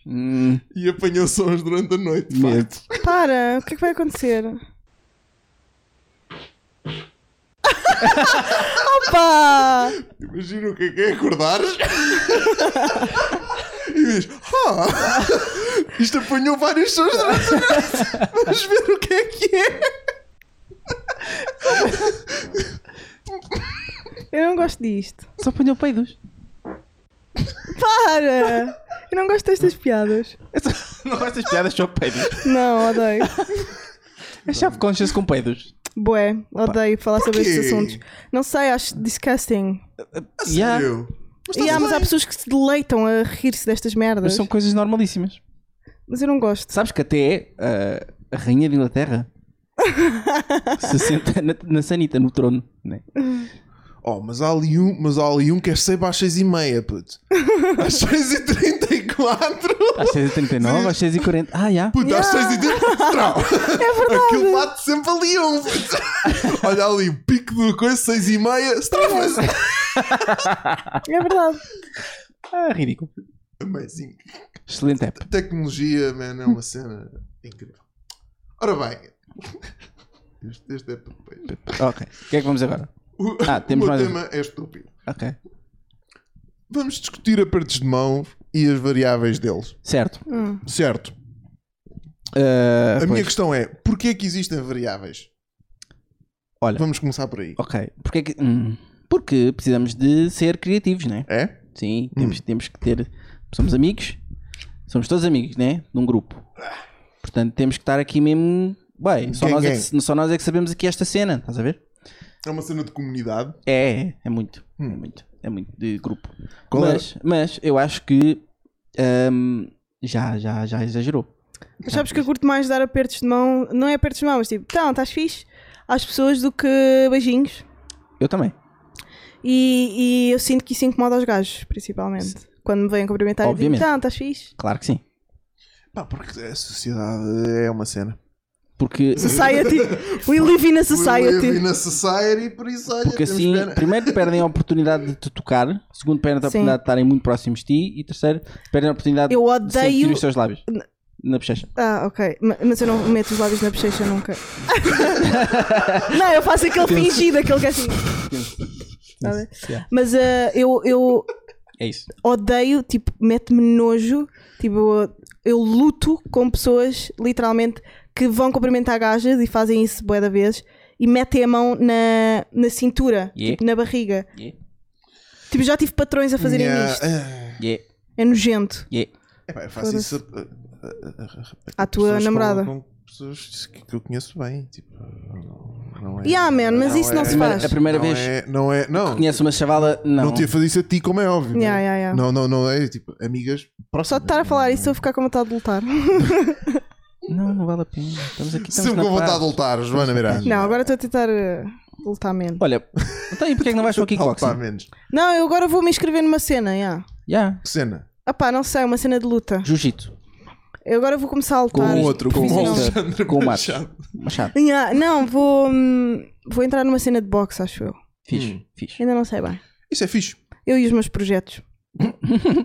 B: Hum,
C: E apanhou sons durante a noite. de
B: medo.
C: facto.
A: Para, o que é que vai acontecer? Opa!
C: Imagina o que é que é acordares. e diz: Ah! Isto apanhou vários sons durante a noite. Vamos ver o que é que é.
A: Eu não gosto disto.
B: Só apanhou peidos.
A: Para! Eu não gosto destas piadas.
B: Não estas piadas só peidos.
A: Não, odeio.
B: É chave conscious com peidos.
A: Bué, odeio falar sobre
C: porquê?
A: estes assuntos. Não sei, acho disgusting.
C: é
B: Yeah,
C: Eu. Mas
A: E
C: estás
A: há, mas há
C: bem.
A: pessoas que se deleitam a rir-se destas merdas.
B: mas são coisas normalíssimas.
A: Mas eu não gosto.
B: Sabes que até ah, a rainha de Inglaterra se senta na, na sanita, no trono. Né?
C: Oh, mas há ali um, mas há ali um que é sempre às 6 e meia, puto. Às 6 e 34.
B: Às 6h39, às 6h40. Ah, já.
C: Puto, às 6 e 34. É verdade. Aquilo bate sempre ali um, puto. Olha ali, o pico do coisa, 6 e meia. Estrava-se.
A: É verdade.
B: Ah, ridículo.
C: Amazing.
B: Excelente app.
C: Tecnologia, man, é uma cena incrível. Ora bem. Este, este é perfeito.
B: Ok. O que é que vamos agora?
C: O,
B: Ah, temos
C: o
B: mais um.
C: tema é estúpido.
B: Ok.
C: Vamos discutir apertos de mão e as variáveis deles.
B: Certo.
C: Certo.
B: Ah,
C: A
B: pois.
C: minha questão é, porquê é que existem variáveis?
B: Olha.
C: Vamos começar por aí.
B: Ok. Porque, é que- hum, porque precisamos de ser criativos, né?
C: É?
B: Sim, temos, temos que ter. Somos amigos, somos todos amigos, né? Num grupo. Portanto, temos que estar aqui mesmo. Bem, só
C: Gang,
B: nós, é
C: gang.
B: que, só nós é que sabemos aqui esta cena, estás a ver?
C: É uma cena de comunidade.
B: É, é, é muito. É muito. É muito de grupo.
C: Hum. Qual é? era?
B: mas, mas eu acho que hum, já, já, já exagerou.
A: Mas sabes que eu curto mais dar apertos de mão, não é apertos de mão, mas tipo, então, estás fixe às pessoas do que beijinhos.
B: Eu também.
A: E, e eu sinto que isso incomoda os gajos, principalmente. Quando me vêm cumprimentar, eu digo,
B: Obviamente.
A: então, estás fixe.
B: Claro que sim.
C: Pá, porque a sociedade é uma cena.
B: Porque,
A: Society. We live in a
C: We live
A: society.
C: um in a society, por isso olha,
B: porque
C: temos
B: assim,
C: pena.
B: primeiro perdem a oportunidade de te tocar, segundo perdem a
A: Sim.
B: oportunidade de estarem muito próximos de ti e terceiro perdem a oportunidade
A: Eu
B: de sentir
A: odeio.
B: os teus lábios. na bochecha.
A: Ah, ok. Ma- Mas eu não meto os lábios na bochecha nunca. não, eu faço aquele fingido, aquele que é assim. Tá bem?
B: Yeah.
A: Mas ah, eu, eu
B: É isso.
A: odeio, tipo, mete-me nojo. Tipo, eu luto com pessoas, literalmente, que vão cumprimentar gajas e fazem isso bué da vez e metem a mão na, na cintura,
B: Yeah.
A: tipo, na barriga.
B: Yeah.
A: Tipo, já tive patrões a fazerem
C: Yeah.
A: isto.
C: Ah,
B: Yeah.
A: É nojento.
B: Yeah.
C: é pá, eu faço
A: Foda-se.
C: isso a- a- a- a- a-
A: À tua
C: pessoas com-
A: namorada.
C: Com, pessoas que que eu conheço bem. Tipo, não, não é,
A: Yeah, man, mas isso não se
B: Primeira-
A: faz.
B: a primeira
C: não
B: vez
C: É, não é. Não, não,
B: conheço uma chavala. Não,
C: te ia fazer isso a ti, como é óbvio.
A: Yeah,
C: né?
A: yeah, yeah.
C: Não, não, não é. Tipo, amigas. é?
A: Só de estar a falar isso, eu vou ficar com vontade de lutar.
B: não, não vale a pena. Estamos aqui estamos na
C: Sempre com vontade
B: paz.
C: de lutar, Joana Miranda.
A: Não, agora estou a tentar eh, lutar menos.
B: Olha, então e porquê é que não vais para o
C: Lutar
B: kickboxing?
C: menos.
A: Não, eu agora vou me inscrever numa cena, já.
B: Yeah.
C: Cena.
A: Ah pá, não sei, uma cena de luta.
B: Jiu-jitsu.
A: Eu agora vou começar a
B: Com
A: lutar.
B: o
C: outro, com o
A: Profissional.
C: outro.
B: Alexandre, com o Matos.
C: Machado.
B: Machado.
A: Ya, não, vou, hum, vou entrar numa cena de boxe, acho eu.
B: Fixe, fixe.
A: Ainda não sei bem.
C: Isso é fixe.
B: Hum.
A: Eu e os meus projetos.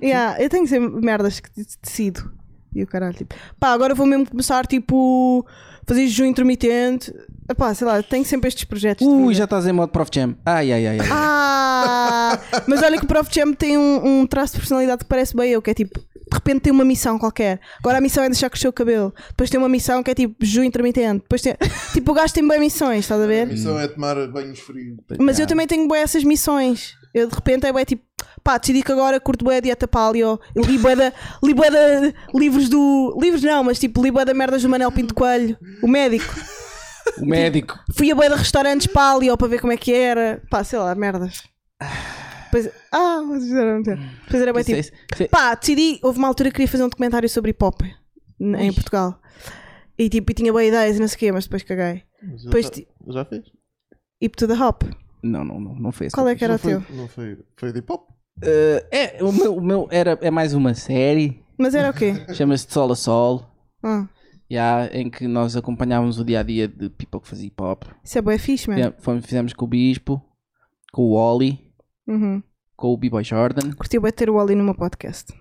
A: Ya, eu tenho sempre merdas que de- decido. E o caralho, tipo, pá, agora vou mesmo começar, tipo, fazer jejum intermitente. Ah pá, sei lá, tenho sempre estes projetos. de
B: Ui,
A: vida.
B: já estás em modo Prof Jam. Ai, ai, ai. ai.
A: Ah! Mas olha que o Prof Jam tem um, um traço de personalidade que parece bem eu, que é tipo, de repente tem uma missão qualquer. Agora a missão é deixar crescer o cabelo. Depois tem uma missão que é tipo jejum intermitente. Depois tem. Tipo, o gajo tem bem missões, estás a
C: A
A: ver?
C: missão é tomar banhos frios.
A: Mas eu também tenho bem essas missões. Eu de repente é bem tipo, pá, decidi que agora curto bem a dieta paleo, li bué da- li bué da livros do. Livros não, mas tipo, li bué da merdas do Manel Pinto Coelho, o médico. Ah,
B: O médico.
A: Fui a bué de restaurantes paleo para ver como é que era. Pá, sei lá, merdas. Depois, ah, mas isso era muito- Depois era bué
B: Isso é-
A: tipo,
B: isso é-
A: pá, decidi, houve uma altura que queria fazer um documentário sobre hip hop n- em Portugal. E tipo, e tinha boas ideias e não sei o quê, mas depois caguei. Depois ti-
C: Já fez?
A: hip to the hop.
B: Não, não, não, não foi esse.
A: Qual é que era
C: não
A: o teu?
C: foi, não foi. Foi de hip hop.
B: Eh, é, o meu, o meu era, é mais uma série,
A: Mas era o quê?
B: chama-se de Sol a Sol,
A: Ah,
B: já, em que nós acompanhávamos o dia a dia de people que fazia hip hop.
A: isso é bué fixe, mano.
B: Fizemos- fomos- Fizemos com o Bispo, com o Wally,
A: Uhum.
B: com o B-Boy Jordan.
A: Curti bué ter o Oli no meu podcast.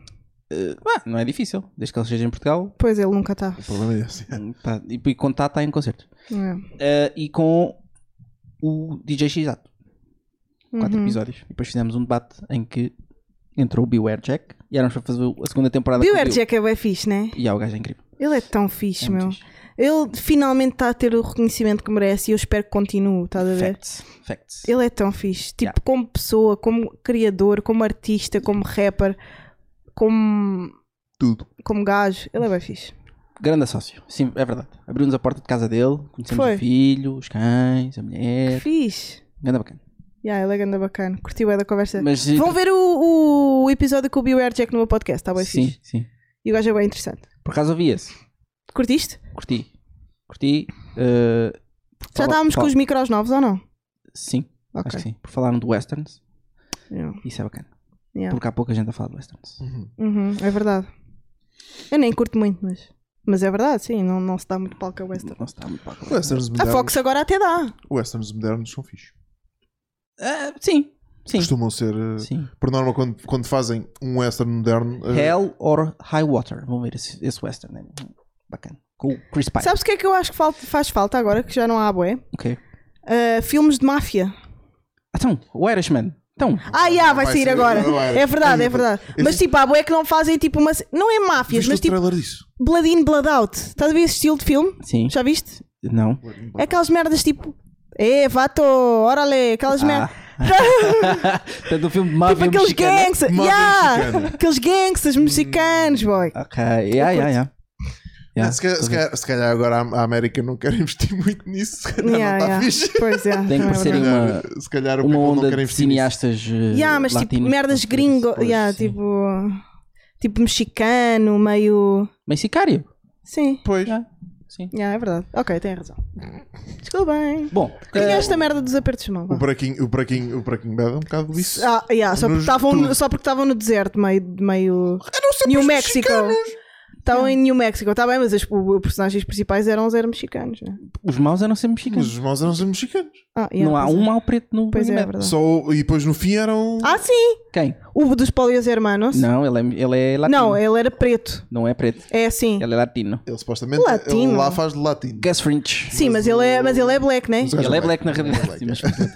B: Eh, ah, não é difícil, desde que ele esteja em Portugal.
A: Pois ele nunca está.
C: O problema é esse.
B: tá, e, e quando está, está em concerto.
A: é?
B: Eh, e com o DJ X
A: Uhum.
B: Quatro episódios. E depois fizemos um debate em que entrou o Beware Jack e éramos para fazer a segunda temporada com o
A: Beware
B: Bill.
A: Jack é bué fixe, né?
B: E há o gajo é incrível.
A: Ele é tão fixe,
B: É muito
A: meu.
B: fixe.
A: Ele finalmente está a ter o reconhecimento que merece e eu espero que continue, estás a ver?
B: Facts. Facts.
A: Ele é tão fixe, tipo,
B: Yeah.
A: como pessoa, como criador, como artista, como rapper, como,
C: Tudo.
A: como gajo. Ele é bem fixe.
B: Grande sócio. Sim, é verdade. Abriu-nos a porta de casa dele, conhecemos
A: Foi.
B: o filho, os cães,
A: Que
B: a mulher.
A: fixe.
B: Grande bacana.
A: Yeah, ele é ganda bacana. Curti bem da conversa.
B: Mas,
A: Eh,
B: eh, tipo,
A: Vão ver o, o episódio com o Bill Jack no meu podcast, está bem
B: sim,
A: fixe.
B: sim.
A: E o gajo é bem interessante.
B: Por acaso ouvia-se.
A: Curtiste?
B: Curti. Curti. eh,
A: Já
B: fala-
A: estávamos com
B: fala-
A: os micros novos ou não?
B: Sim,
A: Ok.
B: acho que sim. Por falaram de westerns.
A: Yeah,
B: Isso é bacana.
A: yeah.
B: Porque há pouca gente a falar de westerns.
A: Uhum, é verdade. Eu nem curto muito, mas. Mas é verdade, sim, não, não se dá muito palco a Western.
B: Não se dá muito para falar.
C: Westerns
A: A
C: modernos,
A: Fox agora até dá.
C: westerns modernos são fixe.
B: Ah, sim, sim.
C: Costumam ser. eh,
B: Sim.
C: Por norma, quando, quando fazem um western moderno. eh,
B: Hell or High Water. Vão ver esse, esse western. É bacana. Com o Chris Pine.
A: Sabes o que é que eu acho que falta- faz falta agora, que já não há bué?
B: Ok. Ah,
A: Uh, filmes de máfia.
B: Então, o Irishman. Então,
A: Ah, já, vai,
C: Vai
A: sair
C: sair
A: agora.
C: agora.
A: É verdade, é verdade. Mas tipo, há bué que não fazem tipo uma. ce- Não é máfias,
C: viste
A: mas
C: o
A: tipo
C: trailer disso?
A: Blood in, Blood out. Estás a ver esse estilo de filme?
B: sim.
A: Já viste?
B: Não.
A: É aquelas merdas tipo. É, vato, órale, aquelas
B: Ah,
A: merdas.
B: Portanto, o Ah. filme de máfia
A: Tipo aqueles
B: mexicana.
A: gangsters.
C: Máfia
A: Yeah,
C: mexicana.
A: aqueles gangsters mexicanos, boy.
B: Ok, yeah, yeah, yeah. Yeah,
C: Ah, se, calhar, se calhar- se calhar agora a a América não quer investir muito nisso. Se calhar
A: Yeah,
C: não está
A: yeah.
C: fixe. Eh,
A: Pois é.
B: Tem que
A: também é
B: parecer
A: verdade.
B: uma,
C: Se calhar o
B: uma
C: people não
B: onda
C: quer
B: de
C: investir nisso.
B: cineastas eh,
A: Yeah, mas tipo,
B: latinos. assim.
A: merdas gringo.
B: Pois,
A: yeah,
B: sim.
A: tipo. Tipo mexicano, meio.
B: Mas sicário.
A: Sim.
C: Pois.
B: Yeah, sim.
A: Yeah, é verdade. Ok, tem razão. Desculpem.
B: Bom,
A: Tinha
B: eh,
A: esta merda dos apertos de mão.
C: O
A: vá.
C: Breaking, o, Breaking, o Breaking Bad é um bocado disso.
A: Ah, yeah, só, porque
C: Nos-
A: estavam,
C: tudo.
A: só porque estavam no deserto, meio. meio New Mexico. Estavam em New Mexico, está bem, mas os personagens principais eram os eram mexicanos, né?
B: Os maus eram sempre
C: Mas
B: mexicanos.
C: os maus eram os mexicanos.
A: Ah, yeah,
B: Não há
A: pois é.
B: um mau preto no
A: Pois é, é
B: Breaking Bad.
A: verdade.
C: Só, e depois no fim eram.
A: Ah, sim!
B: Quem?
A: O dos Polios Hermanos.
B: Não, ele é, ele é latino.
A: Não, ele era preto.
B: Não é preto.
A: É assim.
B: Ele é latino.
C: Ele supostamente
A: Latino.
C: ele lá faz de latino.
B: Gus Fringe.
A: Sim, mas ele é, mas ele é black, né?
C: Mas o gajo
B: Ele é
C: é
B: black na realidade.
C: black,
B: sim, mas-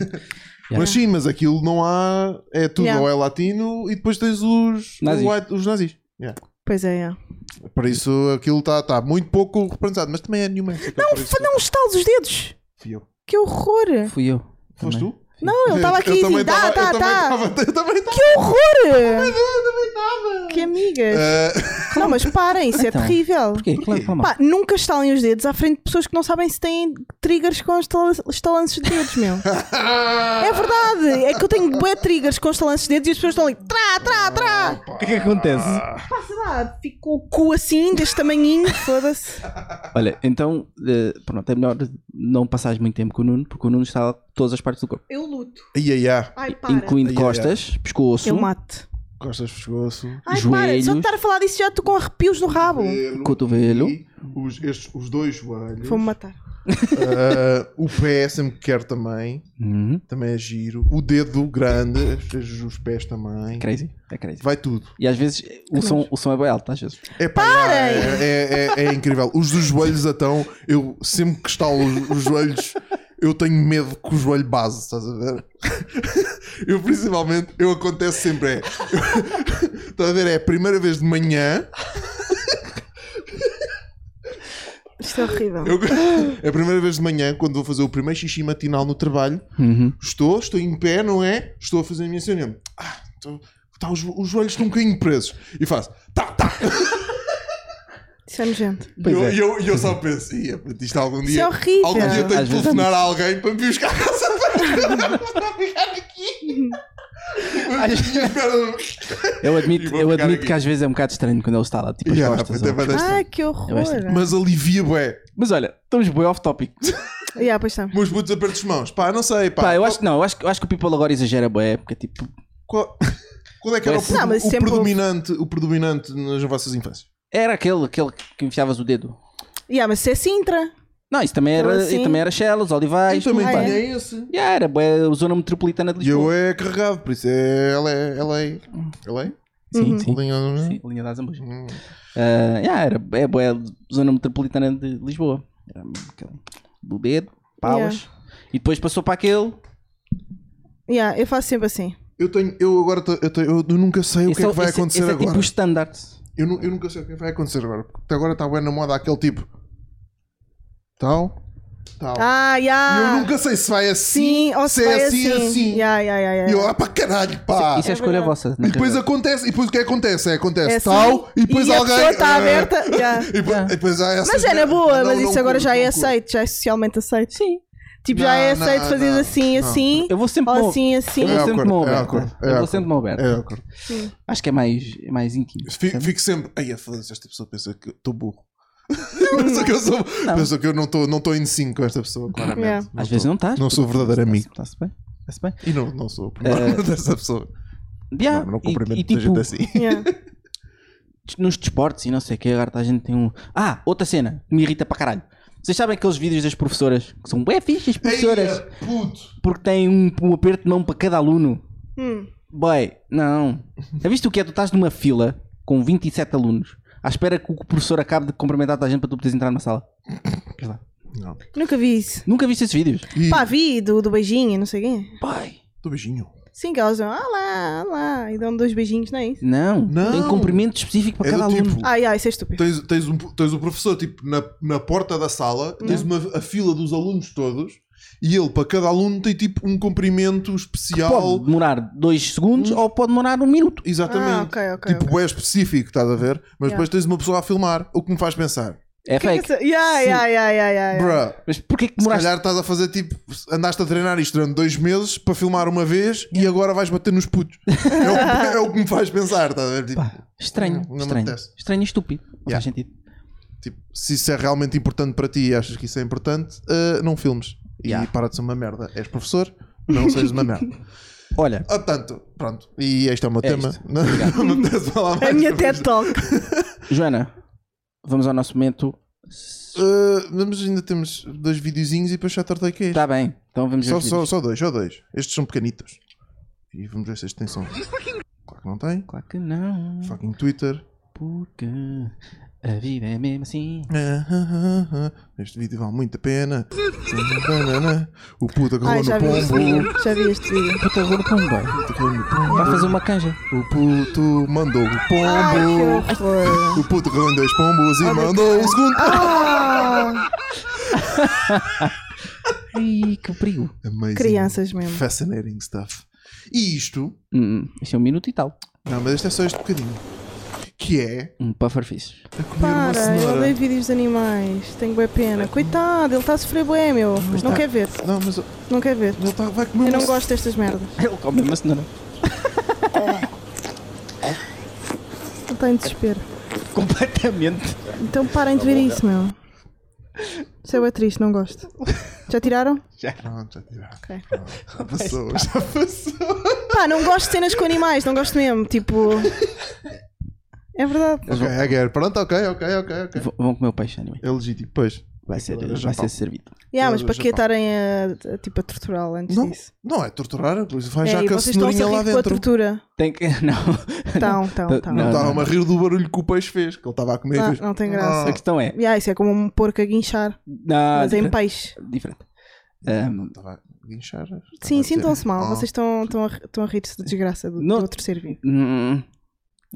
C: Mas sim, mas aquilo não há. É tudo
A: Yeah.
C: ou é latino e depois tens os
B: Nazis.
C: o white- os nazis. Yeah.
A: Pois é, é.
C: Por isso aquilo está tá muito pouco representado, mas também é New Mexico.
A: Não,
C: por isso-
A: f- não estalos os dedos!
C: Fui eu.
A: Que horror!
B: Fui eu.
C: Foste
B: também.
C: tu?
A: Não, ele estava aqui assim, tá, tá, tá!
C: Eu também estava.
A: Que horror! Que amigas! Não, mas parem, isso é
B: Então,
A: terrível.
B: Porquê? Claro, claro.
A: Pá, nunca estalem os dedos à frente de pessoas que não sabem se têm triggers com estala- estalantes de dedos, meu. é verdade. É que eu tenho bué triggers com estalantes de dedos e as pessoas estão ali, trá, trá, trá.
B: O que é que acontece?
A: Pá, sei lá, ficou o cu assim, deste tamanhinho, foda-se.
B: Olha, então, eh, pronto, é melhor não passares muito tempo com o Nuno, porque o Nuno está todas as partes do corpo,
A: Eu luto.
C: Ia, ia.
A: Ai, para.
B: incluindo
C: Ai, ai, ai.
B: costas, pescoço,
A: Eu mato.
C: Costas, pescoço.
A: Ai, para.
B: Joelhos.
A: Só de estar a falar disso já estou com arrepios no rabo.
C: cotovelo,
B: Cotovelo.
C: e Os, estes, os dois joelhos.
A: Vou-me matar.
C: Ah, o pé sempre quero também.
B: Uhum,
C: Também é giro. O dedo grande. os- Os pés também.
B: crazy, é crazy.
C: Vai tudo.
B: E às vezes eh, o som, o som é bem alto, às vezes.
C: É pá,
A: Parem!
C: É, é- é- é incrível. Os dos joelhos, então, eu sempre que estalo os, os joelhos, eu tenho medo com o joelho base, estás a ver? Eu principalmente, eu acontece sempre, é. Estás a ver? É a primeira vez de manhã,
A: Isto é horrível.
C: eu- é a primeira vez de manhã, quando vou fazer o primeiro xixi matinal no trabalho,
B: Uhum.
C: estou, estou em pé, não é? Estou a fazer a minha cena. Ah, estou- tá, os, os joelhos estão um bocadinho presos. E faço, tá, tá.
A: Isso é nojento.
C: E
B: Pois
C: eu,
B: é.
C: e eu- e eu só penso, "Ia, puto, isto algum
A: Isso é
C: dia.
A: horrível.
C: algum dia tenho
B: Às
C: de
B: vezes- é
C: telefonar a alguém para me vir buscar a casa para ficar aqui. As minhas pernas-
B: Eu admito,
C: E vou
B: eu
C: ficar
B: admito
C: aqui.
B: que às vezes é um bocado estranho quando ele está lá, tipo as
C: Yeah,
B: costas.
C: puto, é
B: ou-
C: bastante-
A: Ai, que horror.
C: Mas alivia, bué.
B: Mas olha, estamos bem off topic.
A: Yeah, pois está.
C: Meus putos apertos de mãos. Pá, não sei, pá.
B: Pá, eu acho que não, eu acho, que- eu acho que o People agora exagera bem, porque tipo,
C: Qual, qual é que era o,
B: Não,
C: predo-
A: mas
C: o
A: sempre houve.
C: predominante, o predominante nas vossas infâncias?
B: era aquele, aquele que enfiavas o dedo.
A: Yeah, mas isso é Sintra.
B: Não, isso também era,
A: Então, assim-
B: e também era Shellos, Olivais,
C: eu também
B: tudo, pá.
C: tinha esse.
B: Yeah, era bué, a zona metropolitana de
C: E eu
B: Lisboa.
C: é carregado, por isso é. Ela é. Ela é. Ela é.
B: Sim, sim.
C: Linha-
B: Uhum. Sim, linha das ambas.
C: Hum.
B: Ah, yeah, era é boa zona metropolitana de Lisboa. Era aquele Bobedo, Palas. E depois passou para aquele.
A: Yeah, eu faço sempre assim.
C: Eu tenho. Eu agora. tô- eu, tenho- eu nunca sei o que é que vai
B: esse-
C: acontecer
B: esse é
C: agora.
B: tipo o standard.
C: Eu, nu- eu nunca sei o que vai acontecer agora. Porque até agora está bem na moda aquele tipo. Tal. Tal.
A: Ah,
C: E eu
A: yeah.
C: nunca sei se vai assim.
A: Sim, ou se
C: é
A: vai
C: assim,
A: assim.
C: assim.
A: Yeah, yeah, yeah, yeah.
C: E eu, ah, para caralho, pá.
B: Isso é, a escolha
A: verdade.
B: vossa. na
C: E depois
B: realidade.
C: acontece. E depois o que é que acontece? É, acontece
A: É assim,
C: tal. E depois
A: e a
C: alguém.
A: pessoa está
C: ah,
A: aberta, yeah.
C: E depois,
B: Yeah.
C: e depois há essas
A: Mas era
C: merdas.
A: boa,
C: Não,
A: mas
C: não
A: isso agora
C: curto,
A: já é
C: não curto.
A: aceito, já é socialmente aceito. Sim. Tipo, já
C: Não,
A: é
C: não,
A: aceito fazer
C: não,
A: assim,
C: não.
A: assim.
B: Eu vou sempre
A: Ou
B: mo-
A: assim, assim.
B: Eu vou
C: É
B: sempre
C: acordo,
B: mão
C: é
B: aberta.
C: acordo, é
B: eu vou
C: acordo.
B: sempre mão aberta.
C: É, ok.
B: Acho que é mais, é mais íntimo.
C: Fi- Fico, sempre. Ai, é foda-se, esta pessoa pensa que eu estou burro. pensa que eu sou. Pensa que eu não estou não tô in sync com esta pessoa, claramente.
A: Yeah.
C: Não
B: Às vezes
C: tô.
B: não estás.
C: Não sou verdadeiro amigo.
B: Está-se bem. Está-se bem.
C: E não, não sou
B: É.
C: propriamente dessa pessoa.
B: Yeah,
C: Não, não
B: e-
C: cumprimento
B: e, tipo,
C: muita gente assim.
A: Yeah.
B: nos desportos e não sei o que, agora a gente tem um. Ah, outra cena que me irrita para caralho. Vocês sabem aqueles vídeos das professoras que são bem fixas, professoras,
C: Eia, puto.
B: porque têm um, um aperto de mão para cada aluno.
A: Hum.
B: Boy, não. Já viste o que é? Tu estás numa fila com 27 alunos à espera que o professor acabe de cumprimentar toda a gente para tu poderes entrar na sala. Vês lá.
A: Nunca vi isso.
B: Nunca viste esses vídeos?
C: E
A: Pá, vi do, do beijinho, não sei quem.
B: Boy,
C: do beijinho.
A: Sim, que elas dão, ah lá, ah lá, e dão dois beijinhos, não é isso?
B: não.
C: Não.
B: Tem cumprimento específico para
C: É
B: cada
C: do
B: aluno.
C: tipo.
A: Ah, yeah, isso é estúpido.
C: Tens, tens, um, tens o professor tipo na, na porta da sala, tens uma, a fila dos alunos todos, e ele para cada aluno tem tipo um cumprimento
B: Pode
C: especial.
B: demorar 2
C: Hum.
B: segundos ou pode demorar um minuto.
C: Exatamente.
A: Ah, ok, ok,
C: tipo, é específico, estás a ver?
A: Yeah.
C: Mas depois tens uma pessoa a filmar, o que me faz pensar.
B: É
A: Que é
B: fake.
A: que se- Yeah, yeah, yeah, yeah, yeah, yeah.
C: Bruh,
B: Mas porquê que
C: se
B: demoraste
C: calhar estás a fazer tipo, andaste a treinar isto durante dois meses para filmar uma vez e agora vais bater nos putos. é, o, que- é o que me faz pensar, estás a ver? Tipo,
B: Pá, estranho,
C: Não, não me
B: estranho,
C: apetece.
B: estranho e estúpido. Não
C: Yeah.
B: faz sentido.
C: tipo, se isso é realmente importante para ti e achas que isso é importante, ah, não filmes. E
B: Yeah.
C: para de ser uma merda. És professor, não sejas uma merda.
B: Olha,
C: Ah, Portanto, pronto. E este é o meu
B: É
C: tema.
B: isto.
C: Não, não me apetece falar mais.
A: É A minha
C: sobre
A: TED
C: isto.
A: Talk.
B: Joana, Vamos ao nosso momento.
C: Ah, mas ainda temos dois videozinhos e depois já tratei que é este.
B: Está bem, então vamos ver
C: só,
B: os
C: só,
B: vídeos.
C: só dois, só dois. Estes são pequenitos. E vamos ver se estes têm som. Claro que não tem.
B: Claro que não,
C: Fucking Twitter.
B: porque a vida é mesmo assim.
C: Ah, ah, ah, ah. Este vídeo vale muito a pena. O puto agarrou
A: Ai, já
C: no
A: vi este
C: pombo.
A: vídeo. Já vi este vídeo.
B: Puta, agora pomba.
C: Agarrou no
B: Vai
C: pombo.
B: fazer uma canja.
C: O puto mandou o
A: Ai,
C: pombo.
A: que horror.
C: O puto agarrou em dois pombos e mandou o segundo.
A: Ah,
B: Ai, que perigo.
C: Amazing.
A: Ah, crianças mesmo.
C: É Fascinating stuff. E isto,
B: Hum, isto é um minuto e tal.
C: não, mas este é só este bocadinho. Que é
B: Um puffer fixe.
C: a comer uma
A: Para, eu
C: cenoura.
A: odeio vídeos de animais. Tenho bué pena. Coitado, ele está a sofrer bué, meu. Não
C: tá.
A: quer ver,
C: Não, mas
A: não quer ver.
C: ele tá, vai comer
A: Eu
C: uma
A: não
C: cenoura.
A: gosto destas merdas.
B: Ele come uma cenoura.
A: Ele está em desespero.
B: Completamente.
A: Então parem de ver
C: Tá
A: isso, meu. Isso é bué triste, não gosto. Já tiraram?
C: Pronto, já tiraram.
A: Ok. tá.
C: Pronto, Já passou, já passou.
A: Pá, não gosto de cenas com animais, não gosto mesmo. Tipo. É verdade.
C: Ok, ok, é. pronto, ok, ok, ok, ok.
B: V- vão comer o peixe anyway.
C: É legítimo, pois.
B: Vai ser,
C: Aquilo é
B: vai
C: Japão.
B: ser servido.
A: Yeah, mas
C: Eu
A: para
C: já
A: que
C: pá.
A: estarem a, a, tipo, a torturá-lo antes
C: Não,
A: disso?
C: não é torturar, pois vai já
A: é, e
C: com a
A: vocês estão-se
C: cenourinha
A: a
C: lá
A: rir com a
C: dentro.
A: tortura.
B: Tem que. Não.
A: Estão, estão, estão.
B: Não, não.
C: Estavam a rir do barulho que o peixe fez, que ele estava a comer. e
A: Não,
C: fez-
A: Ah, não tem graça.
C: Ah.
B: A questão é.
A: Yeah, isso é como um porco a guinchar,
B: Não,
A: mas é em
B: diferente.
A: peixe.
B: diferente. Ahm,
C: Estava Ah, a guinchar. estava a
A: Sim,
C: dizer,
A: sintam-se mal.
C: "Ah,
A: Vocês estão, estão, a, ri- estão a rir-se da desgraça do, do
B: Não.
A: outro ser vivo.
B: hum,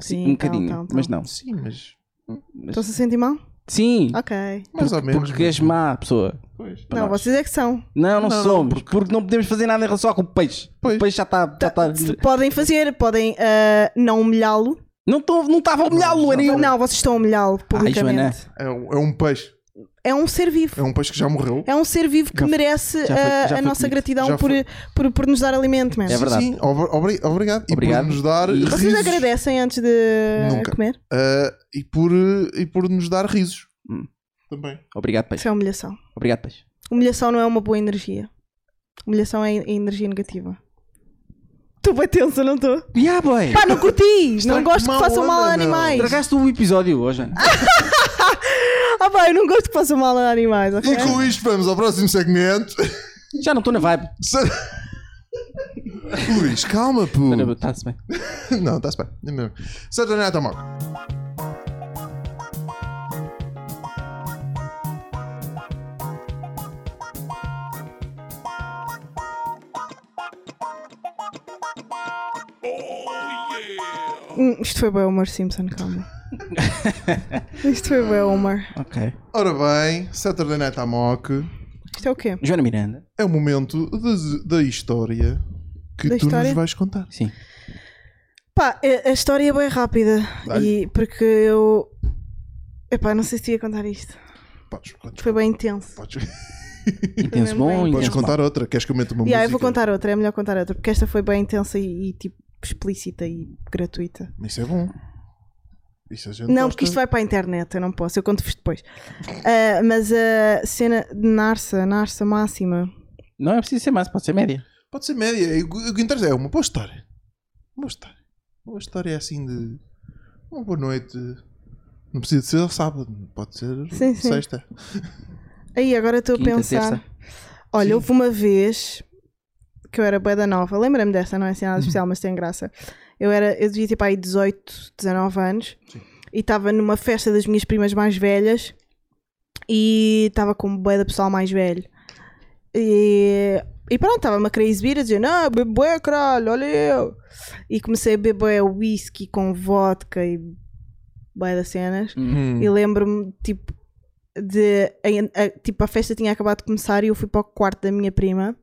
B: sim,
A: Sim,
B: um
A: tal,
B: bocadinho.
A: tal, tal.
B: Mas não.
C: Sim, mas.
B: Mas-
A: Estão-se a sentir mal?
B: Hum. Sim,
A: Ok.
C: Mais ou menos.
B: porque és má pessoa.
C: Pois.
B: Para
A: não,
B: nós.
A: vocês é que são.
B: Não, não,
C: Não, não,
B: somos. porque... não podemos fazer nada em relação com o peixe.
C: Pois.
B: O peixe já está. Já tá...
A: Se podem fazer, podem ah, não humilhá-lo.
B: Não estava não tava a humilhá-lo, era eu.
A: Não, vocês estão a humilhá-lo publicamente.
C: É um, é um peixe.
A: é um ser vivo.
C: É um peixe que já morreu.
A: É um ser vivo que
B: Já-
A: merece
B: já foi-
A: ah,
B: já
A: a
B: foi
A: nossa
B: comido.
A: gratidão
C: Já
A: por,
C: foi.
A: por, por nos dar alimento, man.
B: É verdade.
C: Sim, obri- obri- obrigado. E
B: Obrigado.
C: por nos dar
B: E-
C: risos.
A: Vocês agradecem antes de
C: Nunca.
A: comer?
C: Ah, e, por, e por nos dar risos.
B: Hum.
C: Também.
B: Obrigado, peixe.
A: Isso é humilhação.
B: Obrigado, peixe.
A: Humilhação não é uma boa energia. Humilhação é é energia negativa. Estou bem tensa, não estou?
B: Yeah, boy.
A: Pá, não curti! Não
C: Estraga-
A: gosto que
C: é Mau
A: façam mal a
C: onda, meu.
A: animais!
B: Tragaste o episódio hoje, Ana.
A: Ah, pá, eu não gosto que façam mal a animais, ok?
C: E com
B: É.
C: isto vamos ao próximo segmento.
B: Já não estou na vibe.
C: Luís, calma, pô.
B: Está-se bem.
C: Não, está-se bem. É mesmo. Saturday Night Amok.
A: Hum, isto foi bem Homer Simpson, calma. isto foi bem Homer.
B: Ok.
C: Ora bem, Saturday Night Amok
A: Isto é o quê?
B: Joana Miranda.
C: é o momento da- da história que
A: Da
C: tu
A: história?
C: nos vais contar.
B: Sim.
A: Pá, a a história é bem rápida. E porque eu. Epá, não sei se ia contar isto.
C: Podes, podes,
A: Foi bem intenso.
C: podes,
B: Intenso
A: mesmo
B: bom,
A: bem.
C: podes
B: intenso
C: contar outra. Queres que eu meta
A: E
C: uma música?
A: aí eu vou contar outra, é melhor contar outra, porque esta foi bem intensa e, e, tipo explícita e gratuita.
C: Mas Isso é bom. Isso a gente
A: Não,
C: gosta.
A: porque isto vai para a internet, eu não posso, eu conto-vos depois. Ah, mas a cena de Narsa, Narsa Máxima.
B: Não é preciso ser mais, pode ser média.
C: Pode ser média. E O o que interessa é uma boa história. Uma boa história. Uma boa história assim de. Uma boa noite. Não precisa de ser sábado, pode ser
A: Sim, sim.
C: sexta.
A: Aí agora estou a
B: Quinta,
A: pensar.
B: terça.
A: Olha,
C: Sim.
A: houve uma vez que eu era bué da nova. Lembra-me desta, não é assim nada especial, mas tem graça. Eu era, eu devia ter para aí 18, 19 anos e estava numa festa das minhas primas mais velhas e estava com bué da pessoal mais velho. E, e pronto, estava-me a querer exibir, a dizer, não, "Ah, bebo bué, caralho, olha eu. E comecei a beber bué whisky com vodka e bué das cenas. E lembro-me, tipo, de. A, a- tipo, a festa tinha acabado de começar e eu fui para o quarto da minha prima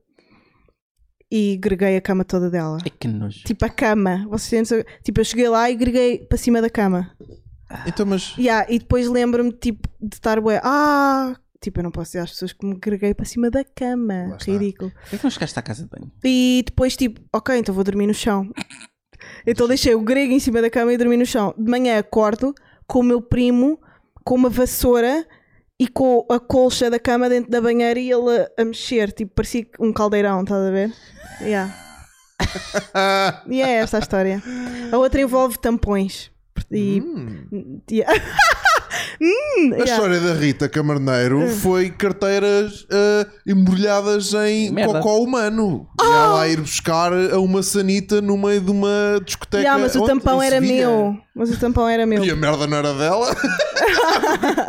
A: e greguei a cama toda dela.
B: Ai, que nojo.
A: Tipo, a cama. Vocês têm noção? Tipo, eu cheguei lá e greguei para cima da cama.
C: Então, mas.
A: Yeah, e depois lembro-me, tipo, de estar bué. Ah! Tipo, eu não posso dizer às pessoas que me greguei para cima da cama.
C: Lá está.
A: Ridículo.
B: Porquê é que não chegaste à casa de banho?
A: E depois, tipo, ok, então vou dormir no chão. Então deixei o grego em cima da cama e dormi no chão. De manhã acordo com o meu primo, com uma vassoura e com a colcha da cama dentro da banheira e ele a, a mexer, tipo, parecia que- um caldeirão, estás a ver? Yeah. e é esta a história. A outra envolve tampões. E,
C: Hum.
A: e- Hum,
C: A história da Rita Camarneiro foi carteiras ah, embrulhadas em
B: Merda.
C: cocó humano. E
A: Ah!
C: ela a ir buscar a uma sanita no meio de uma discoteca.
A: Yeah, mas o
C: Onde?
A: tampão
C: Em
A: era
C: Sevilha.
A: meu. Mas o tampão era meu.
C: E a merda não era dela?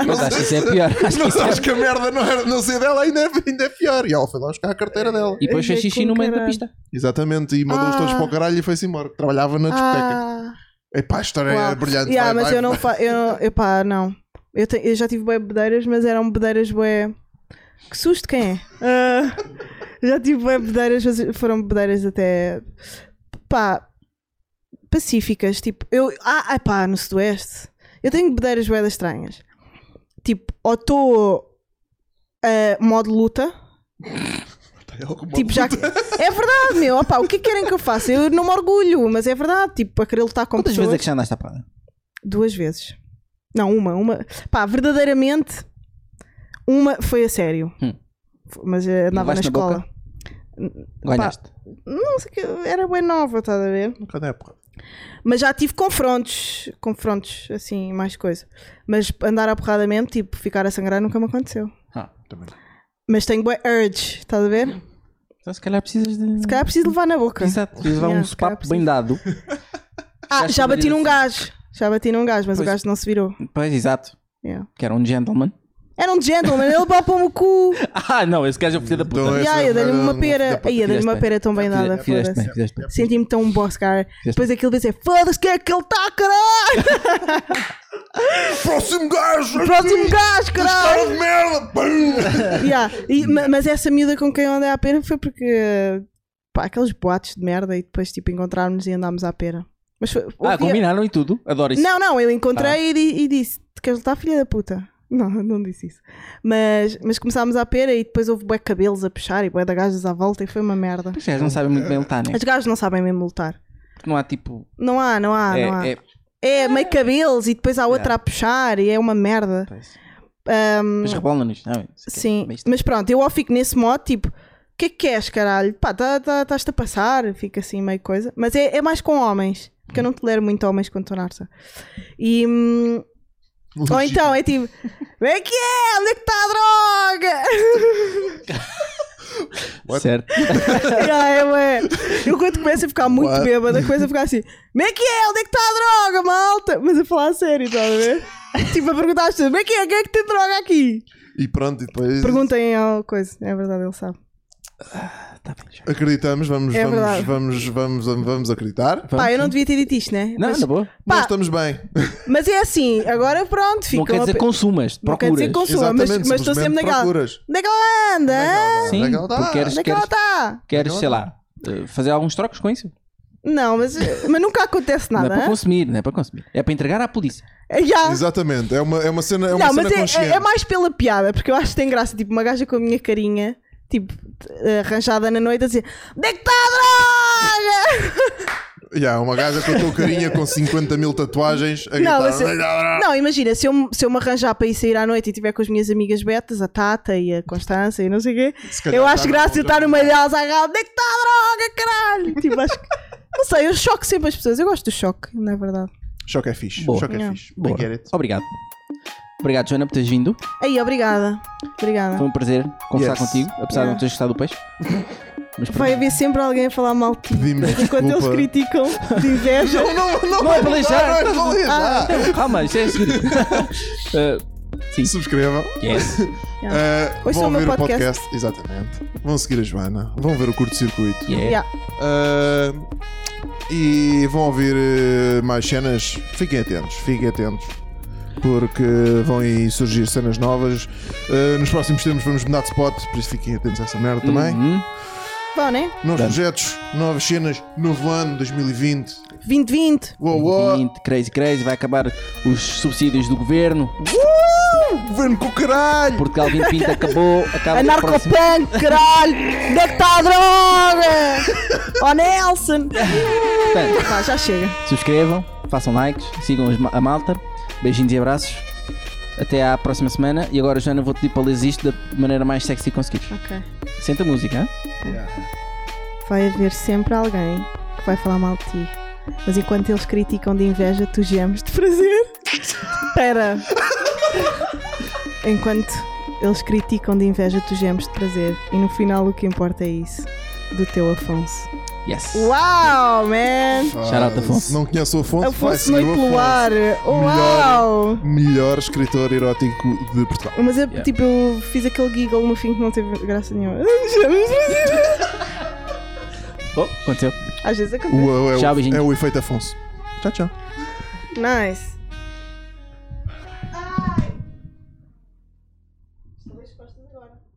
B: Mas acho que isso é pior. Acho que
C: Mas
B: isso é-
C: acho que a merda não, era, não ser dela ainda é, ainda é pior. E ela foi lá buscar a carteira dela.
B: E depois fez
A: Ai,
B: xixi
A: como
B: no meio da
A: caralho.
B: pista.
C: Exatamente. E mandou-os todos
A: Ah.
C: para o caralho e foi-se embora. Trabalhava na discoteca.
A: Ah,
C: Epá, a história
A: uau.
C: é brilhante.
A: Yeah,
C: vai,
A: mas
C: vai,
A: eu não
C: vai.
A: fa... eu, não- epá, não. Eu, te- eu já tive bué bedeiras, mas eram bedeiras bué. Que susto quem é? Ah, já tive bué bedeiras, mas foram bedeiras até pá pacíficas, tipo, eu ah, ah, pá, no sudoeste. Eu tenho bedeiras bué das estranhas. Tipo, ou estou a modo luta, Tipo, já... É verdade, meu. Opá, o que é que querem que eu faça? Eu não me orgulho, mas é verdade. Tipo, a querer lutar com
B: Quantas
A: pessoas.
B: vezes é que já andaste à parada?
A: Duas vezes. Não, uma. uma. Pá, verdadeiramente, uma foi a sério.
B: Hum.
A: F- Mas eh, andava na
B: levaste na boca?
A: escola.
B: Ganhaste.
A: Não sei que era bem nova, estás a ver?
C: Cada época.
A: Mas já tive confrontos, confrontos, assim, mais coisa. Mas andar a porrada mesmo, tipo, ficar a sangrar nunca me aconteceu.
B: Ah,
C: também não.
A: Mas tenho bué urge, estás a ver?
B: Então se calhar precisas de.
A: Se calhar preciso levar na boca.
B: Exato, precisas de dar um
A: Yeah, se calhar
B: sopapo bem dado.
A: Ah,
B: Já
A: já bati num
B: assim.
A: gajo. Já bati num gajo, mas
B: Pois.
A: o gajo não se virou.
B: Pois, exato.
A: Yeah.
B: Que era um gentleman.
A: Era um gentleman, ele papou-me o cu.
B: Ah, não, esse gajo é o filho da puta.
C: Não é-
A: E
C: Essa
A: aí, eu dei-lhe
C: merda
A: uma
C: não-
A: pera.
C: dá
A: Aí, eu dei-lhe uma
B: Fizeste
A: pera tão bem
B: Fizeste-
A: dada.
B: Fizeste
A: Foda-se.
B: bem, fizeste bem.
A: Senti-me tão boss, cara. Depois aquilo dizia: Foda-se, quem é que ele está, caralho?
C: Próximo gajo!
A: Próximo tipo gajo,
C: Cara
A: caralho!
C: de merda! Pum!
A: Yeah. E, ma- mas essa miúda com quem eu andei à pera foi porque. Pá, aqueles boates de merda e depois, tipo, encontrarmos e andámos à pera. Mas foi.
B: Ah,
A: houve-
B: combinaram e tudo. Adoro isso.
A: Não, não, eu encontrei e, di- e disse: Tu queres lutar, filha da puta? Não, não disse isso. Mas, mas começámos à pera e depois houve bué de cabelos a puxar e bué da gajas à volta e foi uma merda.
B: Os gajos não sabem muito bem lutar, né?
A: As gajas não sabem mesmo lutar.
B: Porque não há tipo.
A: Não há, não há,
B: é,
A: Ah, não há.
B: é-
A: É meio cabelos e depois há outra a puxar e é uma merda.
B: pois.
A: Ahm,
B: Mas rebolam-nos, não é? Não sei o quê.
A: sim,
B: Mas isto-
A: mas pronto, eu ou fico nesse modo tipo: o que é que queres, caralho? Pá, tá- tá- estás-te a passar, fica assim meio coisa. Mas é, é mais com homens, porque eu não tolero muito homens quando estou na arça. E. hum, Ou então é tipo, vem aqui, é, onde é que está a droga?
B: Certo.
A: yeah, é, ué. Eu quando começo a ficar muito
C: What?
A: bêbada, começo a ficar assim, vem aqui, é, onde é que está a droga, malta? Mas a falar a sério, estás a ver? tipo, a perguntar às pessoas, vem aqui, quem é que tem droga aqui?
C: E pronto, e depois
A: Perguntem ao coisa, é verdade, ele sabe.
B: Tá bem, já.
C: acreditamos, vamos,
A: É
C: vamos,
A: verdade.
C: vamos, vamos, vamos acreditar.
A: Pá, eu não devia ter dito isto, né?
B: Não,
A: mas,
B: na boa.
A: pá,
C: Nós estamos bem.
A: mas é assim, agora pronto, fica
B: Não quer dizer consumas,
A: Não quer dizer
B: procuras.
A: consuma, mas
C: Exatamente,
A: mas estou sempre
C: simplesmente
A: naquela.
C: procuras.
A: Onde é que ela anda? hã?
B: Sim,
C: Onde é que ela tá?
B: porque queres,
A: Onde é que ela
B: queres,
A: está?
B: queres, sei lá, eh, fazer alguns trocos com isso.
A: Não, mas, mas nunca acontece
B: não é
A: nada.
B: para
A: hã?
B: consumir, não é para consumir. É para entregar à polícia.
A: Já.
C: Exatamente, é uma, é uma cena, é uma
A: Não,
C: cena
A: mas é- é,
C: consciente.
A: é mais pela piada, porque eu acho que tem graça, tipo, uma gaja com a minha carinha, tipo, t- arranjada na noite, a dizer: Onde é que está a droga?
C: Yeah, uma gaja com a tua carinha com 50 mil tatuagens a
A: Não, é
C: gritar,
A: mas eu- Não, imagina, se eu, me- se eu me arranjar para ir sair à noite e estiver com as minhas amigas betas, a Tata e a Constança e não sei o quê,
C: Se calhar
A: eu
C: já
A: acho
C: não-
A: graça eu
C: já
A: estar no
C: não-
A: meio delas a agarrar, onde é que está a droga, caralho? Tipo, acho que. Não sei, eu choco sempre as pessoas. Eu gosto do choque, não é verdade?
C: Choque é fixe.
B: Boa.
C: Choque é
A: Yeah.
C: fixe.
B: Boa.
C: I get it.
B: Obrigado. Obrigado, Joana, por teres vindo.
A: Aí, obrigada. Obrigada.
B: Foi um prazer conversar
C: Yes.
B: contigo, apesar de não
A: Yeah.
B: teres gostado do peixe. Mas pronto.
A: Vai haver sempre alguém a falar mal de ti.
C: Pedimos
A: Enquanto eles
C: desculpa.
A: criticam de inveja.
B: Não é para lixar!
C: não é para
A: Ah.
C: lixar.
B: não, calma, isto é a seguir. Eh,
C: Subscrevam.
B: yes.
C: Uh,
A: Ouçam
C: vão
A: o meu
C: ver o podcast.
A: podcast.
C: Exatamente. Vão seguir a Joana. Vão ver o curto-circuito.
B: Yeah.
A: Yeah.
C: Uh, e vão ouvir uh, mais cenas. Fiquem atentos. Fiquem atentos. Porque vão aí surgir cenas novas. Uh, nos próximos tempos vamos mudar de spot. Por isso fiquem atentos a essa merda também.
B: Uhum.
A: Bom, né?
C: Novos projetos, novas cenas. Novo ano 2020.
A: 2020.
C: Uou, uou.
B: 20, crazy, crazy, vai acabar os subsídios do governo.
C: Governo com o caralho!
B: Portugal 2020 acabou, acaba no próximo.
A: Anarcopunk, caralho! Onde é que está a droga? Ó Nelson!
B: Portanto,
A: Pá, já chega.
B: subscrevam, façam likes, sigam as ma- a malta. Beijinhos e abraços. Até à próxima semana. E agora, Joana, vou-te pedir para ler isto da maneira mais sexy que conseguires.
A: Ok.
B: Senta a música, hein?
A: Vai haver sempre alguém que vai falar mal de ti. Mas enquanto eles criticam de inveja, tu gemes de prazer. Espera. Enquanto eles criticam de inveja, tu gemes de prazer. E no final o que importa é isso. Do teu Afonso.
B: Yes.
A: Uau, man!
B: Shout out, Afonso.
C: Ah, Não conheço o Afonso? vai
A: Afonso
C: seguir o
A: Noite
C: Afonso.
A: Luar! Uau!
C: Melhor escritor erótico de Portugal.
A: Mas eu,
B: Yeah.
A: tipo, eu fiz aquele giggle no fim que não teve graça nenhuma.
B: Oh, aconteceu.
A: Às vezes acontece.
C: O, é, o-
B: Tchau, beijinhos.
C: é o efeito Afonso. Tchau, tchau.
A: Nice. Ai. Estou bem exposta agora.